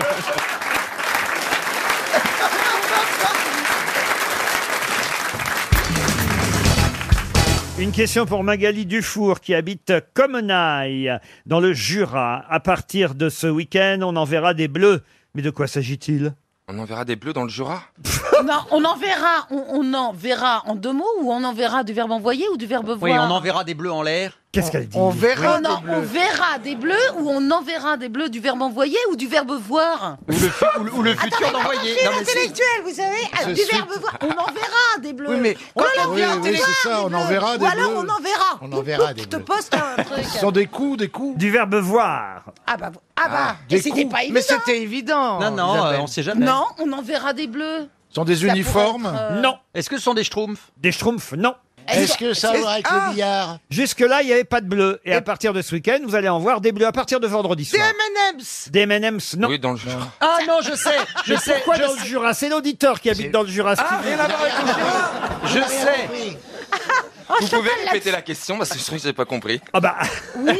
Une question pour Magali Dufour qui habite Comenaille, dans le Jura. À partir de ce week-end, on enverra des bleus. Mais de quoi s'agit-il On enverra des bleus dans le Jura [laughs] Non, on en verra, on, on en verra en deux mots ou on en verra du verbe envoyer ou du verbe voir. Oui, on enverra des bleus en l'air. Qu'est-ce qu'elle dit On verra On, en- on verra des bleus ou on enverra des bleus du verbe envoyer ou du verbe voir. Ou le, fu- ou le- ou le futur d'envoyer. Non, mais si. vous savez, Ah, alors, Je du suis- verbe voir, on en verra des bleus. Oui, mais on quand on- en Oui, verra oui, c'est ça, on en verra des bleus. verra. On en verra des bleus. poste un truc. des coups, des coups Du verbe voir. Ah bah, ah bah, Des et c'était coups. pas évident. Mais c'était évident, Non, non, Isabelle. euh, on sait jamais. Non, on en verra des bleus. sont des Ça pourrait uniformes être, euh, Non. Est-ce que ce sont des schtroumpfs Des schtroumpfs, non. Est-ce ah que ça va avec le billard Jusque-là, il n'y avait pas de bleu. Et, à partir de ce week-end, vous allez en voir des bleus à partir de vendredi soir. M&M's Des M&M's, non. Oui, dans le Jura. Ah non, je sais, Mais pourquoi dans le Jura C'est l'auditeur qui habite dans le Jura. Ah, Stevie. rien à voir avec le Jura. Je J'ai rien sais. compris. Oh, Vous pouvez répéter la question parce que je crois que j'ai pas compris. Oh, Eh Ah bah. Oui,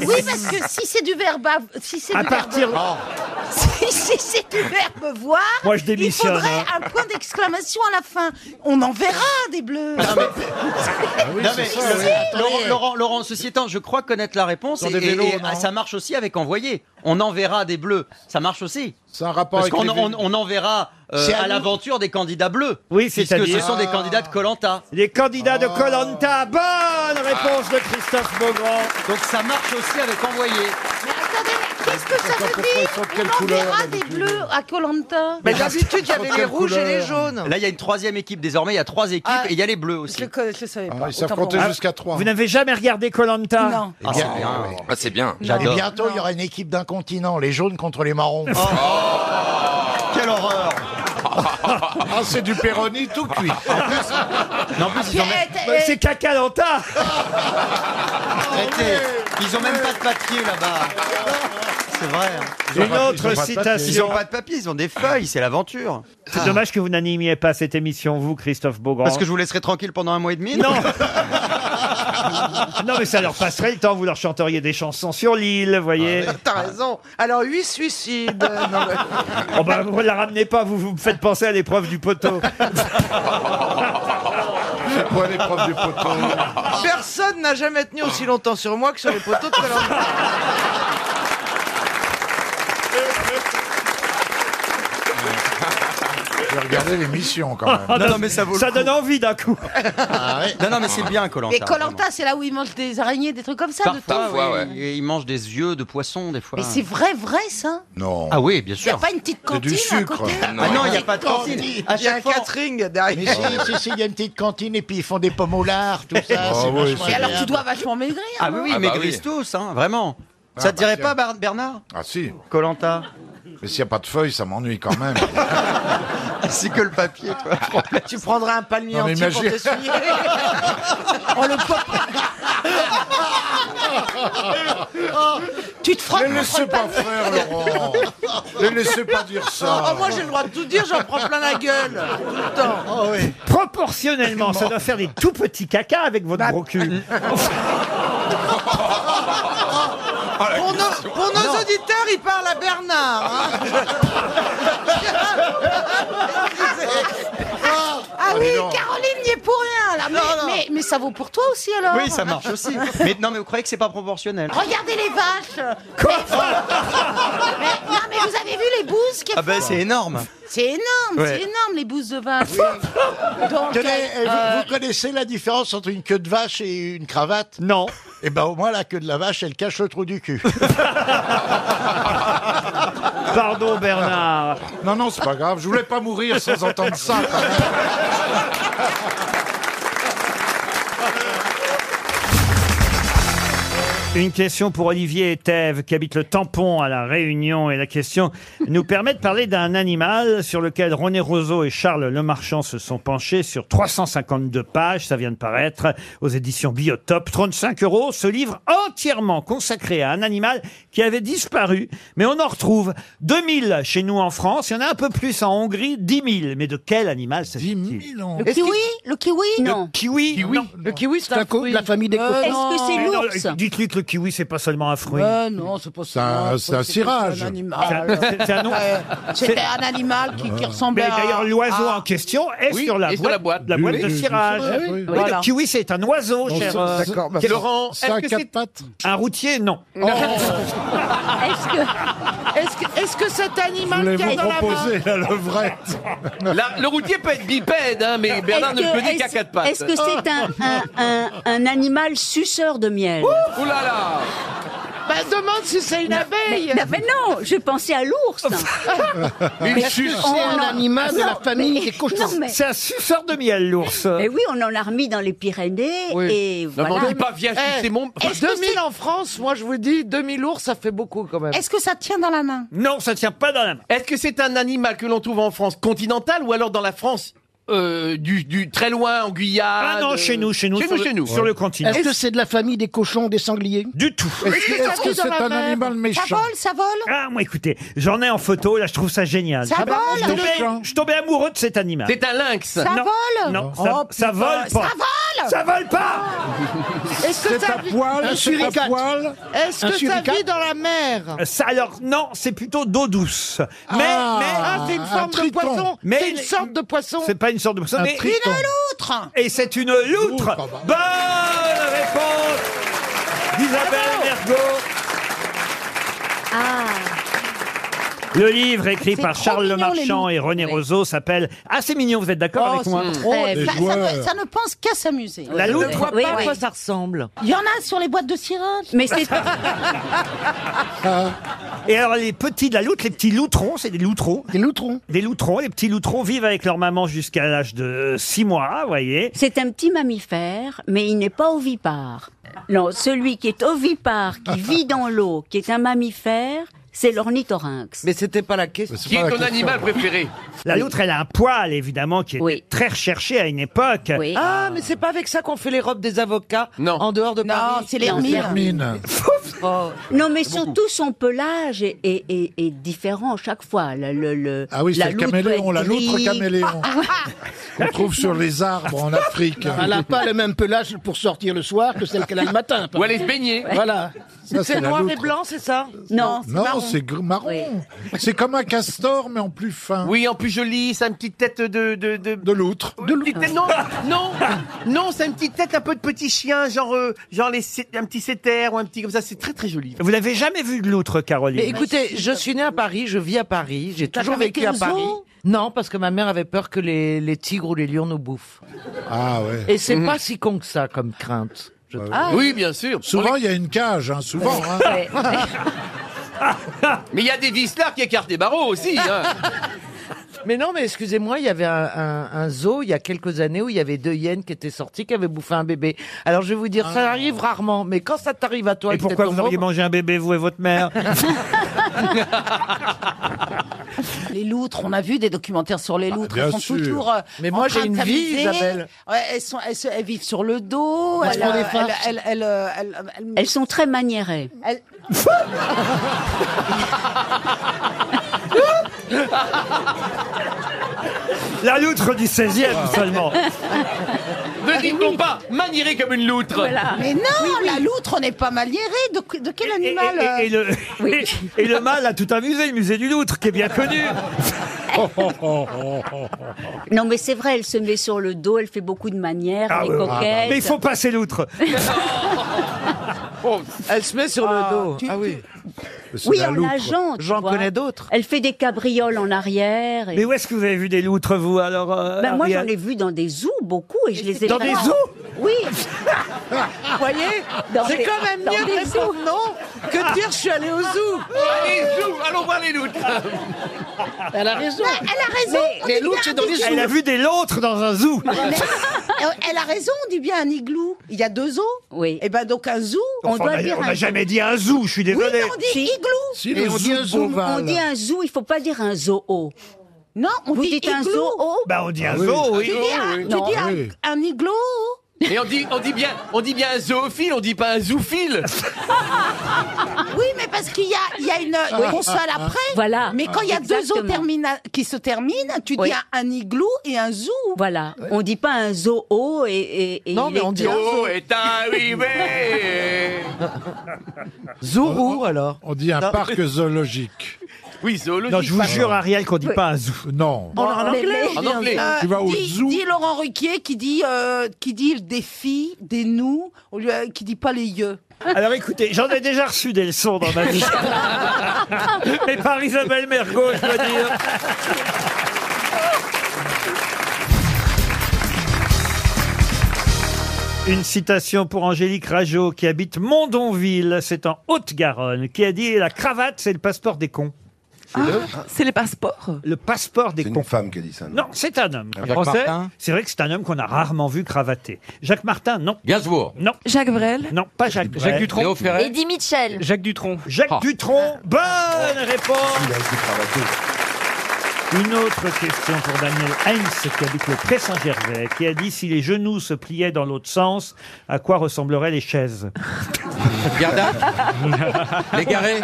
oui, parce que si c'est du verbe, à- si c'est À du verbe- partir- Oh. si, [laughs] si c'est du verbe voir, Moi, je démissionne, Il faudrait hein. un point d'exclamation à la fin. On en verra des bleus. Non, mais, Si, le- si. Laurent, Laurent, Laurent, ceci étant, je crois connaître la réponse. Sur Et, des vélos, et- et- non ça marche aussi avec envoyer. On enverra des bleus. Ça marche aussi. C'est un rapport Parce avec qu'on les on, vélos. on enverra euh, C'est à à, nous. l'aventure des candidats bleus. Oui, puisque c'est-à-dire- ce sont des candidats de Colanta. Les candidats de Colanta. Bonne réponse de Christophe Beaugrand. Donc ça marche aussi avec envoyer. Qu'est-ce que ça veut [laughs] dire On en verra des bleus à Colanta. Mais d'habitude, il y avait les rouges et les jaunes. Là, il y a une troisième équipe désormais. Il y a trois équipes et il y a les bleus aussi. Je le savais pas. savent compter jusqu'à 3. Vous n'avez jamais regardé Colanta Non. Ah, c'est bien. Ah, c'est bien. Et bientôt, il y aura une équipe d'un continent, les jaunes contre les marrons. Oh. Quelle horreur [laughs] Ah, c'est du péroni tout [laughs] cuit. Ah, Non, en plus, ils ont même- Bah, C'est Cacalanta. Arrêtez. Ils ont même pas de papier là-bas. C'est vrai. hein. Ils ont Une pas- autre ils ont pas de papier. citation. Ils ont pas de papier, ils ont des feuilles, c'est l'aventure. C'est dommage que vous n'animiez pas cette émission, vous, Christophe Beaugrand. Parce que je vous laisserai tranquille pendant un mois et demi. Non. [laughs] Non, mais ça leur passerait le temps, vous leur chanteriez des chansons sur l'île, vous voyez. Ah, Bah. T'as raison. Alors, huit [laughs] suicides. Non, mais- Oh bah, vous ne la ramenez pas, vous, vous me faites penser à l'épreuve du poteau. Pourquoi l'épreuve du poteau Ah, Personne n'a jamais tenu aussi longtemps sur moi que sur les poteaux de Colanta. J'ai regardé l'émission quand même. Non, non, mais ça vaut le Ah, donne envie d'un coup. Ah Non, non, mais c'est bien, Colanta. Mais Colanta, c'est là où ils mangent des araignées, des trucs comme ça. de temps. Parfois, ouais. Et Ils mangent des yeux de poisson, des fois. Mais c'est vrai, vrai ça. Non. Ah oui, bien Il n'y a sûr. pas une petite cantine à [laughs] côté Ah non, il n'y a pas de cantine. Ah, À chaque fois, catering derrière. Mais si, si, si, il y a une petite cantine et puis ils font des pommes au lard, tout ça. Ah c'est vachement Et alors agréable. tu dois vachement maigrir. Ah oui, oui, Ah bah maigrissent oui. tous, hein, vraiment. Ah ça te bah dirait tiens. pas, Bar- Bernard Ah si. Colanta. Mais s'il n'y a pas de feuilles, ça m'ennuie quand même. [laughs] Ah, C'est que le papier, toi. Tu prendras un palmier Non, mais entier Oh, pour imagine- t'essuyer. Oh le pauvre. Tu te frappes Ne laissez contre pas le faire, [laughs] Laurent. Ne laissez pas dire ça. Ah, Oh, moi j'ai le droit de tout dire, j'en prends plein la gueule tout le temps. Ah Proportionnellement, ça doit faire des tout petits caca avec votre Bah, [laughs] gros cul. Pour nos, pour nos auditeurs, il parle à Bernard. hein. Ah Oh, oui, dis donc. Caroline n'y est pour rien là. mais, mais- mais ça vaut pour toi aussi alors. Oui, ça marche [laughs] aussi. Mais non, mais vous croyez que c'est pas proportionnel Regardez les vaches. Mais- mais- non mais vous avez vu les bouses qu'elles Ah ben font c'est énorme. C'est énorme, Ouais. c'est énorme les bouses de vaches. Donc, Tenez, euh, eh, vous, vous connaissez la différence entre une queue de vache et une cravate Non. Eh ben au moins la queue de la vache, elle cache le trou du [laughs] cul. Pardon Bernard. Non, non, c'est pas grave. Je voulais pas mourir sans entendre ça. quand même. Une question pour Olivier et Thèves qui habite le tampon à La Réunion. Et la question nous permet de parler d'un animal sur lequel René Roseau et Charles Lemarchand se sont penchés sur 352 pages. Ça vient de paraître aux éditions Biotope. 35 euros. Ce livre entièrement consacré à un animal qui avait disparu. Mais on en retrouve 2000 chez nous en France. Il y en a un peu plus en Hongrie. 10 000. Mais de quel animal s'agit-il Le kiwi Le kiwi Le kiwi, non. Le kiwi, c'est un fruit. Euh, coquins. Est-ce que c'est l'ours Mais non, Dites-lui que le kiwi, c'est pas seulement un fruit. Euh, non, c'est pas C'est un- non, c'est un c'est cirage. un C'est un- animal. c'est- c'est un nom. Euh, C'est- Euh. C'était un animal qui, qui ressemblait Mais à... Ah. d'ailleurs, l'oiseau à- en question Ah. est Oui, sur la et boîte, la Oui, boîte de oui, oui, cirage. oui, oui. Oui, Voilà. Le kiwi, c'est un oiseau, Bon, cher. ça- euh, d'accord, bah, quel- Laurent, ça est-ce a que quatre c'est- pattes Un routier, non. [laughs] Est-ce que, est-ce que, est-ce que cet animal qui est dans la main, la levrette [laughs] La- le routier peut être bipède, hein, mais Bernard ne Est-ce que- peut dire qu'à est-ce- quatre pattes. Oh. Est-ce que c'est un, un, un, un animal suceur de miel Ouh là là bah, demande si c'est une abeille. mais, non, mais non, je pensais à l'ours. Mais Mais suce, on c'est un en- animal de la famille mais- des cochons. non, mais- C'est un suceur de miel, l'ours. Mais oui, on en a remis dans les Pyrénées Oui. et Non, voilà. mais on dit pas, viens Eh, sucer mon- est-ce que 2000 en France, moi je vous dis, 2000 ours, ça fait beaucoup quand même. Est-ce que ça tient dans la main Non, ça tient pas dans la main. Est-ce que c'est un animal que l'on trouve en France continentale ou alors dans la France euh, du, du très loin, en Guyane Ah non, chez nous, chez nous, Chez sur nous, le- chez nous. sur le continent. Est-ce que c'est de la famille des cochons, des sangliers Du tout. Est-ce que- est-ce que c'est un animal méchant Ça vole, ça vole Ah, moi, écoutez, j'en ai en photo, là, je trouve ça génial. Ça Ah bah, vole, je le tombais, méchant. je tombais amoureux de cet animal. C'est un lynx. Ça Non, vole Non, ça, Oh, ça putain, vole pas. Ça vole Ah. Ça vole pas Est-ce que ça vit- Est-ce que ça vit dans la mer Ça, alors, non, c'est plutôt d'eau douce. Mais, mais- Ah, c'est une forme de poisson. Mais- C'est une sorte de poisson. C'est pas une sorte de poisson, mais- Une à l'autre. Et c'est une loutre. Bonne réponse d'Isabelle Mergot. Le livre écrit C'est par trop Charles mignon, Lemarchand les et loutres. René Oui. Oh, Roseau s'appelle Ah, c'est mignon, vous êtes d'accord avec moi Très- ça, ça ne, ça ne pense qu'à s'amuser. La Je ne loutre. vois Oui, pas à oui. quoi ça ressemble. Il y en a sur les boîtes de cirage. Mais c'est Ah. Et alors les petits de la loutre, les petits loutrons, c'est des loutrons. Des loutrons. Des loutrons, les petits loutrons vivent avec leur maman jusqu'à l'âge de 6 mois, vous voyez. c'est un petit mammifère, mais il n'est pas ovipare. Non, celui qui est ovipare, [laughs] qui vit dans l'eau, qui est un mammifère, c'est l'ornithorynx. Mais c'était pas la question. Qui est ton animal préféré La loutre, elle a un poil, évidemment, qui est très recherché à une époque. Ah, mais c'est pas avec ça qu'on fait les robes des avocats en dehors de Paris. c'est les Non, hermines. hermines. Oh. Non, mais surtout son pelage est, est- est- est différent chaque fois. Le, le- le- Ah oui, c'est le loutre caméléon, est la loutre gris. caméléon. Qu'on trouve sur les arbres en Afrique. Ah, Elle n'a pas le même pelage pour sortir le soir que celle qu'elle a le matin. Ou aller se baigner Voilà. Ça, C'est c'est la noir et loutre. blanc, c'est ça Non, Non, c'est gr- marron. C'est comme un castor, mais en plus fin. Oui, en plus jolie, c'est une petite tête de... De, de... loutre. De loutre. Non, non, non, c'est une petite tête un peu de petit chien, genre, euh, genre les, sé- un petit sétère ou un petit comme ça, c'est très très joli. Vous l'avez jamais vu de loutre, Caroline Mais écoutez, je suis née à Paris, je vis à Paris, j'ai Bah, T'as toujours jamais vécu été à au zoo Paris. Non, parce que ma mère avait peur que les, les tigres ou les lions nous bouffent. Ah ouais. Et c'est pas si con que ça comme crainte. je trouve. Ah. Mhm. Oui, bien sûr. Souvent, il y a une cage, hein, souvent. hein. [laughs] Mais il y a des vislards qui écartent des barreaux aussi. hein. [laughs] Mais non, mais excusez-moi, il y avait un, un- un zoo il y a quelques années où il y avait deux hyènes qui étaient sorties, qui avaient bouffé un bébé. Alors je vais vous dire, Ah. ça arrive rarement, mais quand ça t'arrive à toi, Et que t'es pourquoi ton [laughs] vous auriez môme- mangé un bébé, vous et votre mère [laughs] Les loutres, on a vu des documentaires sur les loutres. bien elles sont sûr. toujours. euh, Mais en moi, train j'ai de une vie, s'amuser. Isabelle. Ouais, elles, sont, elles, se- elles vivent sur le dos. Elles Elles, font des euh, farces. elles- elles- elles, euh, elles- elles- [laughs] Elles sont très maniérées. elles- Ah, La loutre du Ah. 16e [laughs] seulement. Ne dites-on pas manieré comme une loutre Mais non, la loutre n'est pas maniérée. De, que- de quel Et, animal et- et euh, le, et le mâle a tout un musée, le musée du Loutre, qui est bien connu. Non, mais c'est vrai, elle se met sur le dos, elle fait beaucoup de manières, Ah elle ouais, est ouais, ouais. coquette. Mais il faut passer l'outre. [laughs] Elle se met sur le dos. ah oui. Oui, en nageant. tu J'en vois. connais d'autres. Elle fait des cabrioles en arrière. et- Mais où est-ce que vous avez vu des loutres, vous, alors euh, Ben, moi, j'en Ariel ai vu dans des zoos beaucoup et je les ai Dans des vraiment- zoos Oui. [laughs] Vous voyez Dans C'est des- quand même dans mieux de des répondre non que de dire je suis allée au zoo. Allez, zou, allons voir les loutres Elle a raison. Elle a raison. Mais- Les loutres, c'est dans les zoos. Elle a vu des loutres dans un zoo. Euh, [laughs] Elle a raison, on dit bien un igloo. Il y a deux zoos. Oui. Et ben donc un zoo, on Enfin, doit on a- dire on un n'a zoo. jamais dit un zoo, je suis Oui, désolé. mais on dit igloo. Si, Et le on, dit un zoo, on bovin, dit un zoo, il faut pas dire un zoo. Non, on Vous dit dites un igloo. zoo Bah, on dit un oui. zoo, oui. Tu dis un, tu Non. dis un- Oui. un igloo Et on dit, on, dit bien, on dit bien un zoophile, on dit pas un zoophile [laughs] Oui, mais parce qu'il y a, il y a une une console après. Voilà. Mais quand il y a deux zoos Exactement. termina- qui se terminent, tu Oui. dis un, un igloo et un zoo. Voilà, on dit pas un zoo et, et, et Non, il mais est on dit un zoo. L'eau est [laughs] arrivée Zoo Oh, où alors On dit un Non. parc zoologique. Oui, zoologique. Non, je vous jure, Ariel, qu'on dit Oui. pas un zoo. Non. En, en Mais- anglais En anglais. Euh, Tu vas au dis, zoo. dis Laurent Ruquier qui dit, euh, qui dit des filles, des nous, au lieu- qui dit pas les yeux. Alors écoutez, j'en ai déjà reçu des leçons dans ma vie. Mais par Isabelle Mergot, je dois dire. Une citation pour Angélique Rajot, qui habite Mondonville, c'est en Haute-Garonne, qui a dit La cravate, c'est le passeport des cons. C'est les passeports. Le passeport des cons. femme qui a dit ça. Non, c'est un homme. Jacques Français Martin C'est vrai que c'est un homme qu'on a rarement vu cravater. Jacques Martin, non. Gainsbourg. Non, Jacques Brel. non, pas Jacques Brel. Jacques Dutronc. Léo Ferret. Eddie Mitchell. Jacques Dutronc. Jacques Ah. Dutronc, bonne réponse Il a été cravaté. Une autre question pour Daniel Heinz, qui habite le Pré Saint-Gervais, qui a dit si les genoux se pliaient dans l'autre sens, à quoi ressembleraient les chaises Garda Légaré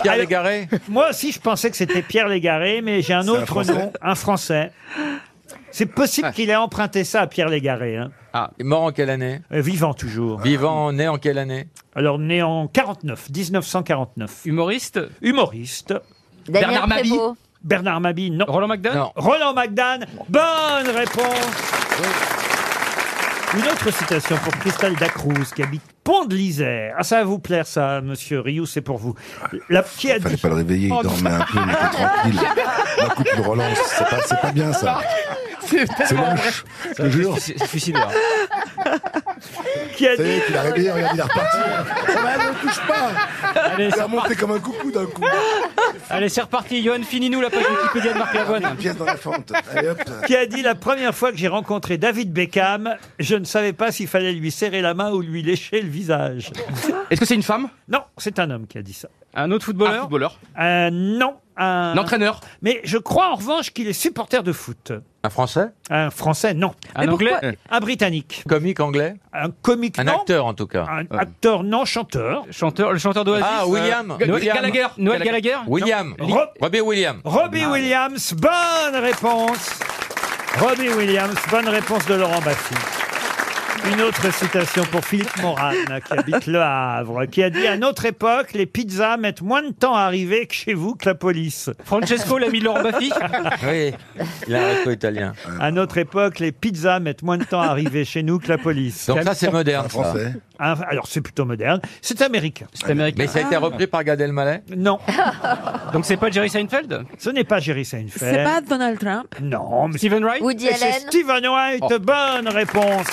Pierre Alors- Légaré Moi aussi, je pensais que c'était Pierre Légaré, mais j'ai un un autre Français nom, un Français. C'est possible qu'il ait emprunté ça à Pierre Légaré, hein. Ah, il est mort en quelle année Euh, vivant toujours. Vivant, né en quelle année Alors, né en 49, 1949. Humoriste Humoriste. Daniel Bernard Mabie. Prévost. Bernard Mabie, non. Roland McDan Non. Roland McDan, bonne réponse. Une autre citation pour Christelle Dacruz qui habite Pont de l'Isère. Ah, ça va vous plaire, ça, monsieur Rioux, c'est pour vous. Ah, La qui a Fallait dit- pas le réveiller, Oh, il dormait un peu, il était tranquille. [laughs] D'un coup, tu le relances, c'est pas, c'est pas bien ça. C'est moche, je te jure. Ça Suicidaire. qui a y dit est, tu l'as réveillé, regarde, il est reparti. Ça va, ne touche pas Allez, Il a monté comme un coucou d'un coup. Allez, c'est reparti, Johan, finis-nous la page Wikipédia de Marc Une Lavoine. pièce dans la fente. Allez hop. [laughs] qui a dit la première fois que j'ai rencontré David Beckham, je ne savais pas s'il fallait lui serrer la main ou lui lécher le visage. Est-ce que c'est une femme Non, c'est un homme qui a dit ça. Un autre footballeur Un footballeur. Euh, non, un... Un entraîneur Mais je crois en revanche qu'il est supporter de foot. Un Français Un Français, non. Un anglais Un Britannique. Comique anglais Un comique, Un non. acteur en tout cas. Un acteur, non, chanteur. Chanteur, le chanteur d'Oasis euh, Ah, William. Ga- William. Gallagher Noël Gallagher William. Non. Rob- Robbie Williams. Ah. Robbie Williams, bonne réponse. Robbie Williams, bonne réponse de Laurent Baffy. Une autre citation pour Philippe Moran, qui habite Le Havre, qui a dit À notre époque, les pizzas mettent moins de temps à arriver que chez vous que la police. Francesco, l'ami de Laurent Baffy Oui, il a un resto italien. À notre époque, les pizzas mettent moins de temps à arriver chez nous que la police. Donc ça, c'est moderne. Un ça. français. Un- Alors, c'est plutôt moderne. C'est américain. Ah. C'est américain. Mais ça a été repris par Gad Elmaleh Non, [laughs] Donc c'est pas Jerry Seinfeld ce n'est pas Jerry Seinfeld. C'est pas Donald Trump. Non, mais Stephen Wright Woody Et c'est Allen. Stephen White, Oh. bonne réponse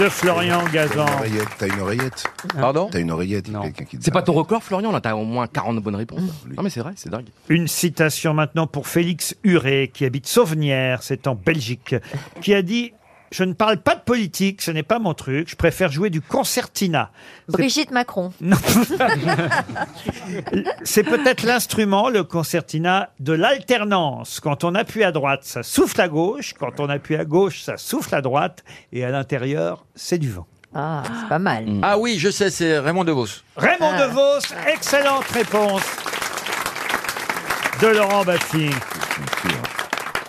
de Florian T'as une Gazan. oreillette, t'as une oreillette. Pardon T'as une oreillette, Non. quelqu'un qui te Mmh. C'est pas parle. ton record, Florian, là, t'as au moins 40 bonnes réponses. Non, mais c'est vrai, c'est dingue. Une citation maintenant pour Félix Huré, qui habite Sauvenière, c'est en Belgique, qui a dit Je ne parle pas de politique, ce n'est pas mon truc. Je préfère jouer du concertina. C'est- [laughs] Brigitte Macron. C'est peut-être l'instrument, le concertina, de l'alternance. Quand on appuie à droite, ça souffle à gauche. Quand on appuie à gauche, ça souffle à droite. Et à l'intérieur, c'est du vent. Ah, c'est pas mal. Ah oui, je sais, c'est Raymond DeVos. Raymond Ah. DeVos, excellente réponse de Laurent Baffy.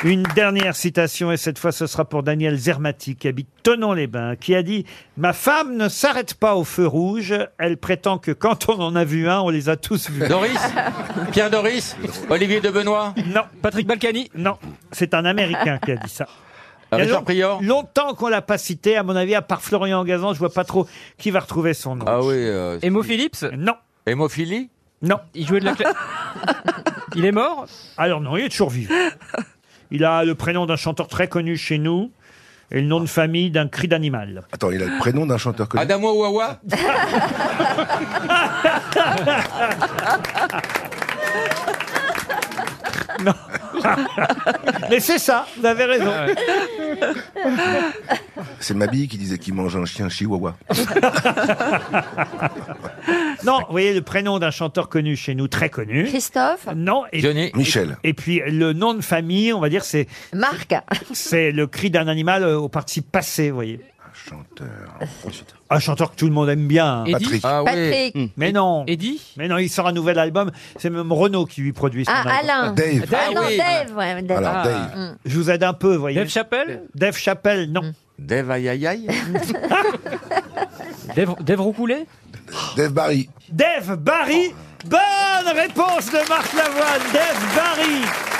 Une dernière citation, et cette fois ce sera pour Daniel Zermati, qui habite Tonon-les-Bains, qui a dit « Ma femme ne s'arrête pas au feu rouge, elle prétend que quand on en a vu un, on les a tous vus. » Doris Pierre Doris Olivier de Benoît Non. Patrick Balkany Non, c'est un Américain qui a dit ça. Ah, Il y a [laughs] Richard long- Longtemps qu'on l'a pas cité, à mon avis, à part Florian Gazan, je vois pas trop qui va retrouver son nom. Ah oui. Emo Phillips Non. Hémophilie Non. Il jouait de la [laughs] Il est mort Alors non, il est toujours vivant. Il a le prénom d'un chanteur très connu chez nous et le nom de famille d'un cri d'animal. Attends, il a le prénom d'un chanteur connu. Adamo Ouawa Non. Mais c'est ça, vous [laughs] avez raison. C'est Mabille qui disait qu'il mange un chien chihuahua. Non, vous voyez le prénom d'un chanteur connu chez nous, très connu. Christophe Non. Et, Michel. Et puis le nom de famille, on va dire, c'est Marc. c'est le cri d'un animal euh, au participe passé, vous voyez. Un chanteur que tout le monde aime bien. hein. Eddie Patrick. Ah oui. Patrick. Mm. Mais non. Eddie Mais non, il sort un nouvel album. C'est même Renaud qui lui produit son Ah, album. Alain. Ah non, Dave. ouais, Dave. Alors, Dave. Ah. Mm. Je vous aide un peu, vous voyez. Dave Chappelle Dave Chappelle, non. Dave aïe aïe [laughs] aïe Dave, Dave Roucoulet Dave Barry. Dave Barry. Bonne réponse de Marc Lavoine. Dave Barry.